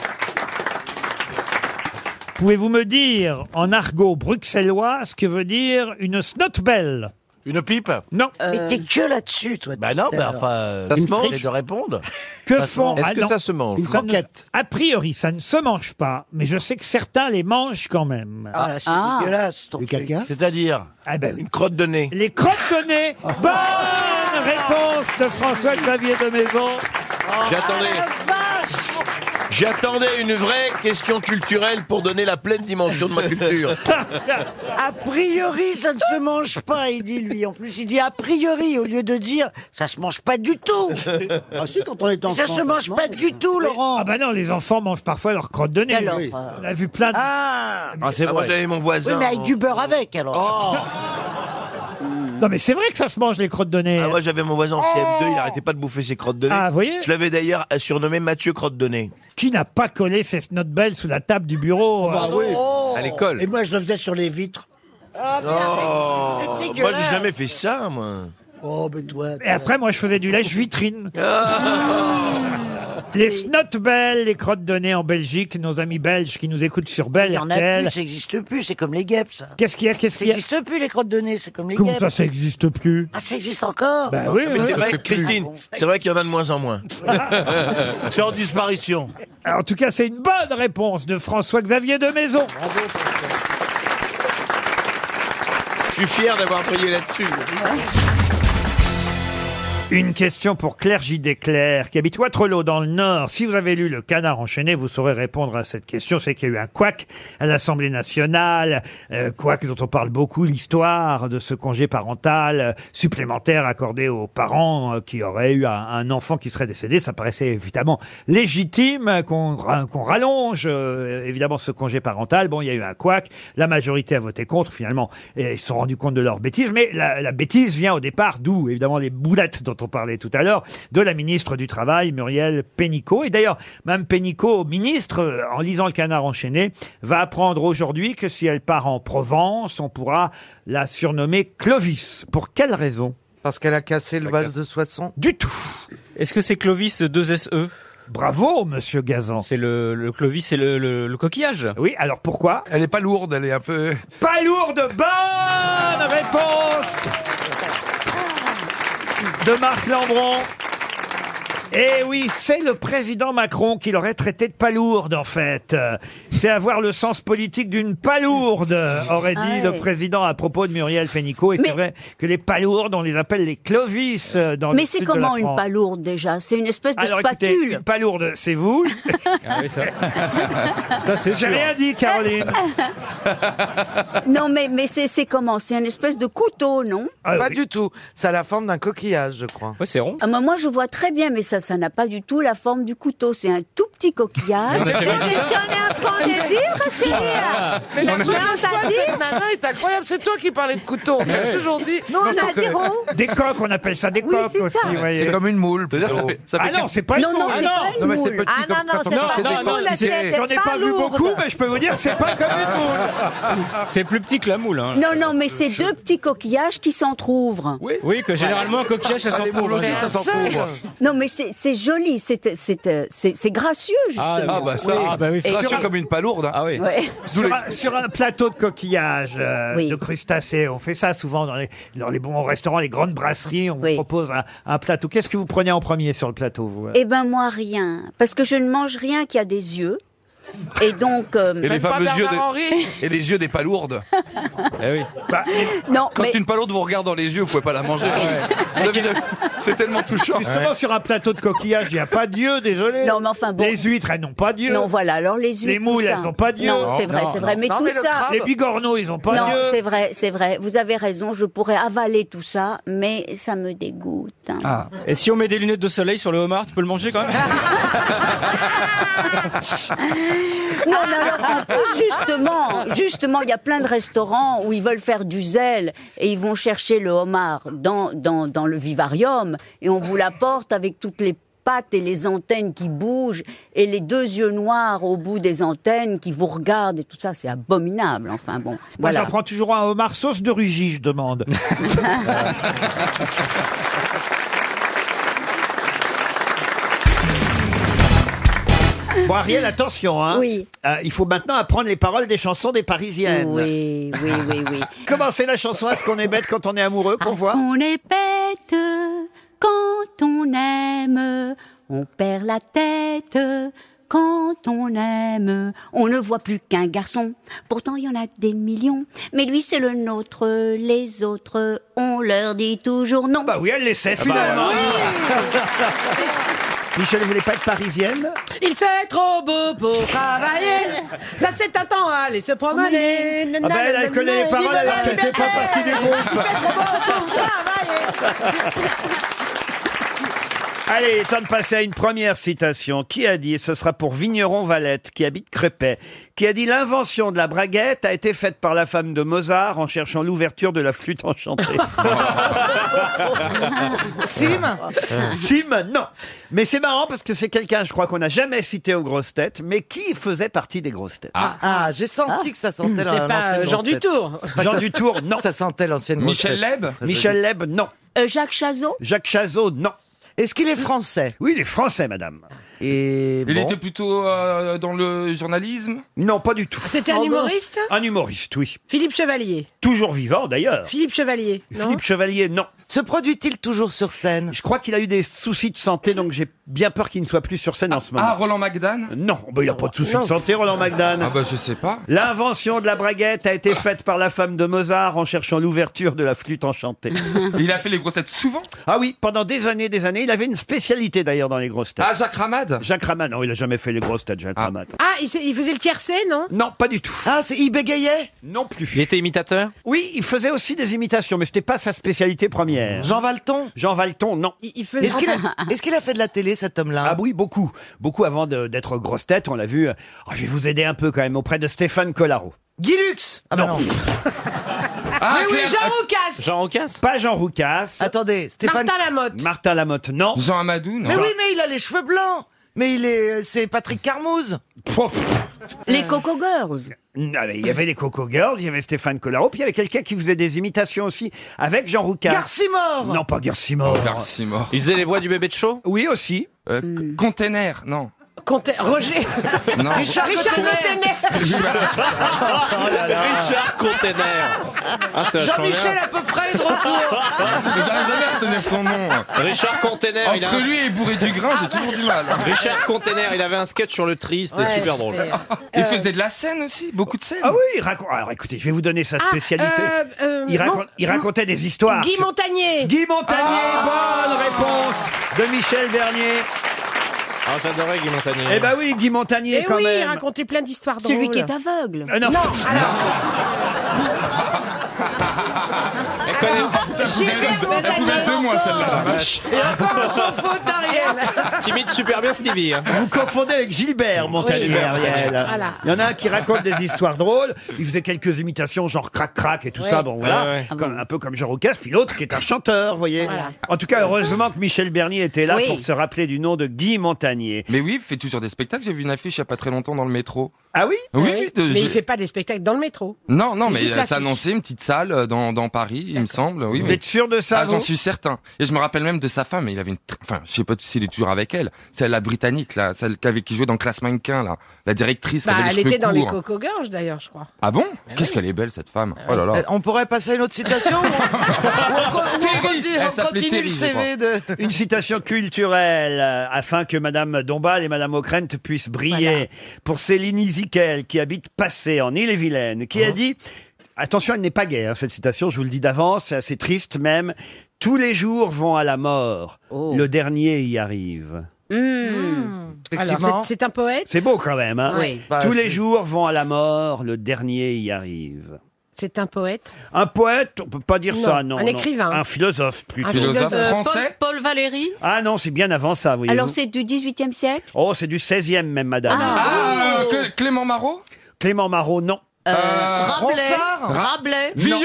Pouvez-vous me dire en argot bruxellois ce que veut dire une snotbelle Une pipe Non.
Mais t'es que là-dessus, toi.
Bah non,
tout à
bah
l'heure.
enfin, euh, Ça se mange
friche.
de répondre. Que
Ça se
font
mange. Est-ce
ah
que
non.
ça se mange Une
Ça ne-
croquette.
A priori, ça ne se mange pas, mais je sais que certains les mangent quand même.
Ah, là, c'est Ah. dégueulasse,
ton caca.
C'est-à-dire une crotte de nez.
Les crottes de nez.
Ah.
Bonne réponse de François Xavier de Maison.
J'attendais. J'attendais une vraie question culturelle pour donner la pleine dimension de ma culture.
A priori, ça ne se mange pas, il dit lui. En plus, il dit a priori au lieu de dire ça se mange pas du tout.
Ah si, quand on est enfant,
Ça se mange
franchement,
pas du tout, Laurent.
Ah bah non, les enfants mangent parfois leurs crottes de nez.
Alors,
Oui.
euh,
On a vu plein de...
Ah,
Ah, Moi j'avais mon voisin.
Oui, mais avec du beurre avec, alors.
Non mais c'est vrai que ça se mange les crottes de nez.
Ah, moi j'avais mon voisin en CM2, il arrêtait pas de bouffer ses crottes de nez.
Ah, vous voyez
Je l'avais d'ailleurs surnommé Mathieu Crotte de nez.
Qui n'a pas collé ses snotbelles sous la table du bureau
Bah
euh,
oui.
À l'école.
Et moi, je le faisais sur les vitres.
Oh,
c'est
moi
dégueulasse.
j'ai jamais fait ça, moi.
Oh, mais toi.
Et après, moi, je faisais du lèche vitrine.
Ah.
Les snotbelles, les crottes de nez en Belgique, nos amis belges qui nous écoutent sur Belle
Il y en a
RTL.
plus, ça n'existe plus, c'est comme les guêpes, ça.
Qu'est-ce qu'il y a Qu'est-ce
Ça
qu'il y a
n'existe plus, les crottes de nez, c'est comme les
Comment
guêpes.
ça, ça n'existe plus
Ah, ça existe encore
Bah oui,
Mais
oui.
c'est vrai, Christine, c'est vrai qu'il y en a de moins en moins. c'est en disparition.
Alors, En tout cas, c'est une bonne réponse de François-Xavier de Maison.
Je suis fier d'avoir brillé là-dessus.
Une question pour Claire J.D. Claire, qui habite Waterloo dans le Nord. Si vous avez lu Le Canard enchaîné, vous saurez répondre à cette question. C'est qu'il y a eu un couac à l'Assemblée nationale, euh, couac dont on parle beaucoup, l'histoire de ce congé parental euh, supplémentaire accordé aux parents euh, qui auraient eu un, un enfant qui serait décédé. Ça paraissait évidemment légitime euh, qu'on ra- qu'on rallonge euh, évidemment ce congé parental. Bon, il y a eu un couac. La majorité a voté contre finalement. Et ils se sont rendus compte de leur bêtise. Mais la, la bêtise vient au départ d'où Évidemment les boulettes dont on parlait tout à l'heure de la ministre du Travail, Muriel Pénicaud. Et d'ailleurs, Mme Pénicaud, ministre, euh, en lisant le canard enchaîné, va apprendre aujourd'hui que si elle part en Provence, on pourra la surnommer Clovis. Pour quelle raison Parce qu'elle a cassé le vase de Soissons Du tout
Est-ce que c'est Clovis 2SE
Bravo, monsieur Gazan.
C'est le, le Clovis, c'est le, le- le coquillage.
Oui, alors pourquoi
Elle est pas lourde, elle est un peu.
Pas lourde, bonne réponse de Marc Lambron. Eh oui, c'est le président Macron qui l'aurait traité de palourde, en fait. Euh, C'est avoir le sens politique d'une palourde, aurait dit
Ah ouais.
le président à propos de Muriel Pénicaud. Et c'est vrai que les palourdes, on les appelle les clovis euh, dans
Mais
le
c'est
sud de la
comment une
France.
palourde déjà C'est une espèce de
Alors écoutez,
spatule.
une palourde, c'est vous.
Ah oui, ça. ça, c'est sûr.
J'ai rien dit, Caroline.
non, mais, mais c'est c'est comment C'est une espèce de couteau, non
Ah
pas du tout. Ça a la forme d'un coquillage, je crois.
Ouais, c'est rond.
Ah, mais moi, je vois très bien, mais ça, ça n'a pas du tout la forme du couteau. C'est un tout petit
Ah,
coquillage.
Mais on a jamais
Qu'est-ce qu'on est en train de dire, ma chérie
Mais la
Non, mais-
première fois,
Non,
cette nana est incroyable. C'est toi qui parlais de couteau. On t'a
Ouais.
toujours dit.
Nous, on a zéro.
Des coques, on appelle ça des
Oui,
coques
c'est ça.
aussi. vous voyez.
C'est comme
une moule.
plutôt.
ah non, c'est pas une moule.
c'est pas une moule. Ah non, non, c'est pas une moule, la tête,
J'en
elle
ai
est
pas
pas
vu
lourde.
beaucoup, mais je peux vous dire que c'est pas comme une moule.
C'est plus petit que la moule.
Oh
Hein.
Non, non, mais c'est deux petits coquillages qui s'entr'ouvrent.
Oui, que généralement, un coquillage, ça
Ah, les
s'encouvre.
boulettes, ça s'encouvre. Non, mais c'est c'est joli, c'est c'est euh, c'est- c'est gracieux, justement.
Ah, bah ça, ah, bah oui,
Et
gracieux
sur-
comme hein.
une palourde.
Ah oui.
Ouais.
Sur, un, sur un plateau de coquillages, euh, de crustacés, on fait ça souvent dans les, dans les bons restaurants, les grandes brasseries, on vous propose un, un plateau. Qu'est-ce que vous euh, prenez en premier sur le plateau, vous
Eh ben moi, rien. Parce que je ne mange rien qui a des yeux. Et donc. euh,
Et les, fameux yeux des... et les yeux des palourdes. eh oui.
Non,
Quand
mais-
une palourde vous regarde dans les yeux, vous pouvez pas la manger. Vous avez jamais- C'est tellement touchant.
Justement, sur un plateau de coquillages, il n'y a pas Dieu, désolé.
Non, mais enfin bon.
Les huîtres, elles n'ont pas Dieu.
Non, voilà, alors les huîtres,
Les moules,
tout ça.
elles n'ont pas Dieu.
Non, c'est vrai, c'est vrai. Mais tout ça.
Les bigorneaux,
Oh,
ils n'ont pas
non,
Dieu.
c'est vrai, c'est vrai. Vous avez raison, je pourrais avaler tout ça, mais ça me dégoûte. hein.
Ah. Et si on met des lunettes de soleil sur le homard, tu peux le manger quand même
Non, mais alors, en plus, justement, justement, il y a plein de restaurants où ils veulent faire du zèle et ils vont chercher le homard dans, dans, dans le vivarium et on vous l'apporte avec toutes les pattes et les antennes qui bougent et les deux yeux noirs au bout des antennes qui vous regardent et tout ça, c'est abominable. Enfin bon,
Moi,
voilà.
j'en prends toujours un homard sauce de rugie, je demande. Bon, Ariel, attention, hein. Euh, il faut maintenant apprendre les paroles des chansons des Parisiennes.
Oui, oui, oui, Ah, oui.
Comment c'est la chanson Est-ce qu'on est bête quand on est amoureux qu'on voit
On est bête quand on aime, on perd la tête quand on aime. On ne voit plus qu'un garçon, pourtant il y en a des millions. Mais lui c'est le nôtre, les autres, on leur dit toujours non.
Ah
Bah oui, elle les sait finalement. Ah. Michel, vous voulez pas être parisienne
Il fait trop beau pour travailler. Ça, c'est un temps à aller se promener.
Ah bah, elle, elle connaît les paroles, alors qu'elle fait pas partie des groupes. Allez, temps de passer à une première citation. Qui a dit, et ce sera pour Vigneron Valette, qui habite Crépet, qui a dit l'invention de la braguette a été faite par la femme de Mozart en cherchant l'ouverture de la flûte enchantée.
Sim
Sim, non. Mais c'est marrant parce que c'est quelqu'un, je crois, qu'on n'a jamais cité aux grosses têtes, mais qui faisait partie des grosses têtes.
Ah, ah, j'ai senti que ça sentait
C'est
la-
pas,
l'ancienne
euh, Jean
grosse tête.
Dutour. Jean Dutour, non.
Ça sentait l'ancienne grosse
Michel
tête.
Leb Michel Leb, non.
Euh, Jacques Chazot
Jacques Chazot, non.
Est-ce qu'il est français
Oui, il est français, madame.
Et
Il
bon.
était plutôt euh, dans le journalisme
Non, pas du tout.
C'était un humoriste
Ah, Un humoriste, oui.
Philippe Chevalier.
Toujours vivant, d'ailleurs.
Philippe Chevalier. Non
Philippe Chevalier, non. Se produit-il toujours sur scène Je crois qu'il a eu des soucis de santé, donc j'ai bien peur qu'il ne soit plus sur scène en ce moment.
Ah, Roland Magdan
Non, bah, il n'a pas de soucis
Non.
de santé, Roland Magdan.
Ah bah je sais pas.
L'invention de la braguette a été faite par la femme de Mozart en cherchant l'ouverture de la flûte enchantée.
Il a fait les grossettes souvent
Ah oui, pendant des années, des années, il avait une spécialité d'ailleurs dans les grosses têtes.
Ah, Jacques Ramad
Jacques Ramad, non, il a jamais fait les grosses têtes, Jacques Ramad.
Ah, il, s'est- il faisait le tiercé, non
Non, pas du tout.
Ah, il bégayait
Non plus.
Il était imitateur
Oui, il faisait aussi des imitations, mais c'était pas sa spécialité première. Jean Valton Jean Valton, non.
faisait- Ah.
Est-ce qu'il a-
fait de la télé, cet homme-là Ah oui, beaucoup. Beaucoup avant de- d'être grosse tête, on l'a vu. Ah, je vais vous aider un peu quand même, auprès de Stéphane Collaro.
Guy Lux Ah bah non.
Ah,
Ah,
Mais oui, Jean Roucas
Jean Roucas Pas Jean Roucas.
Attendez, Stéphane.
Martin Lamotte
Martin Lamotte, non.
Jean Amadou,
Mais oui, mais il a les cheveux blancs. Mais il est, euh, c'est Patrick Carmouze.
Les Coco Girls.
Non, Ah, mais il y avait les Coco Girls, il y avait Stéphane Collaro, puis il y avait quelqu'un qui faisait des imitations aussi avec Jean Roucas.
Garcimore
Non, pas Garcimore.
Oh, Garcimore.
Il faisait les voix du bébé de show Oui, aussi.
Euh,
Hmm.
Container, non.
Conte- Roger
Non.
Richard, Richard
Contener.
Oh Ah,
Richard Container.
Jean-Michel à peu près est de retour.
Vous n'arrivez jamais à retenir son nom.
Richard Container,
Entre
il a un-
lui et Bourré du Grain,
Ah.
j'ai toujours du mal.
Richard Container, il avait un sketch sur le tri, c'était
Ouais,
super drôle.
euh,
Il faisait de la scène aussi, beaucoup de scènes.
Ah oui, il raconte. Alors écoutez, je vais vous donner sa
Ah,
spécialité.
euh, euh,
il, raconte-
Mon-
il racontait des histoires.
Guy
sur-
Montagnier
Guy Montagnier,
Ah.
bonne réponse de Michel Bernier.
Ah, j'adorais Guy Montagnier.
Eh ben oui, Guy Montagnier
Eh
quand
oui, il
même.
racontait plein d'histoires drôles.
Celui qui est aveugle.
Euh, non.
Elle connaît-
Gilbert
elle pouvait
Montagnier
deux mois,
encore.
celle-là, la vache.
Et encore, on s'en fout d'Ariel
Timide super bien Stevie. hein.
Vous confondez avec Gilbert Montagnier,
Gilbert
Ariel.
Montagnier.
Voilà.
Il y en a un qui raconte des histoires drôles. Il faisait quelques imitations, genre crac-crac et tout
Ouais.
ça. Bon, voilà.
Ouais, ouais. Ah
Comme- un peu comme Jean Roucas, puis l'autre qui est un chanteur, vous voyez.
Voilà.
En tout cas, heureusement que Michel Bernier était là
Oui.
pour se rappeler du nom de Guy Montagnier.
Mais oui, il fait toujours des spectacles. J'ai vu une affiche il n'y a pas très longtemps dans le métro.
Ah oui
Oui,
euh,
Ouais.
oui. de-
Mais
je-
il fait pas des spectacles dans le métro.
Non, non,
C'est
mais
juste
euh,
l'affiche.
ça annonçait une petite salle euh, dans, dans Paris, il me semble. Oui,
Vous
oui.
êtes sûr de ça,
Ah, j'en
vous
suis certain. Et je me rappelle même de sa femme. Il avait une, tr- enfin, je sais pas s'il est toujours avec elle, c'est la britannique, là, celle qui avait qui jouait dans Class Mannequin, là, la directrice. qui
Bah,
avait
elle
cheveux
était dans les
courts.
Coco Girls d'ailleurs, je crois.
Ah bon Qu'est-ce qu'elle est belle cette femme Oh là là.
Euh, On pourrait passer à une autre citation ou on- ou on co- ou on
Terry,
continue-
elle
on
s'appelait
continue
Terry,
le
je
CV de...
Une citation culturelle euh, afin que Madame Dombal et Madame O'Krent puissent briller. Pour Céline Isikel, qui habite Passé en Ille-et-Vilaine, qui a
Oh.
dit Attention, elle n'est pas gay, hein, cette citation, je vous le dis d'avance, c'est assez triste même. Tous les jours vont à la mort.
Oh.
Le dernier y arrive.
Hmm.
Alors,
Effectivement.
c'est- c'est un poète
C'est beau quand même. hein.
Oui.
Bah,
Tous les jours vont à la mort. Le dernier y arrive.
C'est un poète
Un poète, on peut pas dire
Non,
ça, non.
un
non.
écrivain.
Un philosophe plutôt.
Un philosophe Philosophe
français.
Paul, Paul Valéry
Ah non, c'est bien avant ça, voyez.
Alors c'est du 18e siècle
Oh, c'est du 16e même, madame.
Ah,
Ah, Clé- Clément Marot Euh,
Clément Marot, non.
Euh,
Rabelais.
Ronsard
Rabelais.
Villon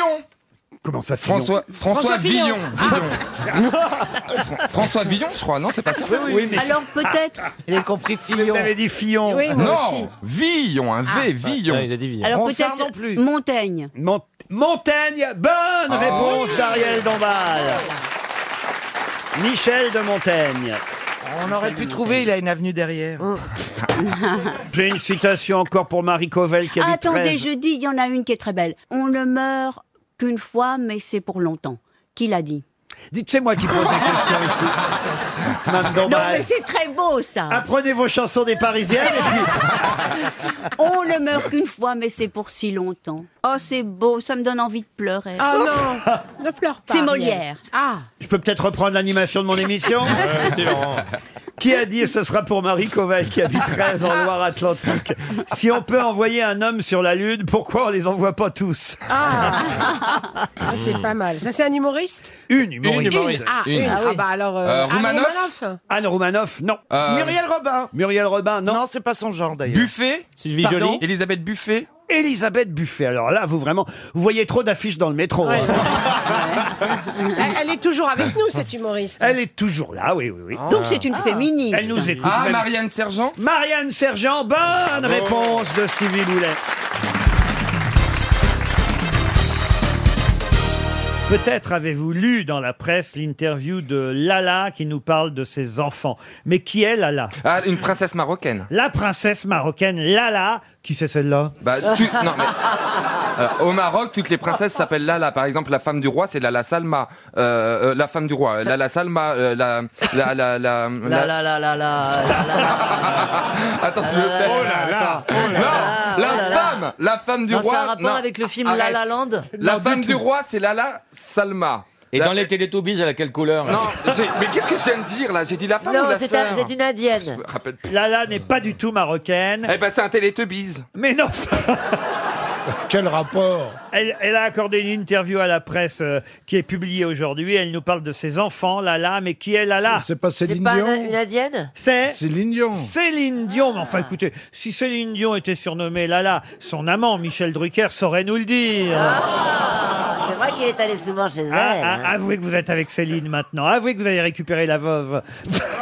Comment ça Fillon
François, François,
François Fillon.
Villon. Villon. Fran- François Villon, je crois, non, c'est pas ça
Ah, Oui, oui. Oui, mais- Alors, peut-être.
Il a compris Fillon.
Vous avez dit Fillon.
Oui, moi
non,
aussi.
Villon, un V,
Ah.
Villon.
Ah, il a dit Villon. Alors, Ronsard peut-être non plus.
Montaigne.
Mon- Montaigne, bonne
Ah.
réponse
Oui.
d'Ariel Dombal. Michel de Montaigne.
On aurait pu trouver, il a une avenue derrière.
Hum.
J'ai une citation encore pour Marie Covel qui
Ah,
habite
Attendez,
Trèves.
je dis, il y en a une qui est très belle. On ne meurt qu'une fois, mais c'est pour longtemps. Qui l'a dit
Dites, c'est moi qui pose la question ici. Madame
Non,
Dombal.
mais c'est très beau ça.
Apprenez vos chansons des Parisiens.
On ne meurt qu'une fois, mais c'est pour si longtemps. Oh, c'est beau, ça me donne envie de pleurer.
Ah non, ne pleure pas.
C'est
Ariel.
Molière.
Ah,
Je peux peut-être reprendre l'animation de mon émission Qui a dit, et ce sera pour Marie Covel qui habite 13 en Loire-Atlantique, si on peut envoyer un homme sur la Lune, pourquoi on les envoie pas tous
ah. Ah, c'est pas mal. Ça, c'est un humoriste
Une humoriste.
Une, Ah, une. Ah, bah alors. euh, Anne Romanoff
Anne Roumanoff, non.
Muriel Robin.
Muriel Robin, non.
Non, c'est pas son genre d'ailleurs.
Buffet
Sylvie Pardon Joly
Elisabeth Buffet
Elisabeth Buffet. Alors là, vous vraiment, vous voyez trop d'affiches dans le métro. hein.
Elle, elle est toujours avec nous, cette humoriste.
Elle est toujours là, oui, oui, oui.
Donc c'est une féministe.
Ah. Elle nous écoute.
Ah,
même.
Marianne Sergent
Marianne Sergent, bonne réponse de Stevie Boulet. Peut-être avez-vous lu dans la presse l'interview de Lala qui nous parle de ses enfants. Mais qui est Lala
Ah, une princesse marocaine.
La princesse marocaine Lala. Qui c'est celle-là
Bah, tu- non, mais- Alors, au Maroc, toutes les princesses s'appellent Lala. Par exemple, la femme du roi, c'est Lala Salma. Euh, euh, la femme du roi, Lala Salma. euh, la, la, la, la,
La la
la-
la la la la la
Attends, si je le fais.
Oh là là, oh là là,
Non,
oh
la
là là.
femme, la femme du
Non,
roi.
c'est un rapport avec le film La
arrête.
La Land
La
Non,
femme
du
du
tout.
roi, c'est Lala Salma. Et dans l'été des Toobies, elle a quelle couleur Non, j'ai- mais qu'est-ce que je viens de dire là J'ai dit la femme ou
Non,
la
c'est
sœur
un- c'est une indienne.
Rappelle plus.
Lala n'est pas du tout marocaine.
Eh ben, c'est un Télétubbies.
Mais non
Quel rapport
Elle, elle a accordé une interview à la presse euh, qui est publiée aujourd'hui. Elle nous parle de ses enfants, Lala. Mais qui est Lala
C'est pas
C'est
Céline
pas
Dion
une, une indienne
C'est
Céline Dion.
Céline Dion. Mais
Ah.
enfin, écoutez, si Céline Dion était surnommée Lala, son amant, Michel Drucker, saurait nous le dire.
Ah, C'est vrai qu'il est allé souvent chez elle.
Ah, ah, avouez que vous êtes avec Céline maintenant. Avouez que vous avez récupéré la veuve.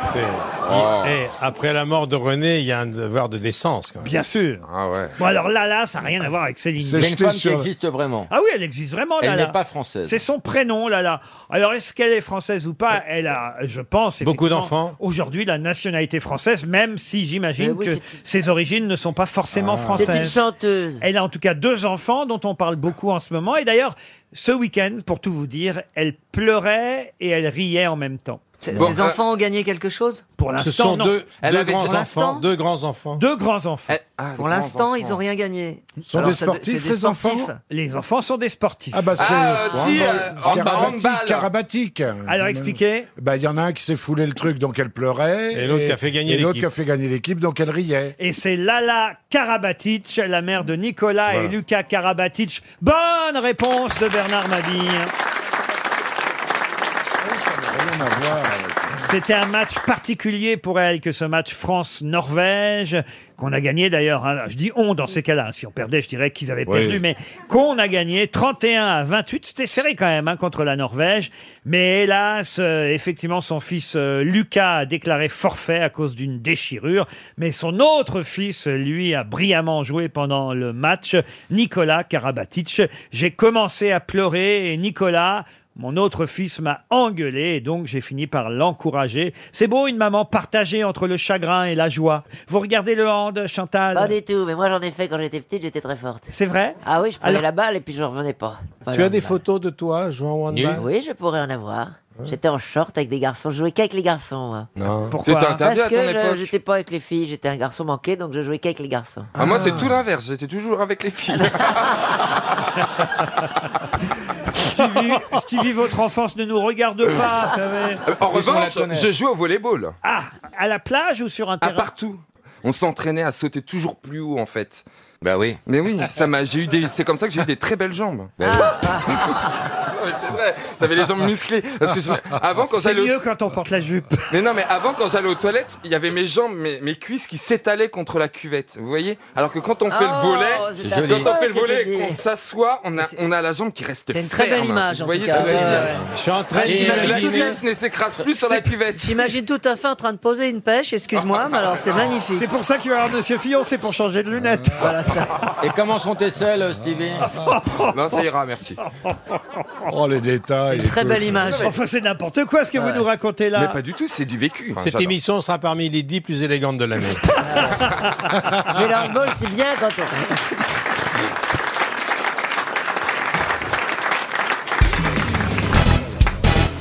Oh.
Et après la mort de René, il y a un devoir de décence. Quand même.
Bien sûr.
Ah ouais.
Bon, alors Lala, ça n'a rien à voir avec Céline Dion.
C'est une femme qui
existe
vraiment.
Ah oui, elle existe vraiment,
Elle
Lala.
n'est pas française.
C'est son prénom, Lala. Alors, est-ce qu'elle est française ou pas Elle a, je pense,
Beaucoup
effectivement,
d'enfants.
Aujourd'hui, la nationalité française, même si j'imagine
Mais oui,
que
c'est-
ses origines ne sont pas
Ah.
forcément
Ah.
françaises.
C'est une chanteuse.
Elle a en tout cas deux enfants dont on parle beaucoup en ce moment. Et d'ailleurs, ce week-end, pour tout vous dire, elle pleurait et elle riait en même temps.
Bon,
Ses
euh,
enfants ont gagné quelque chose
Ah, Pour
Ce
l'instant,
sont
non.
deux,
Elle
deux
avait
grands
pour l'instant-
enfants, deux grands enfants.
Deux grands enfants.
Eh, ah,
Pour l'instant, ils n'ont rien gagné.
sont
Alors,
des
ça doit-
sportifs,
c'est
les
sportifs.
enfants
Les enfants sont des sportifs.
Ah bah c'est
Ah,
c'est
euh, si,
handball,
euh,
c'est
handball,
carabatique,
handball.
carabatique.
Alors, expliquez.
Bah il y en a un qui s'est foulé le truc donc elle pleurait
Et l'autre qui a fait gagner
et l'autre
l'équipe.
qui a fait gagner l'équipe donc elle riait.
Et c'est Lala Karabatic, la mère de Nicolas et
Voilà.
Lucas Karabatic. Bonne réponse de Bernard Mabille.
Rien à voir avec-
C'était un match particulier pour elle que ce match France-Norvège, qu'on a gagné d'ailleurs. hein. Je dis on dans ces cas-là. Si on perdait, je dirais qu'ils avaient
Oui.
perdu, mais qu'on a gagné 31 à 28. C'était serré quand même hein, contre la Norvège. Mais hélas, euh, effectivement, son fils euh, Lucas a déclaré forfait à cause d'une déchirure. Mais son autre fils, euh, lui, a brillamment joué pendant le match. Nicolas Karabatic. J'ai commencé à pleurer et Nicolas Mon autre fils m'a engueulé et donc j'ai fini par l'encourager. C'est beau une maman partagée entre le chagrin et la joie. Vous regardez le hand, Chantal
Pas du tout, mais moi j'en ai fait quand j'étais petite, j'étais très forte.
C'est vrai
Ah oui, je prenais
Alors-
la balle et puis je revenais pas. Pas
Tu as
la
des
balle.
photos de toi jouant au handball
Oui, je pourrais en avoir. J'étais en short avec des garçons, je jouais qu'avec les garçons. moi.
Non.
Pourquoi
C'était interdit
Parce
à ton
que je-
époque.
j'étais pas avec les filles, j'étais un garçon manqué, donc je jouais qu'avec les garçons.
Ah, Moi, c'est tout l'inverse. J'étais toujours avec les filles.
Stevie, Stevie, votre enfance ne nous regarde pas, vous savez.
Euh, en revanche, je jouais au volleyball.
Ah, à la plage ou sur un
À
terrain
partout. On s'entraînait à sauter toujours plus haut, en fait. Bah oui. Mais oui, ça m'a. J'ai eu des. C'est comme ça que j'ai eu des très belles jambes. Ouais, c'est vrai. J'avais les jambes musclées. Parce que je- avant, quand
C'est
j'allais au-
mieux quand on porte la jupe.
Mais non, mais avant, quand j'allais aux toilettes, il y avait mes jambes, mes, mes cuisses qui s'étalaient contre la cuvette. Vous voyez Alors que quand on fait le
Oh,
volet,
c'est C'est affreux joli.
quand on fait le
ce que
volet,
tu
et qu'on
dis.
s'assoit, on a, on a la jambe qui reste
C'est une très
ferme.
belle image,
Vous
en
voyez
tout cas.
ce que je veux
Ouais,
dire
ouais.
Je suis en
train
d'imaginer-
La cuisse ne s'écrase plus sur la cuvette.
J'imagine tout à fait en train de poser une pêche, excuse-moi, mais alors c'est magnifique.
Ah. C'est pour ça qu'il va y avoir Monsieur Fillon, c'est pour changer de lunettes.
Et comment sont tes selles, Stevie
Non, ça ira, merci.
Oh, les détails. et tout.
Enfin, c'est n'importe quoi ce que vous
Ouais.
nous racontez là.
Mais pas du tout, c'est du vécu. Enfin,
Cette
j'adore.
émission sera parmi les 10 plus élégantes de l'année.
Ah. Mais le handball, c'est bien quand on.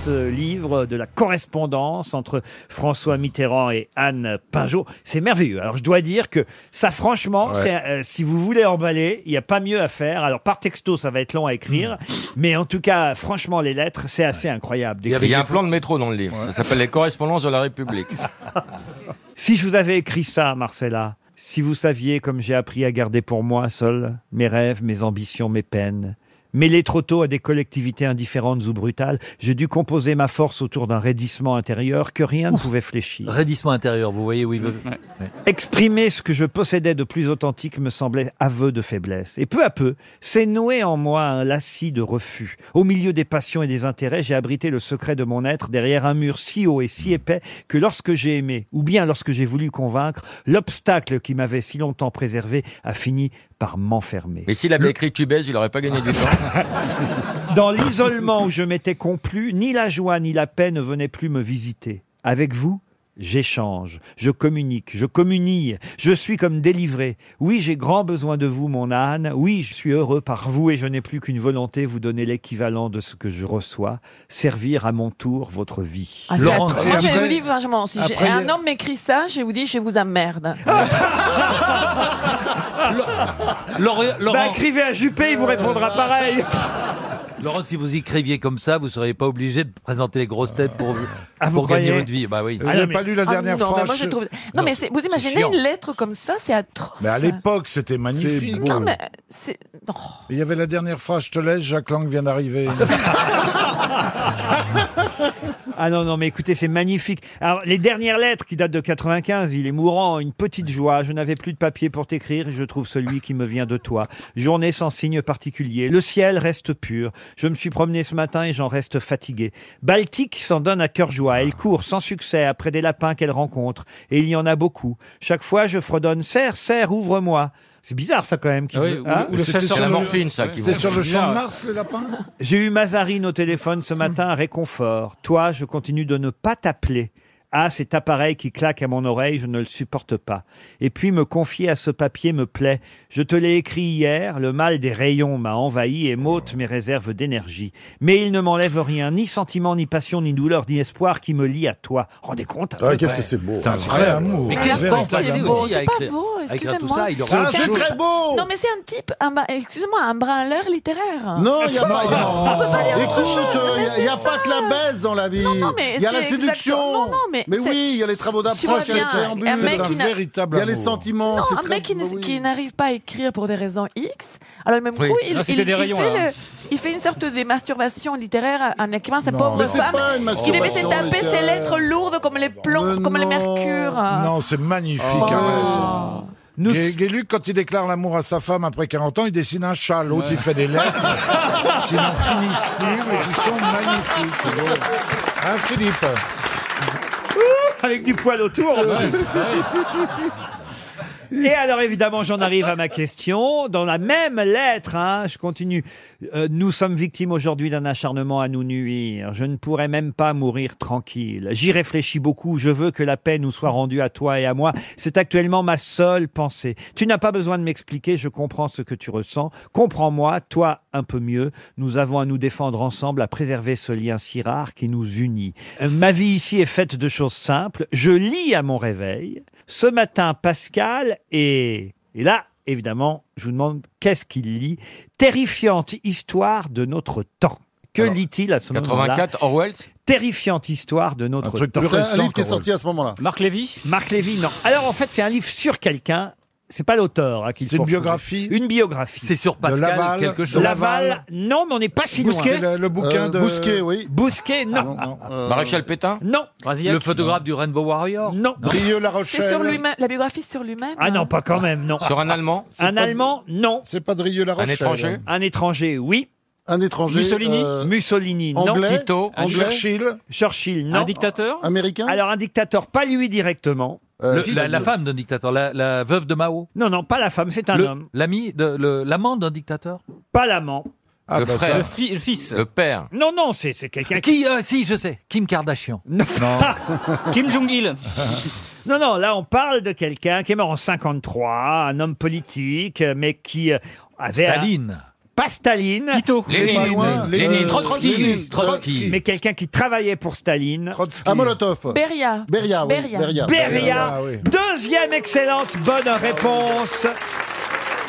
ce livre de la correspondance entre François Mitterrand et Anne Pinjot. C'est merveilleux. Alors, je dois dire que ça, franchement,
Ouais.
c'est, euh, si vous voulez emballer, il n'y a pas mieux à faire. Alors, par texto, ça va être long à écrire. Mais en tout cas, franchement, les lettres, c'est assez incroyable.
Il y, avait- il y a un
D'écrire-
plan de métro dans le livre. Ça s'appelle Les correspondances de la République.
Si je vous avais écrit ça, Marcella, si vous saviez comme j'ai appris à garder pour moi seul mes rêves, mes ambitions, mes peines, mêlés trop tôt à des collectivités indifférentes ou brutales, j'ai dû composer ma force autour d'un raidissement intérieur que rien ne pouvait fléchir.
Raidissement intérieur, vous voyez où il veut. Ouais.
Exprimer ce que je possédais de plus authentique me semblait aveu de faiblesse. Et peu à peu, s'est noué en moi un lacis de refus. Au milieu des passions et des intérêts, j'ai abrité le secret de mon être derrière un mur si haut et si épais que lorsque j'ai aimé, ou bien lorsque j'ai voulu convaincre, l'obstacle qui m'avait si longtemps préservé a fini par m'enfermer.
Mais s'il avait écrit Tu baises, il aurait pas gagné du temps.
Dans l'isolement où je m'étais complu, ni la joie ni la paix ne venaient plus me visiter. Avec vous, j'échange, je communique, je communie, je suis comme délivré. Oui, j'ai grand besoin de vous, mon âne. Oui, je suis heureux par vous et je n'ai plus qu'une volonté, vous donner l'équivalent de ce que je reçois, servir à mon tour votre vie.
Ah, c'est
Oh,
atroce. Moi, je vais vous dire franchement, si j'ai-
après-
un homme m'écrit ça, je vous dis, je vous emmerde.
Bah, écrivez à Juppé, il vous répondra pareil.
Euh. Laurent, si vous écriviez comme ça, vous seriez pas obligé de présenter les grosses têtes pour,
Ah, vous
pour gagner
croyez
votre vie. Bah oui.
Vous avez pas lu la
Ah,
dernière
non,
phrase
mais moi, je trouve- non, mais c'est- vous
c'est
imaginez
chiant.
une lettre comme ça, c'est atroce.
Mais à l'époque, c'était magnifique.
Non, mais c'est- non.
Il y avait la dernière phrase, je te laisse, Jacques Lang vient d'arriver.
Ah non, non, mais écoutez, c'est magnifique. Alors, les dernières lettres qui datent de 95, il est mourant, une petite joie, je n'avais plus de papier pour t'écrire et je trouve celui qui me vient de toi. Journée sans signe particulier, le ciel reste pur, je me suis promené ce matin et j'en reste fatigué. Baltique s'en donne à cœur joie, elle court sans succès après des lapins qu'elle rencontre, et il y en a beaucoup. Chaque fois, je fredonne, serre, serre, ouvre-moi. C'est bizarre ça quand même. hein qui
Ah oui, ou- ou le
C'était
chasseur
sur
de
le-
morphine, ça, qui
C'est sur le champ de Mars, les lapins
j'ai eu Mazarine au téléphone ce matin, un réconfort. Toi, je continue de ne pas t'appeler. Ah, cet appareil qui claque à mon oreille, je ne le supporte pas. Et puis me confier à ce papier me plaît. Je te l'ai écrit hier, le mal des rayons m'a envahi et m'ôte mes réserves d'énergie. Mais il ne m'enlève rien, ni sentiment, ni passion, ni douleur, ni espoir qui me lie à toi. Rendez compte à
Ah,
peu
qu'est-ce
près.
que c'est beau. C'est un vrai Incroyable. amour.
Mais
Un
quel
vrai
temps
Instagram.
passé
Beau,
aussi hein. à
Ah, C'est pas
écrire,
beau,
à écrire tout
excusez-moi.
ça, il aura
beau Non, mais c'est un type, un brin- excusez-moi, un branleur littéraire.
Non, il n'y a pas.
Ah. On peut pas dire autre
Écoute,
chose, mais
il n'y a,
c'est
pas
ça.
que la baisse dans la vie.
Non, non, mais
Il y a la
c'est
séduction.
exactement- non, non, mais c'est-
oui, il y a les travaux
Tu vois
d'approche, il y a
bien,
les préambules.
un mec
C'est un
qui n'a-
véritable. Il y a les sentiments.
Non,
c'est
un
très-
mec qui, ne-
oui.
qui n'arrive pas à écrire pour des raisons X, alors même
Oui.
coup, il,
Ah,
il,
c'était des
il
rayons,
fait
là.
le- il fait une sorte de masturbation littéraire en écrivant sa
Non.
pauvre
Mais c'est
femme
pas une
qui devait
masturbation
se taper ses
littéraire.
lettres lourdes comme les plombs, comme le mercure.
Ah. Non, c'est magnifique.
Oh.
arrête. Gay- Gayluc, quand il déclare l'amour à sa femme après 40 ans, il dessine un chat. L'autre, il fait des lettres qui n'en finissent plus, mais qui sont magnifiques. C'est beau. Hein, Philippe Ah, bah
Avec du poil autour. en plus. Et alors évidemment, j'en arrive à ma question. Dans la même lettre, hein, je continue. Euh, nous sommes victimes aujourd'hui d'un acharnement à nous nuire. Je ne pourrais même pas mourir tranquille. J'y réfléchis beaucoup. Je veux que la paix nous soit rendue à toi et à moi. C'est actuellement ma seule pensée. Tu n'as pas besoin de m'expliquer. Je comprends ce que tu ressens. Comprends-moi, toi un peu mieux. Nous avons à nous défendre ensemble, à préserver ce lien si rare qui nous unit. Euh, ma vie ici est faite de choses simples. Je lis à mon réveil. Ce matin, Pascal et, et là, évidemment, je vous demande qu'est-ce qu'il lit Terrifiante histoire de notre temps. Que lit-il à ce moment-là
84, Orwell
Terrifiante histoire de notre
truc
temps.
plus C'est un récent livre qui est qu'Orwell.
sorti à ce moment-là.
Marc Lévy Marc Lévy, non. Alors en fait, c'est un livre sur quelqu'un. C'est pas l'auteur hein, qu'il
C'est
faut
une
retrouver.
biographie
Une biographie. C'est
sur De Pascal Laval, quelque chose.
Laval,
Laval.
non, mais on n'est pas si loin.
Bousquet C'est le- le bouquin Euh, de- Ah, Bousquet,
oui. Bousquet, non.
Euh,
Maréchal Pétain
Non.
Le photographe du Rainbow Warrior
Non.
La
C'est sur lui-même, la biographie sur lui-même.
Ah non, pas quand même, non.
Sur un Allemand
Un
pas-
Allemand, non.
C'est pas Drieux-La
Un Rochelle. étranger
Un étranger, oui.
Un étranger
Mussolini
euh,
Mussolini, non.
Anglais Tito
Un
Anglais
Churchill Churchill, non.
Un
dictateur
Américain Euh,
Alors, un dictateur, pas lui directement.
Euh,
Le- la, la femme d'un dictateur, la, la veuve de Mao
Non, non, pas la femme, c'est un
Le-
homme.
L'ami, de- le- l'amant d'un dictateur
Pas l'amant.
Ah,
Ah,
bah,
Le
bah,
frère.
fils.
Le père.
Non, non, c'est c'est quelqu'un qui...
Qui euh, Si, je sais, Kim Kardashian.
Non. Ah.
Kim Jong-il.
Non, non, là, on parle de quelqu'un qui est mort en 53, un homme politique, euh, mais qui euh, avait... un-
Staline.
Pas Staline. Tito.
Lénine. Pas loin. Lénine. Lénine. Trotsky. Trotsky. Trotsky.
Mais quelqu'un qui travaillait pour Staline.
Ah, Molotov.
Beria.
Beria, oui,
Beria.
Beria.
Beria.
Ah, oui.
Deuxième excellente bonne réponse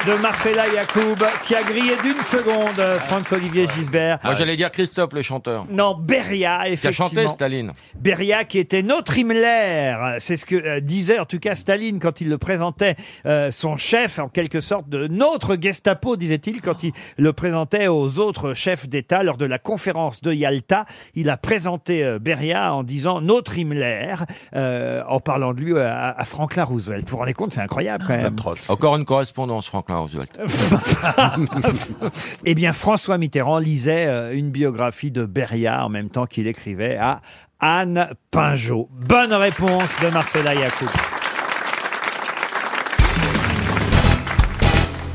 de Marcella Yacoub, qui a grillé d'une seconde euh, Franz-Olivier Gisbert.
Ah,
Moi, j'allais dire Christophe, le chanteur.
Non, Beria,
Qui a
effectivement.
chanté Staline.
Beria qui était notre Himmler, c'est ce que euh, disait en tout cas Staline quand il le présentait, euh, son chef en quelque sorte de notre Gestapo, disait-il, quand il le présentait aux autres chefs d'État lors de la conférence de Yalta. Il a présenté euh, Beria en disant notre Himmler, euh, en parlant de lui à, à Franklin Roosevelt. Vous vous rendez compte, c'est incroyable quand même.
Encore une correspondance, Franklin Roosevelt.
Eh bien, François Mitterrand lisait euh, une biographie de Beria en même temps qu'il écrivait à Anne Pinjot. Bonne réponse de Marcella Yacoub.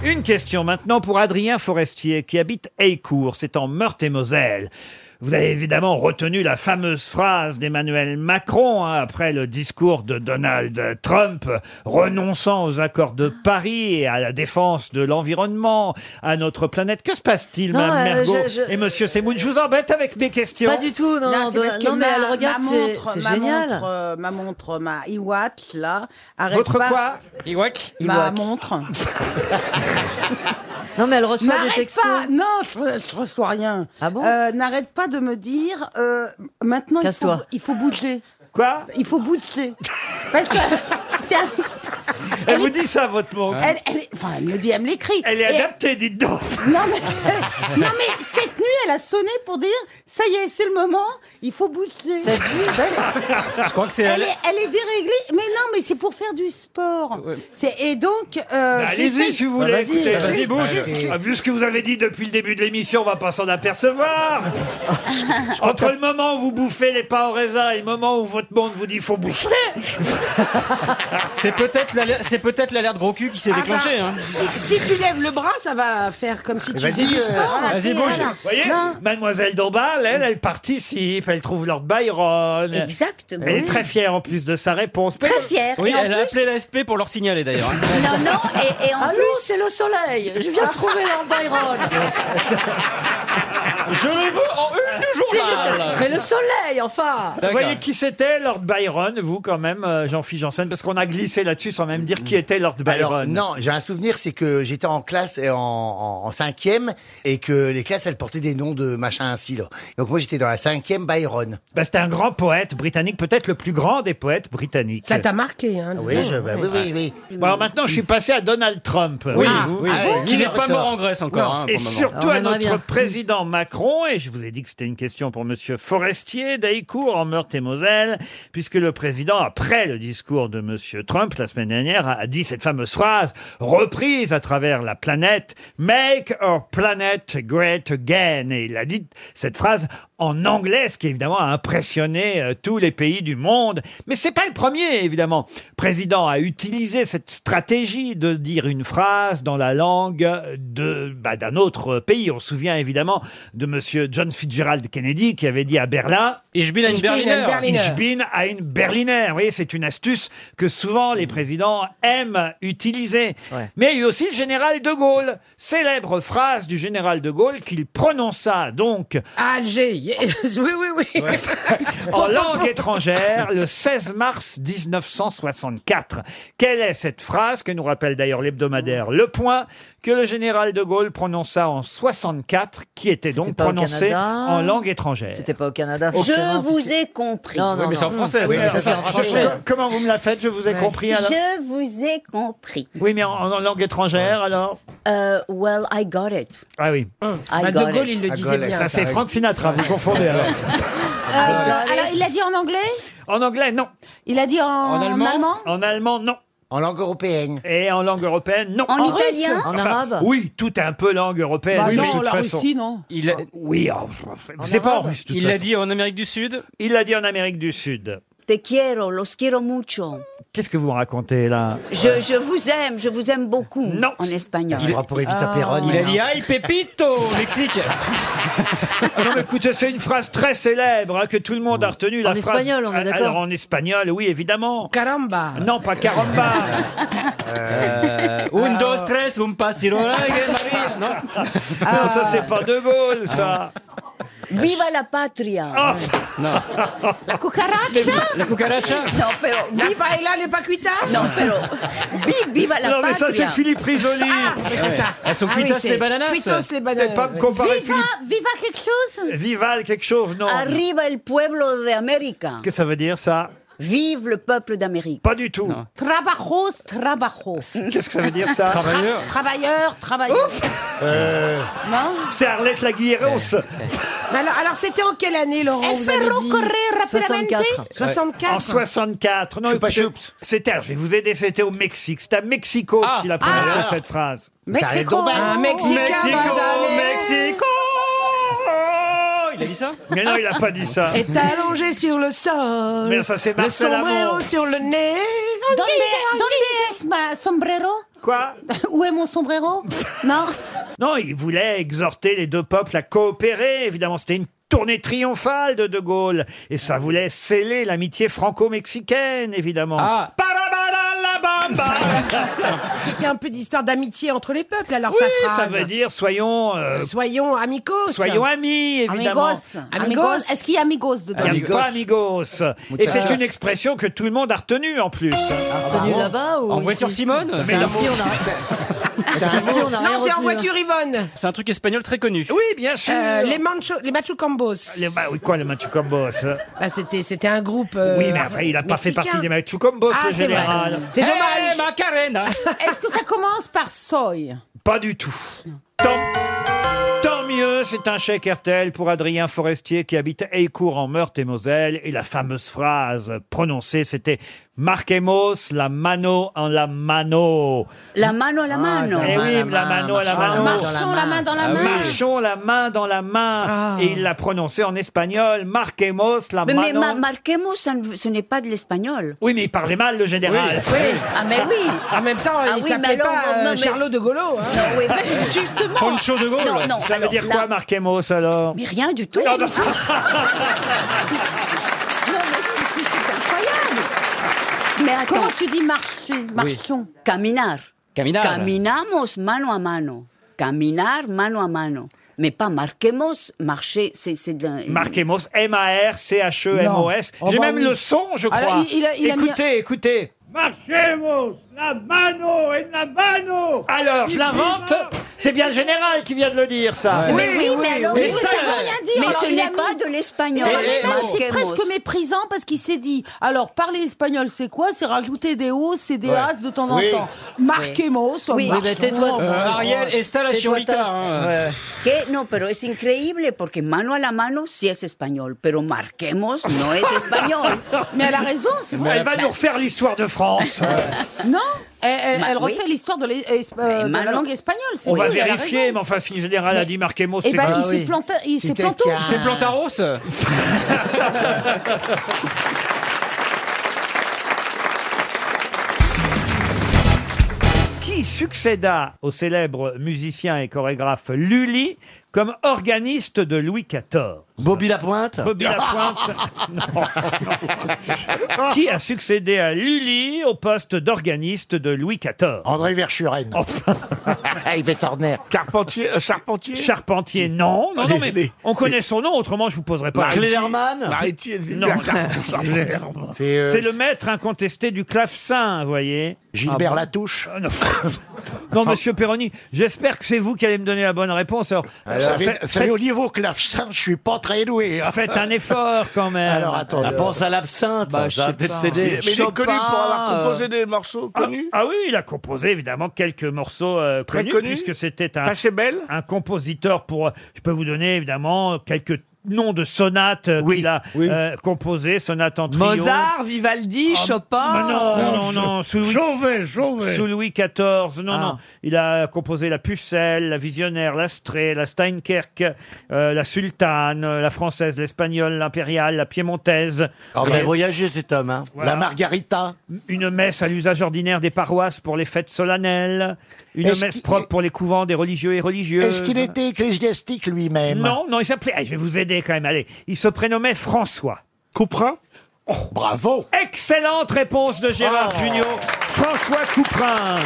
Une question maintenant pour Adrien Forestier qui habite Aycourt, c'est en Meurthe-et-Moselle. Vous avez évidemment retenu la fameuse phrase d'Emmanuel Macron hein, après le discours de Donald Trump renonçant aux accords de Paris et à la défense de l'environnement, à notre planète. Que se passe-t-il,
Non,
Madame
euh,
Mergot
je- je-
et Monsieur Semoun Je vous embête avec mes questions.
Pas du tout, non, non,
c'est
doit-
parce que
non, mais
ma-
elle regarde,
ma
c'est-
montre,
c'est
ma
génial.
montre, euh, ma montre, ma iWatch là. Arrête
Votre
pas-
quoi
Ma montre.
Non, mais elle reçoit des
N'arrête
textos. Ah
pas Non, je, re- je reçois rien. Euh, N'arrête pas de me dire. euh, maintenant, il faut,
Casse-toi.
il faut bouger.
Quoi
Il faut bouger. Parce que. c'est un-
Elle vous dit ça, votre montre
Elle, elle, enfin, elle me dit, elle me l'écrit.
Elle est
Et-
adaptée, dites donc
Non mais, non mais cette nuit, elle a sonné pour dire ça y est, c'est le moment, il faut bouger.
Je crois que c'est
Elle
elle.
est, elle est déréglée, mais non, mais c'est pour faire du sport. C'est et donc. euh,
Bah,
j'ai
Allez-y
fait-
si vous voulez. écoutez.
j'ai-
Bah,
j'ai-
Ah, Vu ce que vous avez dit depuis le début de l'émission, on va pas s'en apercevoir. Entre le moment où vous bouffez les pas au raisin et le moment où votre monde vous dit faut bouffer.
C'est peut-être l'alerte c'est peut-être l'alerte gros cul qui s'est
Ah
déclenchée.
bah,
hein. Eh ben,
si- si tu lèves le bras, ça va faire comme si tu faisais du sport.
euh, Vas-y, bouge. Vous voyez, mademoiselle Dombal, elle, elle participe, elle trouve Lord Byron.
Exactement.
Elle est très fière en plus de sa réponse. Très
fière.
Oui, elle a appelé l'AFP pour leur signaler
Ah
d'ailleurs.
Non, non, et,
Ah.
et en
Allô,
plus.
c'est le soleil. Je viens de trouver Lord Byron.
Ah,
Je le veux en une journal.
Mais le soleil, enfin.
Vous voyez qui c'était Lord Byron, vous quand même, euh, Jean-Philippe Janssen, parce qu'on a glissé là-dessus sans même dire qui était Lord Byron.
Hmm. Bah, Alors, non, j'ai un souvenir, c'est que j'étais en classe et en, en- en cinquième et que les classes, elles portaient des noms de machin ainsi. Là. Donc moi, j'étais dans la cinquième Byron.
Bah, c'était un grand poète britannique, peut-être le plus grand des poètes britanniques.
Ça t'a marqué,
Ah
hein dis
Oui,
donc.
je- bah oui, oui, oui.
Bon, alors maintenant, je suis passé à Donald Trump.
Oui,
voyez-vous.
oui. Ah, oui. Qui n'est pas mort en Grèce encore, hein,
et
pour le moment.
surtout
On
à
aimerait
notre
bien.
président Macron. Et je vous ai dit que c'était une question pour Monsieur Forestier d'Aïcourt en Meurthe-et-Moselle, puisque le président, après le discours de Monsieur Trump la semaine dernière, a dit cette fameuse phrase reprise à travers la planète Make our planet great again. Et il a dit cette phrase en anglais, ce qui évidemment a impressionné euh, tous les pays du monde. Mais c'est pas le premier, évidemment, président à utiliser cette stratégie de dire une phrase dans la langue de bah, d'un autre pays. On se souvient évidemment de Monsieur John Fitzgerald Kennedy qui avait dit à Berlin.
Ich bin ein Ich bin ein Berliner. Berliner.
Ich bin ein Berliner. Vous voyez, c'est une astuce que souvent les présidents aiment utiliser. Mais il y a eu aussi le général de Gaulle. Célèbre phrase du général de Gaulle qu'il prononça donc
Alger. yes, Oui, oui, oui.
en langue étrangère le 16 mars 1964. Quelle est cette phrase que nous rappelle d'ailleurs l'hebdomadaire Le Point que le général de Gaulle prononça en 64, qui était donc
pas au
prononcée
Canada.
en langue étrangère. C'était
pas au Canada.
forcément,
Je
parce
vous ai compris. Non,
Oui, mais c'est en français, Oui, ça. mais ça, c'est en Je- français. co- comment vous me la faites Je vous ai compris, alors
Je vous ai compris.
Oui, mais en, en langue étrangère, alors
Euh, well, I got it.
Ah oui.
I Bah, de got Gaulle, it. il le
Ah,
disait
Gaulle,
bien,
Ça,
ça,
c'est
oui.
Frank Sinatra, vous confondez alors.
Euh, alors, il l'a dit en anglais
En anglais, non.
Il a dit en, allemand
En allemand, non. En langue européenne Et en langue européenne, non.
En italien
russe
En
Enfin,
arabe
Oui, tout est un peu langue européenne,
Bah
de
non,
toute
la
façon.
Russie, non Il a-
Oui, oh, c'est pas en russe, de toute
Il l'a
façon.
dit en Amérique du Sud
Il l'a dit en Amérique du Sud.
Te quiero, los quiero mucho.
Qu'est-ce que vous me racontez, là
Je, je vous aime, je vous aime beaucoup. Non. En
Ah,
espagnol. Ah.
Il sera pour hein. Evita Perón,
Il a
maintenant.
dit Aïe Pépito au Mexique
Ah Non, mais écoutez, c'est une phrase très célèbre hein, que tout le monde a retenue. la
En
phrase- Ah,
espagnol, on est d'accord.
Alors, en espagnol, oui, évidemment.
Caramba
Non, pas caramba
Euh, Un, dos, tres, un pasiro
Non, ça, c'est pas De Gaulle, ça
Viva la
Ah.
patria.
Non.
La cucaracha.
La cucaracha
Non, pero
La paella n'est pas cuitasse
Non, pero vi- viva la
Non, mais ça,
patria.
c'est Philippe Risoli
mais c'est Ouais. ça. Elles sont
Ah oui,
cuitas,
c'est-
les bananas. Cuitas, les bananas,
Peut-être pas me
oui.
comparer
Viva-
Philippe
Viva quelque chose
Vival, quelque chose, non
Arriba el pueblo de América.
Qu'est-ce que ça veut dire, ça
Vive le peuple d'Amérique.
Pas du tout.
Trabajos, trabajos.
Qu'est-ce que ça veut dire, ça Travailleurs.
Travailleurs, travailleurs. Non
Euh, C'est Arlette Laguilleros
Mais alors, alors, c'était en quelle année, Laurent vous avez dit
Ouais.
64.
En 64. Non, écoutez, C'était, je vais vous aider, c'était au Mexique. C'était à Mexico qu'il a prononcé
Ah.
cette phrase.
Mexico. Ça arrive donc, bah, Ah, non. Mexicain,
Mexico,
basané.
Mexico.
Oh,
Il a dit ça
Mais non, il a pas dit ça.
Est allongé sur le sol.
Mais ça, c'est Marcel
Le sombrero
Amont.
sur le nez.
Donde, donde es ma sombrero
Quoi
Où est mon sombrero Non
Non, il voulait exhorter les deux peuples à coopérer. Évidemment, c'était une tournée triomphale de De Gaulle. Et ça voulait sceller l'amitié franco-mexicaine, évidemment.
Ah. C'était un peu d'histoire d'amitié entre les peuples, alors
oui,
sa
ça
phrase.
veut dire soyons... euh,
Soyons amicos.
Soyons amis, évidemment.
Amigos.
Amigos.
Amigos.
Est-ce qu'il y a amigos dedans
Il y a pas amigos. Et
Muchachos.
c'est une expression que tout le monde a retenue en plus. Ah,
Retenue bon là-bas ou En ici voiture Simone
Mais
C'est un
non.
si, on
Non, c'est
hein.
en voiture Yvonne.
C'est un truc espagnol très connu.
Oui, bien sûr.
Euh, les mancho, les machucambos.
Les- bah oui, quoi, les Machucombos hein
Euh,
Bah, c'était, c'était un groupe. euh,
Oui, mais après, il a pas fait
mexicain.
partie des Machucombos,
Ah,
le
c'est vrai.
général. Eh,
C'est dommage.
Est-ce que ça commence par soy
Pas du tout. Tant, tant mieux, c'est un chèque RTL pour Adrien Forestier qui habite Aycourt en Meurthe-et-Moselle. Et la fameuse phrase prononcée, c'était Marquemos la mano en la mano.
La mano a la mano.
Eh oui, la mano à la mano.
Marchons la main dans
Ah
la main.
Marchons la main dans la main.
Ah.
Et il l'a prononcé en espagnol. Marquemos la
Mais, mais
mano.
ma- marquemos, ça ne- ce n'est pas de l'espagnol.
Oui, mais il parlait mal, le général.
Oui, oui. Ah, mais oui.
En même temps,
Ah
il
oui,
s'appelait
mais alors,
pas euh,
non, mais-
Charlot de Gaulle.
Non, oui, mais justement.
Poncho de Gaulle.
Non, non,
ça veut
alors
dire
là-
quoi, Marquemos, alors
Mais rien du tout.
Ah, bah.
Non, mais c'est- c'est c'est incroyable.
Mais attends.
Comment tu dis marcher Marchons.
Caminar.
Caminar.
Caminamos mano a mano. Caminar mano a mano. Mais pas marquemos, marcher, c'est c'est d'un-
Marquemos, E M-A-R-C-H-E-M-O-S.
Non. Oh,
J'ai
bah
même
oui.
le son, je crois.
Alors, il- il a- il a mis-
écoutez, écoutez.
Marchemos la mano en la mano.
Alors, je l'invente. C'est bien le général qui vient de le dire, ça.
Mais oui, mais alors,
Mais
oui,
ça,
ça veut rien dire. Mais ce n'est pas de l'espagnol.
Mais même, c'est
Marquemos.
presque méprisant parce qu'il s'est dit alors parler espagnol c'est quoi C'est rajouter des os et des
Ouais.
as de temps en
Oui.
temps. Marquemos,
Oui.
marchons,
Oui, mais tais-toi,
on-
Euh, Ariel, está la
Tais-toi,
chiolita. hein.
Que no, pero es increíble porque mano a la mano sí es español, pero marquemos no es español.
Mais elle a raison, c'est vrai.
Elle va nous refaire l'histoire de France.
Non Elle, elle-
Bah,
elle
oui.
refait l'histoire de, l'es- es- euh, de la
malheureusement.
langue espagnole. c'est
On
tout,
va
elle a
vérifier,
raison.
mais enfin, si le général a dit Marquemos,
Eh ben,
que-
il s'est planté. Il s'est planté.
C'est Plantaros
Qui succéda au célèbre musicien et chorégraphe Lully comme organiste de Louis XIV Bobby Lapointe Bobby Lapointe Non, non. Qui a succédé à Lully au poste d'organiste de Louis XIV André Verschuren. Yves Torner. Carpentier, Charpentier Charpentier, non. Non, non, mais on connaît son nom, autrement je vous poserai pas. la
Marie-
question.
Cléderman Marie-
Non.
Cléderman.
C'est
euh,
le maître incontesté du clavecin, vous voyez.
Gilbert
Latouche Non, Non, monsieur Perroni, j'espère que c'est vous qui allez me donner la bonne réponse. Alors,
Alors, ça fait-
faites-
ça fait au
faites-
niveau clavecin, je suis pas très doué. hein.
Faites un effort quand même.
Alors attends.
On pense
à l'absinthe.
Mais il est connu pour avoir
euh,
euh,
composé des morceaux connus ah, ah oui, il a composé évidemment quelques morceaux euh,
Très
connus,
connus
puisque c'était un, un compositeur pour... euh, Je peux vous donner évidemment quelques noms de sonates euh, qu'il a euh, composées, sonates en trio. Ah,
Mozart, Vivaldi, Chopin.
Non, non, non, sous, Louis, sous Louis XIV, non,
Ah.
non. Il a composé la Pucelle, la Visionnaire, l'Astrée, la Steinkerque, euh, la Sultane, euh, la Française, l'Espagnole, l'Impériale, la Piémontaise.
Ah, ben,
Et-
voyager cet homme. hein.
Voilà.
La Margarita.
Une messe à l'usage ordinaire des paroisses pour les fêtes solennelles. Une
Est-ce
messe
qu'il-
propre pour les couvents des religieux et religieuses.
Est-ce qu'il était ecclésiastique lui-même
Non, non, il s'appelait. Ah, je vais vous aider quand même. Allez, il se prénommait François. Couperin. Bravo. Excellente réponse de Gérard
Oh.
Junior. François Couperin.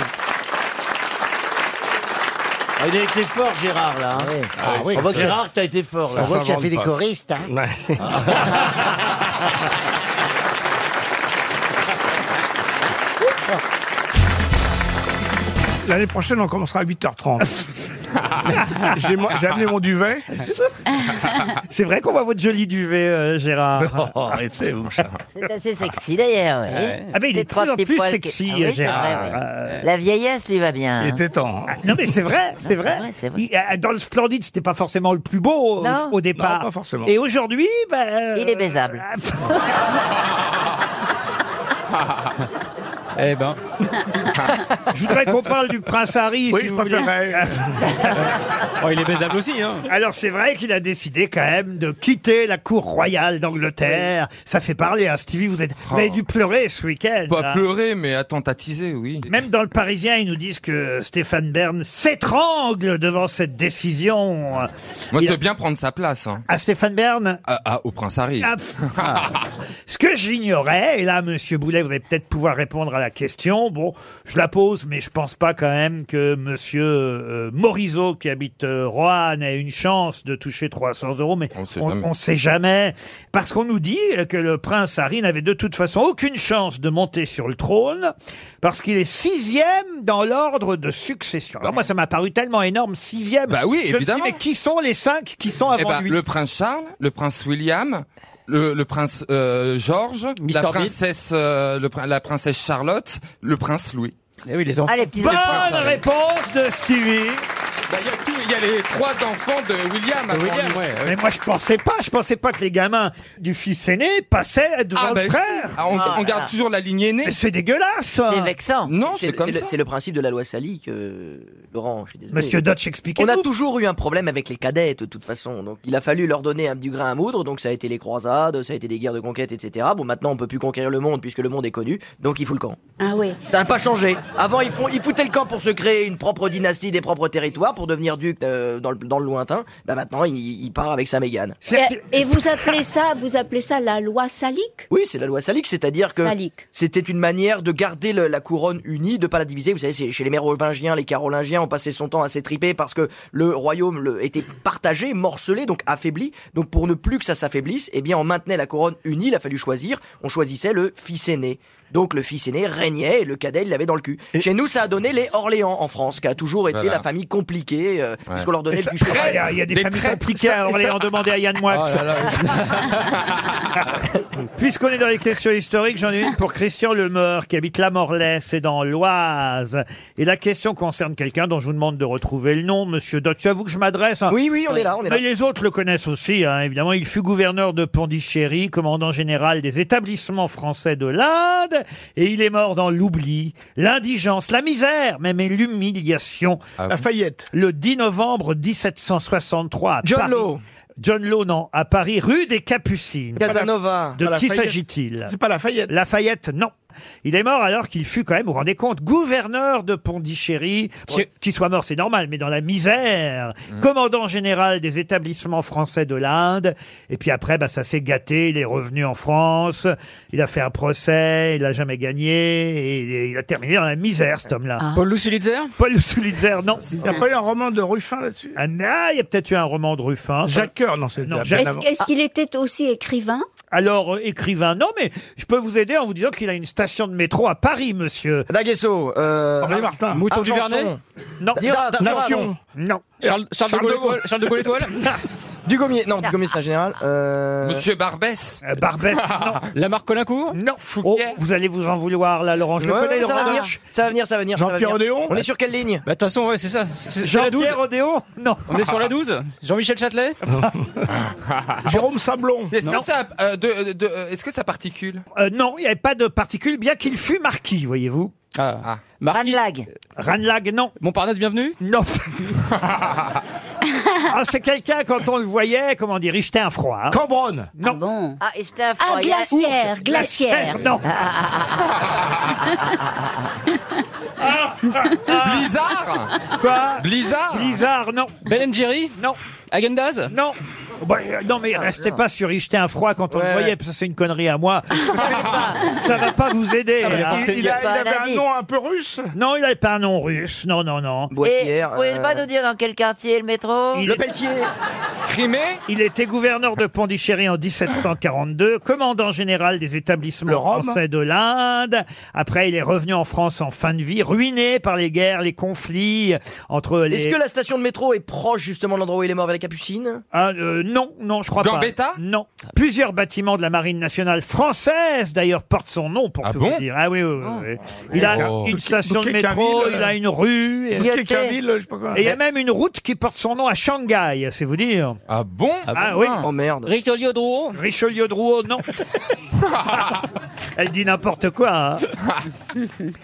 Ah, il a été fort, Gérard, là. hein.
Ah oui,
on
ça
voit
fait-
que Gérard, t'as été fort.
Ça
là.
s'invente pas.
hein.
L'année prochaine, on commencera à 8h30. J'ai mon- j'ai amené mon duvet.
C'est vrai qu'on voit votre joli duvet, euh, Gérard.
Oh,
arrêtez, vous, ça.
C'est assez sexy d'ailleurs. oui.
Ouais. Ah, mais il est
Les
de
trois
plus en
petits
plus
poils qui-
sexy,
Ah oui, c'est
Gérard.
vrai, oui.
Euh,
La vieillesse lui va bien. hein.
temps.
Ah, Non mais c'est vrai, c'est vrai. Il- ah, Dans le splendide, c'était pas forcément le plus beau au,
Non.
au départ.
Non, pas forcément.
Et aujourd'hui, ben, euh,
Il est baisable.
Eh ben.
je voudrais qu'on parle du prince Harry.
Oui,
si
je
vous voulez.
préférerais. Oh, il est baisable aussi, hein.
Alors c'est vrai qu'il a décidé quand même de quitter la cour royale d'Angleterre. Ça fait parler, hein, Stevie. Vous, êtes, vous avez dû pleurer ce week-end.
Oh. Pas
là.
pleurer, mais attentatiser, oui.
Même dans le Parisien, ils nous disent que Stéphane Bern s'étrangle devant cette décision.
Moi,
Il
je
a-
veux bien prendre sa place. hein.
À Stéphane Bern
Ah, ah, au prince Harry.
Ah, pff. Ce que j'ignorais, et là, monsieur Boulet, vous allez peut-être pouvoir répondre à la question. Bon, je la pose, mais je pense pas quand même que monsieur euh, Morisot, qui habite euh, Roanne, ait une chance de toucher 300 euros, mais on,
sait jamais.
on sait jamais. Parce qu'on nous dit euh, que le prince Harry n'avait de toute façon aucune chance de monter sur le trône, parce qu'il est sixième dans l'ordre de succession. Alors moi, ça m'a paru tellement énorme, sixième.
Bah oui,
Je me suis dit,
évidemment.
mais qui sont les cinq qui sont
Eh
avant
ben,
lui
le prince Charles, le prince William, le, le prince euh, George, la
Bean.
princesse, euh, le prin- la princesse Charlotte, le prince Louis.
Eh oui, les enfants.
Bonne
Bonne réponse de Stevie.
Bah, Il y a tout, il y a les trois enfants de William. avant lui.
Mais moi je pensais pas, je pensais pas que les gamins du fils aîné passaient devant
Ah,
le
ben, si.
frère.
Ah, on, on garde toujours la ligne aînée.
Mais c'est dégueulasse. ça.
C'est vexant. Non, c'est comme
le,
ça.
c'est le principe de la loi Sally que Laurent, je suis désolé.
Monsieur Dodge,
On
expliquez-nous.
a toujours eu un problème avec les cadettes de toute façon. Donc il a fallu leur donner un du grain à moudre. Donc ça a été les croisades, ça a été des guerres de conquête, etc. Bon, maintenant on peut plus conquérir le monde puisque le monde est connu. Donc il fout le camp.
Ah oui.
T'as pas changé. Avant ils, font, ils foutaient le camp pour se créer une propre dynastie, des propres territoires, pour devenir duc euh, dans, le, dans le lointain. Bah maintenant il, il part avec sa Mégane.
Et, et vous appelez ça, vous appelez ça la loi salique
Oui, c'est la loi salique, c'est-à-dire que
Salique.
c'était une manière de garder le- la couronne unie, de pas la diviser. Vous savez, c'est- chez les mérovingiens, les carolingiens, on passait son temps à s'étriper parce que le royaume le- était partagé, morcelé, donc affaibli. Donc pour ne plus que ça s'affaiblisse, eh bien on maintenait la couronne unie, il a fallu choisir, on choisissait le fils aîné. Donc le fils aîné régnait et le cadet il l'avait dans le cul. Chez nous ça a donné les Orléans en France, qui a toujours été
Voilà.
la famille compliquée, euh, puisqu'on leur donnait
Et ça-
du
Ah,
travail.
Il y, a- il y a des, familles compliquées à Orléans. Demandez à Yann Moix. Puisqu'on est dans les questions historiques, j'en ai une pour Christian Lemeur qui habite la Morlaix, c'est dans l'Oise. Et la question concerne quelqu'un dont je vous demande de retrouver le nom, Monsieur Dodge. J'avoue que je m'adresse. hein.
Oui, oui, on est là, on est là.
Mais les autres le connaissent aussi, hein, évidemment. Il fut gouverneur de Pondichéry, commandant général des établissements français de l'Inde. malade et il est mort dans l'oubli, l'indigence, la misère, même et l'humiliation. La Fayette. Le 10 novembre 1763 à
John
Paris.
Law.
John Law, non, à Paris, rue des Capucines.
Casanova.
De
Pas la
qui
Fayette.
s'agit-il
C'est
pas Lafayette. Lafayette, non. Il est mort alors qu'il fut quand même, vous vous rendez compte, gouverneur de Pondichéry. Bon, Qu'il soit mort, c'est normal, mais dans la misère.
Mmh.
Commandant général des établissements français de l'Inde. Et puis après, bah, ça s'est gâté. Il est revenu en France. Il a fait un procès. Il n'a jamais gagné. Et il a terminé dans la misère, cet homme-là. Paul Lusulitzer Paul Lusulitzer, non. Il n'y a pas eu un roman de Ruffin là-dessus Ah, non, il y a peut-être eu un roman de Ruffin.
Jacques Coeur, non, c'est
Jeanne
Est-ce
avant.
est-ce qu'il était aussi écrivain
Alors, euh, écrivain, non, mais je peux vous aider en vous disant qu'il a une station de métro à Paris, monsieur. Daguesso.
Henri Martin. Mouton du Argenson. Vernet
Non.
Dira- Dira- Nation.
Non.
Charles- Charles de Gaulle étoile- Charles de Gaulle étoile Dugommier, non, Dugommier c'est un général. Euh...
Monsieur
Barbès
euh, Barbès, non.
Lamarck Colincourt
Non. Oh, vous allez vous en vouloir, là, Laurent. Je le connais,
ça, va
Laurent.
venir, ça va venir, ça va venir. ça va
Jean-Pierre
venir.
Odéon
On est sur quelle ligne
Bah, de toute façon, ouais, c'est ça. C'est- c'est- c'est la 12.
Jean-Pierre Odéon Non.
On est sur la 12 Jean-Michel Châtelet
Jérôme Sablon.
Est-ce que, ça, euh, de- euh, de- euh, est-ce que ça particule
Euh, non, il n'y avait pas de particules, bien qu'il fût marquis, voyez-vous.
Ah.
Ranlag. Ranlag, non.
Montparnasse, bienvenue
Non. Ah, c'est quelqu'un, quand on le voyait, comment dire, il jetait un froid. hein.
Cambronne.
Non.
Ah, et j'étais à
Ah,
Florian.
glaciaire, glaciaire.
Non.
Blizzard
Quoi
Blizzard
Blizzard, non.
Ben Jerry
Non.
Agendaz
Non. Bah, euh, non,
Ah,
mais restez pas sur il jetait un froid quand on le voyait, parce que c'est une connerie à moi.
Ah.
Ça va pas vous aider.
Ah, mais
hein.
il- il a- il avait un nom un peu russe
Non, il n'avait pas un nom russe. Non, non, non.
Et vous
euh,
pouvez pas nous dire dans quel quartier le métro
euh, Il- Le Pelletier. Crimée Il était gouverneur de Pondichéry en 1742, commandant général des établissements
Le Rhum.
français de l'Inde. Après, il est revenu en France en fin de vie, ruiné par les guerres, les conflits entre les...
Est-ce que la station de métro est proche justement de l'endroit où il est mort vers les Capucines
Ah, euh, non, non, je crois
Gambetta
pas. Non. Plusieurs bâtiments de la marine nationale française, d'ailleurs, portent son nom pour tout
bon
vous dire. Ah oui, oui, oui, oui. Il a
Oh.
une
Bouquet-
station de
Bouquet
métro,
Cainville,
il a une rue. et-
Bouquet Lyoté. Cainville, euh, je sais pas quoi.
Et il y a même une route qui porte son nom à Shanghai, c'est vous dire.
Ah bon
Ah, oui.
Oh merde.
Richelieu-Drouot Richelieu-Drouot, non. Elle dit n'importe quoi. hein.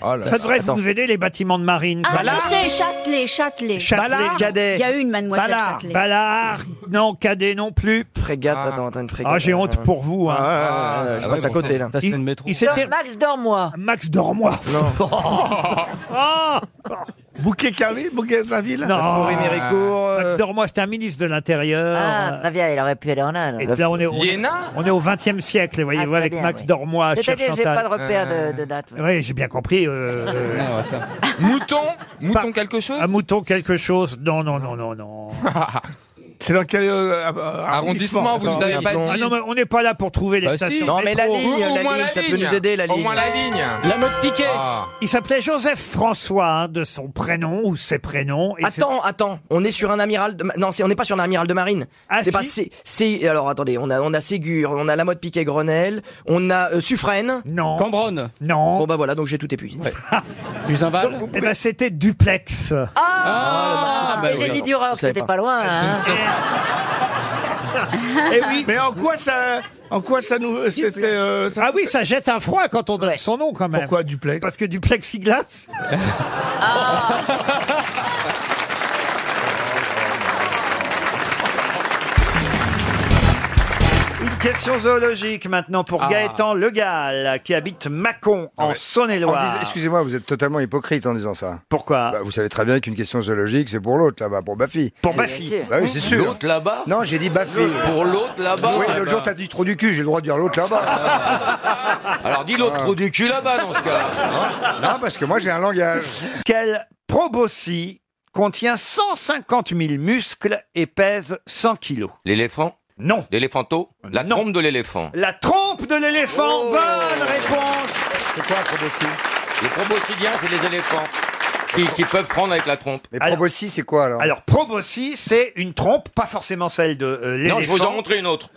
Oh
Ça devrait vous aider, les bâtiments de marine.
Ah,
Ballard
je sais, Châtelet, Châtelet.
Châtelet. Ballard Cadet.
Il y a une, mademoiselle
Ballard,
Châtelet.
Ballard, non, Cadet non plus.
Frégate, attends, attends, une frégate.
Ah, j'ai honte
Ouais.
pour vous. hein.
Ah, ouais, ouais, ouais, je passe à côté là.
Il, il
Dors-
s'était-
Max, dors-moi.
Max Dormois.
Oh
Bouquet Cavé, Bouquet de la ville
Non. Max
euh,
Dormois, c'était un ministre de l'intérieur.
Ah, très bien, il aurait pu aller en Inde.
Et là, on est, on, est-
Iéna
on est au XXe siècle,
Ah,
voyez-vous,
très
avec
bien,
Max
oui.
Dormois, cher
C'est-à-dire que j'ai
Chantal. Euh.
pas de repère
Euh.
de, de date.
Oui, j'ai bien compris. euh, euh,
Mouton Mouton quelque chose
un mouton quelque chose. Non, non, non, non, non.
C'est dans quel euh, euh,
Ah,
arrondissement
Arrondissement, vous ne l'avez pas
Ah
dit.
non, mais on n'est pas là pour trouver les
Bah si.
stations. de
Non, mais la
métro.
ligne, Au- au la moins ligne, la ça peut ligne. nous aider, la Au ligne. moins la ligne. La
mode
Piquet.
Ah.
Il s'appelait Joseph François, hein, de son prénom ou ses prénoms. et c'est-
Attends, attends, on est sur un amiral de... ma- Non, c'est- on n'est pas sur un amiral de marine.
Ah,
c'est
si.
pas... C'est... c'est- Alors, attendez, on a, on a Ségur, on a la mode Piquet-Grenelle, on a euh, Suffren.
Non.
Cambronne.
Non.
Bon, bah voilà, donc j'ai tout épuisé.
Usinval
Eh ben, c'était Duplex.
Ah,
bah
mais
oui,
j'ai dit
alors,
du rock,
vous savez
c'était
pas.
pas loin.
Ah.
hein.
Eh oui.
Mais en quoi ça, en quoi ça nous, c'était, euh, ça-
Ah oui, ça jette un froid quand on donne son nom quand même.
pourquoi duplex
Parce que du plexiglas.
Ah.
Une question zoologique maintenant pour
Ah.
Gaëtan Legal, qui habite Mâcon, en
En
Saône-et-Loire.
dis- Excusez-moi, vous êtes totalement hypocrite en disant ça. Bah,
Pourquoi
Vous savez très bien qu'une question zoologique, c'est pour l'autre là-bas, pour ma fille.
Pour
ma
ma fille.
Bah oui, c'est sûr.
L'autre là-bas
Non, j'ai dit Bafi.
Pour l'autre là-bas
Oui, l'autre jour, t'as dit trou du cul, j'ai le droit de dire l'autre là-bas.
Alors dis l'autre
Ah.
trou du cul là-bas dans ce cas-là.
Hein non, parce que moi, j'ai un langage.
Quel proboscis contient 150 000 muscles et pèse 100 kilos
L'éléphant
Non. Euh,
L'éléphanto La trompe de l'éléphant.
La trompe de l'éléphant,
Oh.
bonne réponse
C'est quoi un proboscis Les proboscidiens, c'est les éléphants qui, qui peuvent prendre avec la trompe.
Mais proboscis, c'est quoi alors
Alors, proboscis, c'est une trompe, pas forcément celle de euh, l'éléphant.
Non, je vais vous en montrer une autre.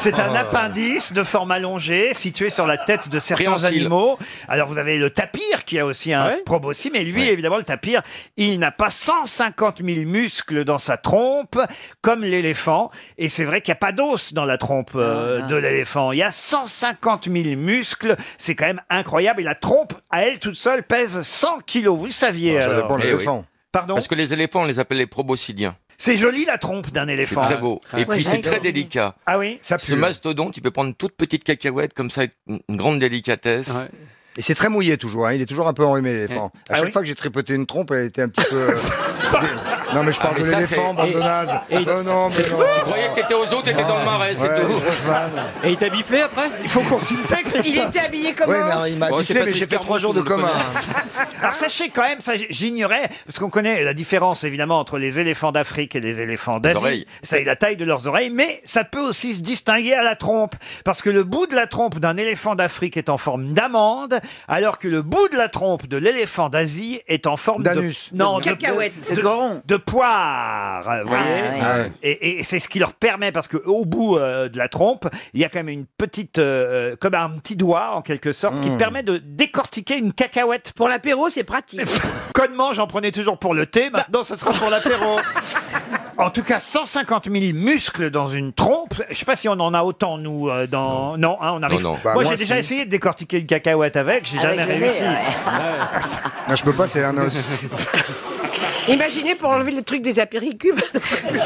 C'est un
Oh.
appendice de forme allongée situé sur la tête de certains
Préhensile.
animaux. Alors vous avez le tapir qui a aussi un proboscis, mais lui évidemment le tapir, il n'a pas 150 000 muscles dans sa trompe comme l'éléphant. Et c'est vrai qu'il n'y a pas d'os dans la trompe
Ah,
euh, de l'éléphant. Il y a 150 000 muscles, c'est quand même incroyable. Et la trompe à elle toute seule pèse 100 kilos. Vous le saviez
Bah, Ça
alors.
dépend de l'éléphant.
Eh Pardon
Eh Parce que les éléphants, on les appelle les proboscidiens.
C'est joli la trompe d'un
C'est
éléphant.
très beau. Et
Ouais,
puis c'est
j'adore.
très délicat.
Ah oui
Ce mastodonte, il peut prendre une toute petite cacahuète comme ça, avec une une grande délicatesse.
Et c'est très mouillé toujours, hein, il est toujours un peu enrhumé l'éléphant.
Ouais.
À
Ah
chaque
oui
fois que j'ai tripoté une trompe, elle était un petit peu. euh, non mais je
Ah,
parle
mais
de
ça,
l'éléphant,
c'est-
bande
Et-
de nazes.
et-
Oh non, mais
Tu
non.
croyais que t'étais aux autres, t'étais dans le marais, c'est
Ouais,
tout.
Haussmann.
Et il t'a biflé après
Il faut consulter
Il était habillé comment
Oui, mais alors, il m'a
Bon, c'est
biflé, mais
Patrice
j'ai fait trois
Carmon,
jours
tout
de
le monde
coma.
le
hein.
Alors sachez quand même, ça j- j'ignorais, parce qu'on connaît la différence évidemment entre les éléphants d'Afrique et les éléphants
Les
d'Asie.
oreilles.
C'est la taille de leurs oreilles, mais ça peut aussi se distinguer à la trompe, parce que le bout de la trompe d'un éléphant d'Afrique est en forme d'amande, alors que le bout de la trompe de l'éléphant d'Asie est en forme
D'anus.
de non
De
de,
cacahuète.
de,
De goron.
de poire. vous voyez
ouais. Ah ouais.
Et, et c'est ce qui leur permet, parce que au bout euh, de la trompe, il y a quand même une petite, euh, comme un petit doigt en quelque sorte, qui
Mm.
permet de décortiquer une cacahuète.
Pour l'apéro, c'est pratique.
Connement, j'en prenais toujours pour le thé, maintenant ce sera pour l'apéro. En tout cas, 150 000 muscles dans une trompe. Je sais pas si on en a autant, nous, euh, dans... Non, hein, on arrive...
Non, non.
Moi,
Bah, moi,
j'ai déjà
si.
essayé de décortiquer une cacahuète avec, j'ai
Avec
jamais
le nez,
réussi.
Non, je peux pas, c'est un os.
Imaginez pour enlever les trucs des apéricubes.
Moi,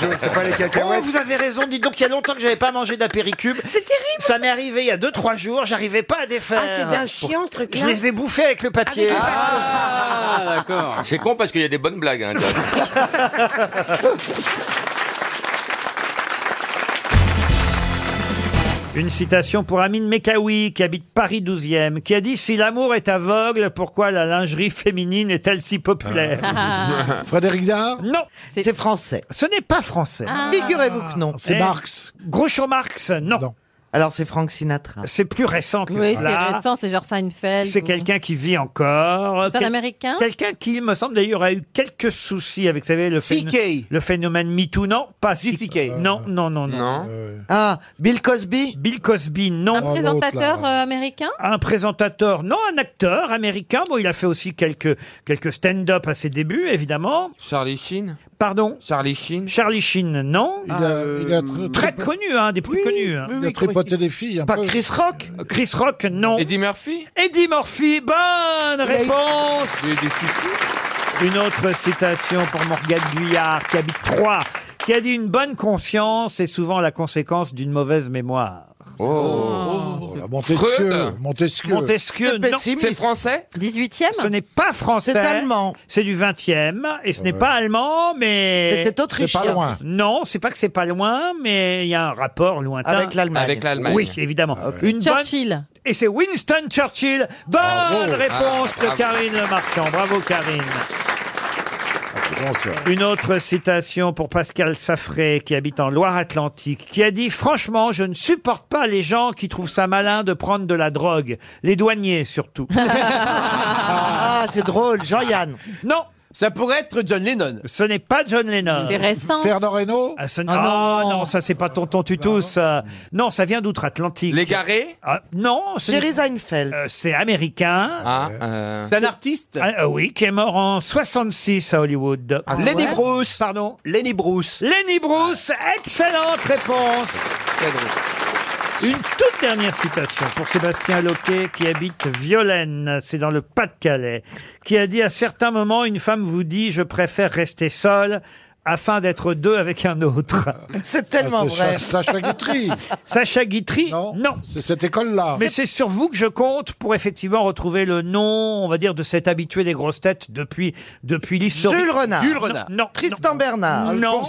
je- c'est pas les cacahuètes.
Oh, vous avez raison, dis donc, il y a longtemps que j'avais pas mangé d'apéricube. C'est terrible. Ça m'est arrivé il y a 2-3 jours, j'arrivais pas à défaire.
Ah, c'est d'un chien, ce truc-là.
Je les ai bouffés avec le papier.
Ah, d'accord. C'est con parce qu'il y a des bonnes blagues. hein, t'as-
Une citation pour Amine Mekaoui, qui habite Paris 12e, qui a dit Si l'amour est aveugle, pourquoi la lingerie féminine est-elle si populaire
Ah.
Frédéric Dard Non C'est français. Ce n'est pas français.
Ah.
Figurez-vous
que non.
C'est
Eh,
Marx.
Groucho Marx, non. Alors c'est Frank Sinatra. C'est plus récent que
Oui, c'est
cela.
récent, c'est genre Seinfeld.
C'est
ou-
quelqu'un qui vit encore.
C'est un Américain
Quelqu'un qui, il me semble d'ailleurs, a eu quelques soucis avec, vous savez, le,
CK.
phénomène, le phénomène MeToo. Non, pas CK. Non, non, non, non. Ah, Bill Cosby Bill Cosby, non.
Un présentateur euh, américain
Un présentateur, non, un acteur américain. Bon, il a fait aussi quelques, quelques stand-up à ses débuts, évidemment. Charlie Sheen Pardon Charlie Sheen Charlie Sheen, non.
Il a- Euh, il a tr-
très
tripo-
connu, hein, des plus connus. hein.
Il a tripoté des filles. un peu.
Rock Chris Rock, non. Eddie Murphy Eddie Murphy, bonne
Il a eu-
réponse Une autre citation pour Morgane Guyard, qui habite Troyes, qui a dit « Une bonne conscience est souvent la conséquence d'une mauvaise mémoire. »
Oh, la Montesquieu.
Freud.
Montesquieu.
Montesquieu, non. français
18e
Ce n'est pas français.
C'est allemand.
C'est du 20e. Et ce n'est pas allemand, mais.
Mais c'est autrichien. C'est pas loin.
Non, c'est pas que c'est pas loin, mais il y a un rapport lointain.
Avec l'Allemagne. Avec l'Allemagne.
Oui, évidemment.
Ah
Une
Churchill.
bonne- Et c'est Winston Churchill. Bonne
Bravo.
réponse
Ah,
de
bravo.
Karine Le Marchand. Bravo, Karine. Une autre citation pour Pascal Saffré, qui habite en Loire-Atlantique, qui a dit « Franchement, je ne supporte pas les gens qui trouvent ça malin de prendre de la drogue. Les douaniers, surtout.
Ah,
c'est drôle. Jean-Yann. Non ça pourrait être John Lennon. Ce n'est pas John Lennon.
C'est récent.
Fernand Reynaud ah, ce n- Ah, non. ça c'est pas Tonton Tutus. ça. Non, ça vient d'outre-Atlantique.
Légaré
Ah, Non. ce n'est-
Jerry
Euh, c'est américain.
Ah, euh, C'est un
artiste Hein Ah, Oui, qui est mort en 66 à Hollywood.
Ah,
Lenny ouais
Bruce. Pardon Lenny Bruce. Lenny Bruce, excellente réponse. Une toute dernière citation pour Sébastien Loquet qui habite Violaine, c'est dans le Pas-de-Calais, qui a dit à certains moments une femme vous dit je préfère rester seule afin d'être deux avec un autre. C'est
tellement Ah, c'est vrai. Cha- Sacha Guitry.
Sacha Guitry Non.
C'est cette école-là.
Mais c'est sur vous que je compte pour effectivement retrouver le nom, on va dire, de cet habitué des grosses têtes depuis, depuis l'histoire.
Jules Renard.
Jules Renard. Non. Tristan Bernard. Non.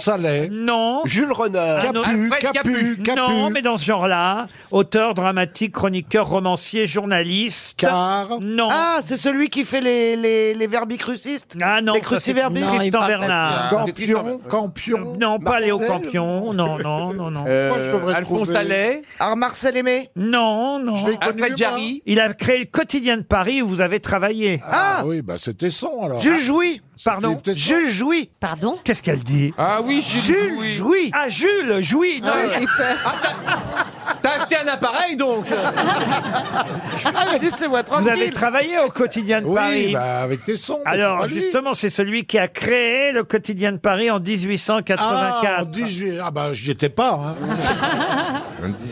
Non. Jules Renard.
Capu, Capu, Capu.
Non, mais dans ce genre-là. Auteur, dramatique, chroniqueur, romancier, journaliste. Car. Non.
Ah, c'est celui qui fait les, les, les verbicrucistes
Ah non,
Les
ça, c'est
cruciverbistes
Tristan Bernard.
Campion, Léon Campion.
Non, pas Léo
Marcel
Campion. Non, non, non, non.
Euh, Moi, je devrais Alphonse trouver- Allais
Alors Marcel Aimé Non, non.
Je l'ai connu, Alfred Jarry moi.
Il a créé le quotidien de Paris où vous avez travaillé.
Ah, oui, bah c'était son alors.
Jules
jouis.
Pardon
Jules
Jouy. Pardon Qu'est-ce qu'elle dit
Ah oui,
Jules Jouy. Ah, Jules Jouy. Non,
j'ai
T'as acheté un appareil donc
Ah, mais laissez-moi
Vous avez travaillé au quotidien de Paris.
bah, avec tes sons. mais c'est
Alors
pas lui.
justement, c'est celui qui a créé le quotidien de Paris en 1884.
Ah, en 18... ah bah j'y étais pas. hein.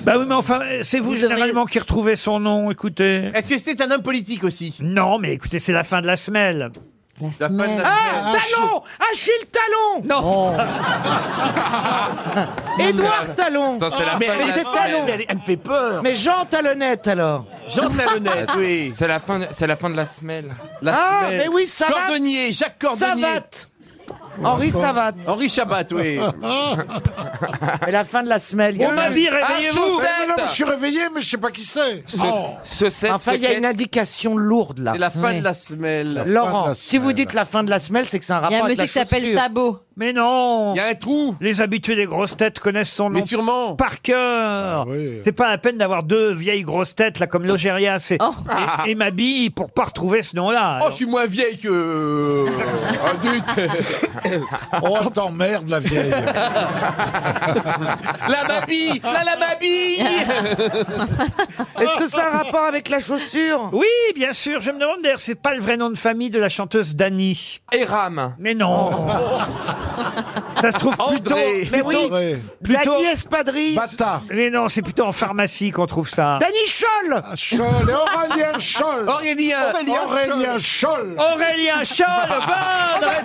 Bah oui, mais enfin, c'est vous, généralement qui retrouvez son nom, écoutez.
Est-ce que c'est un homme politique aussi
Non, mais écoutez, c'est la fin de la semelle. La semelle.
Ah, Talon Achille Talon
Non
Édouard Talon
Attends, c'était
Ah,
la
Mais,
fin
euh,
de
mais
la
c'est
semaine.
Talon
Mais elle-
me fait peur Mais Jean Talonnette alors Jean Talonnette, oui
C'est la fin, de- c'est la fin de la semelle.
Ah, mais oui, Savat
Cordonnier, Jacques Cordonnier.
Savat Henri Savat
Henri Chabat, oui.
Et la fin de la semelle il y a-
Oh, ma vie,
Ah,
réveillez-vous
Suzette
Mais non, mais Je suis réveillé, mais je sais pas qui c'est. Oh.
Enfin, il y a une indication lourde là.
C'est la fin
Oui.
de la semelle.
Laurent, si vous dites la fin de la semelle, c'est que c'est un rapport avec la chaussure.
Sabot. Mais non Il y a un trou Les habitués des grosses têtes connaissent son nom. Mais sûrement Par
Ah
cœur C'est pas la peine d'avoir deux vieilles grosses têtes, là, comme Logérias et, et, et Mabille, pour pas retrouver ce nom-là.
Oh,
alors.
je suis moins vieille que. Ah,
Oh,
On t'emmerde, la vieille.
La babille La la babille
Est-ce que ça a un rapport avec la chaussure
Oui, bien sûr. Je me demande d'ailleurs, c'est pas le vrai nom de famille de la chanteuse Dani.
Eram.
Mais non.
Oh.
Ça se trouve plutôt.
André. Mais oui. André. Dany Espadrille.
Bata. Mais non, c'est plutôt en pharmacie qu'on trouve ça.
Danny Scholl
Ah, Scholl et Aurélien Scholl.
Aurélien
Aurélien Scholl.
Aurélien Scholl, bonne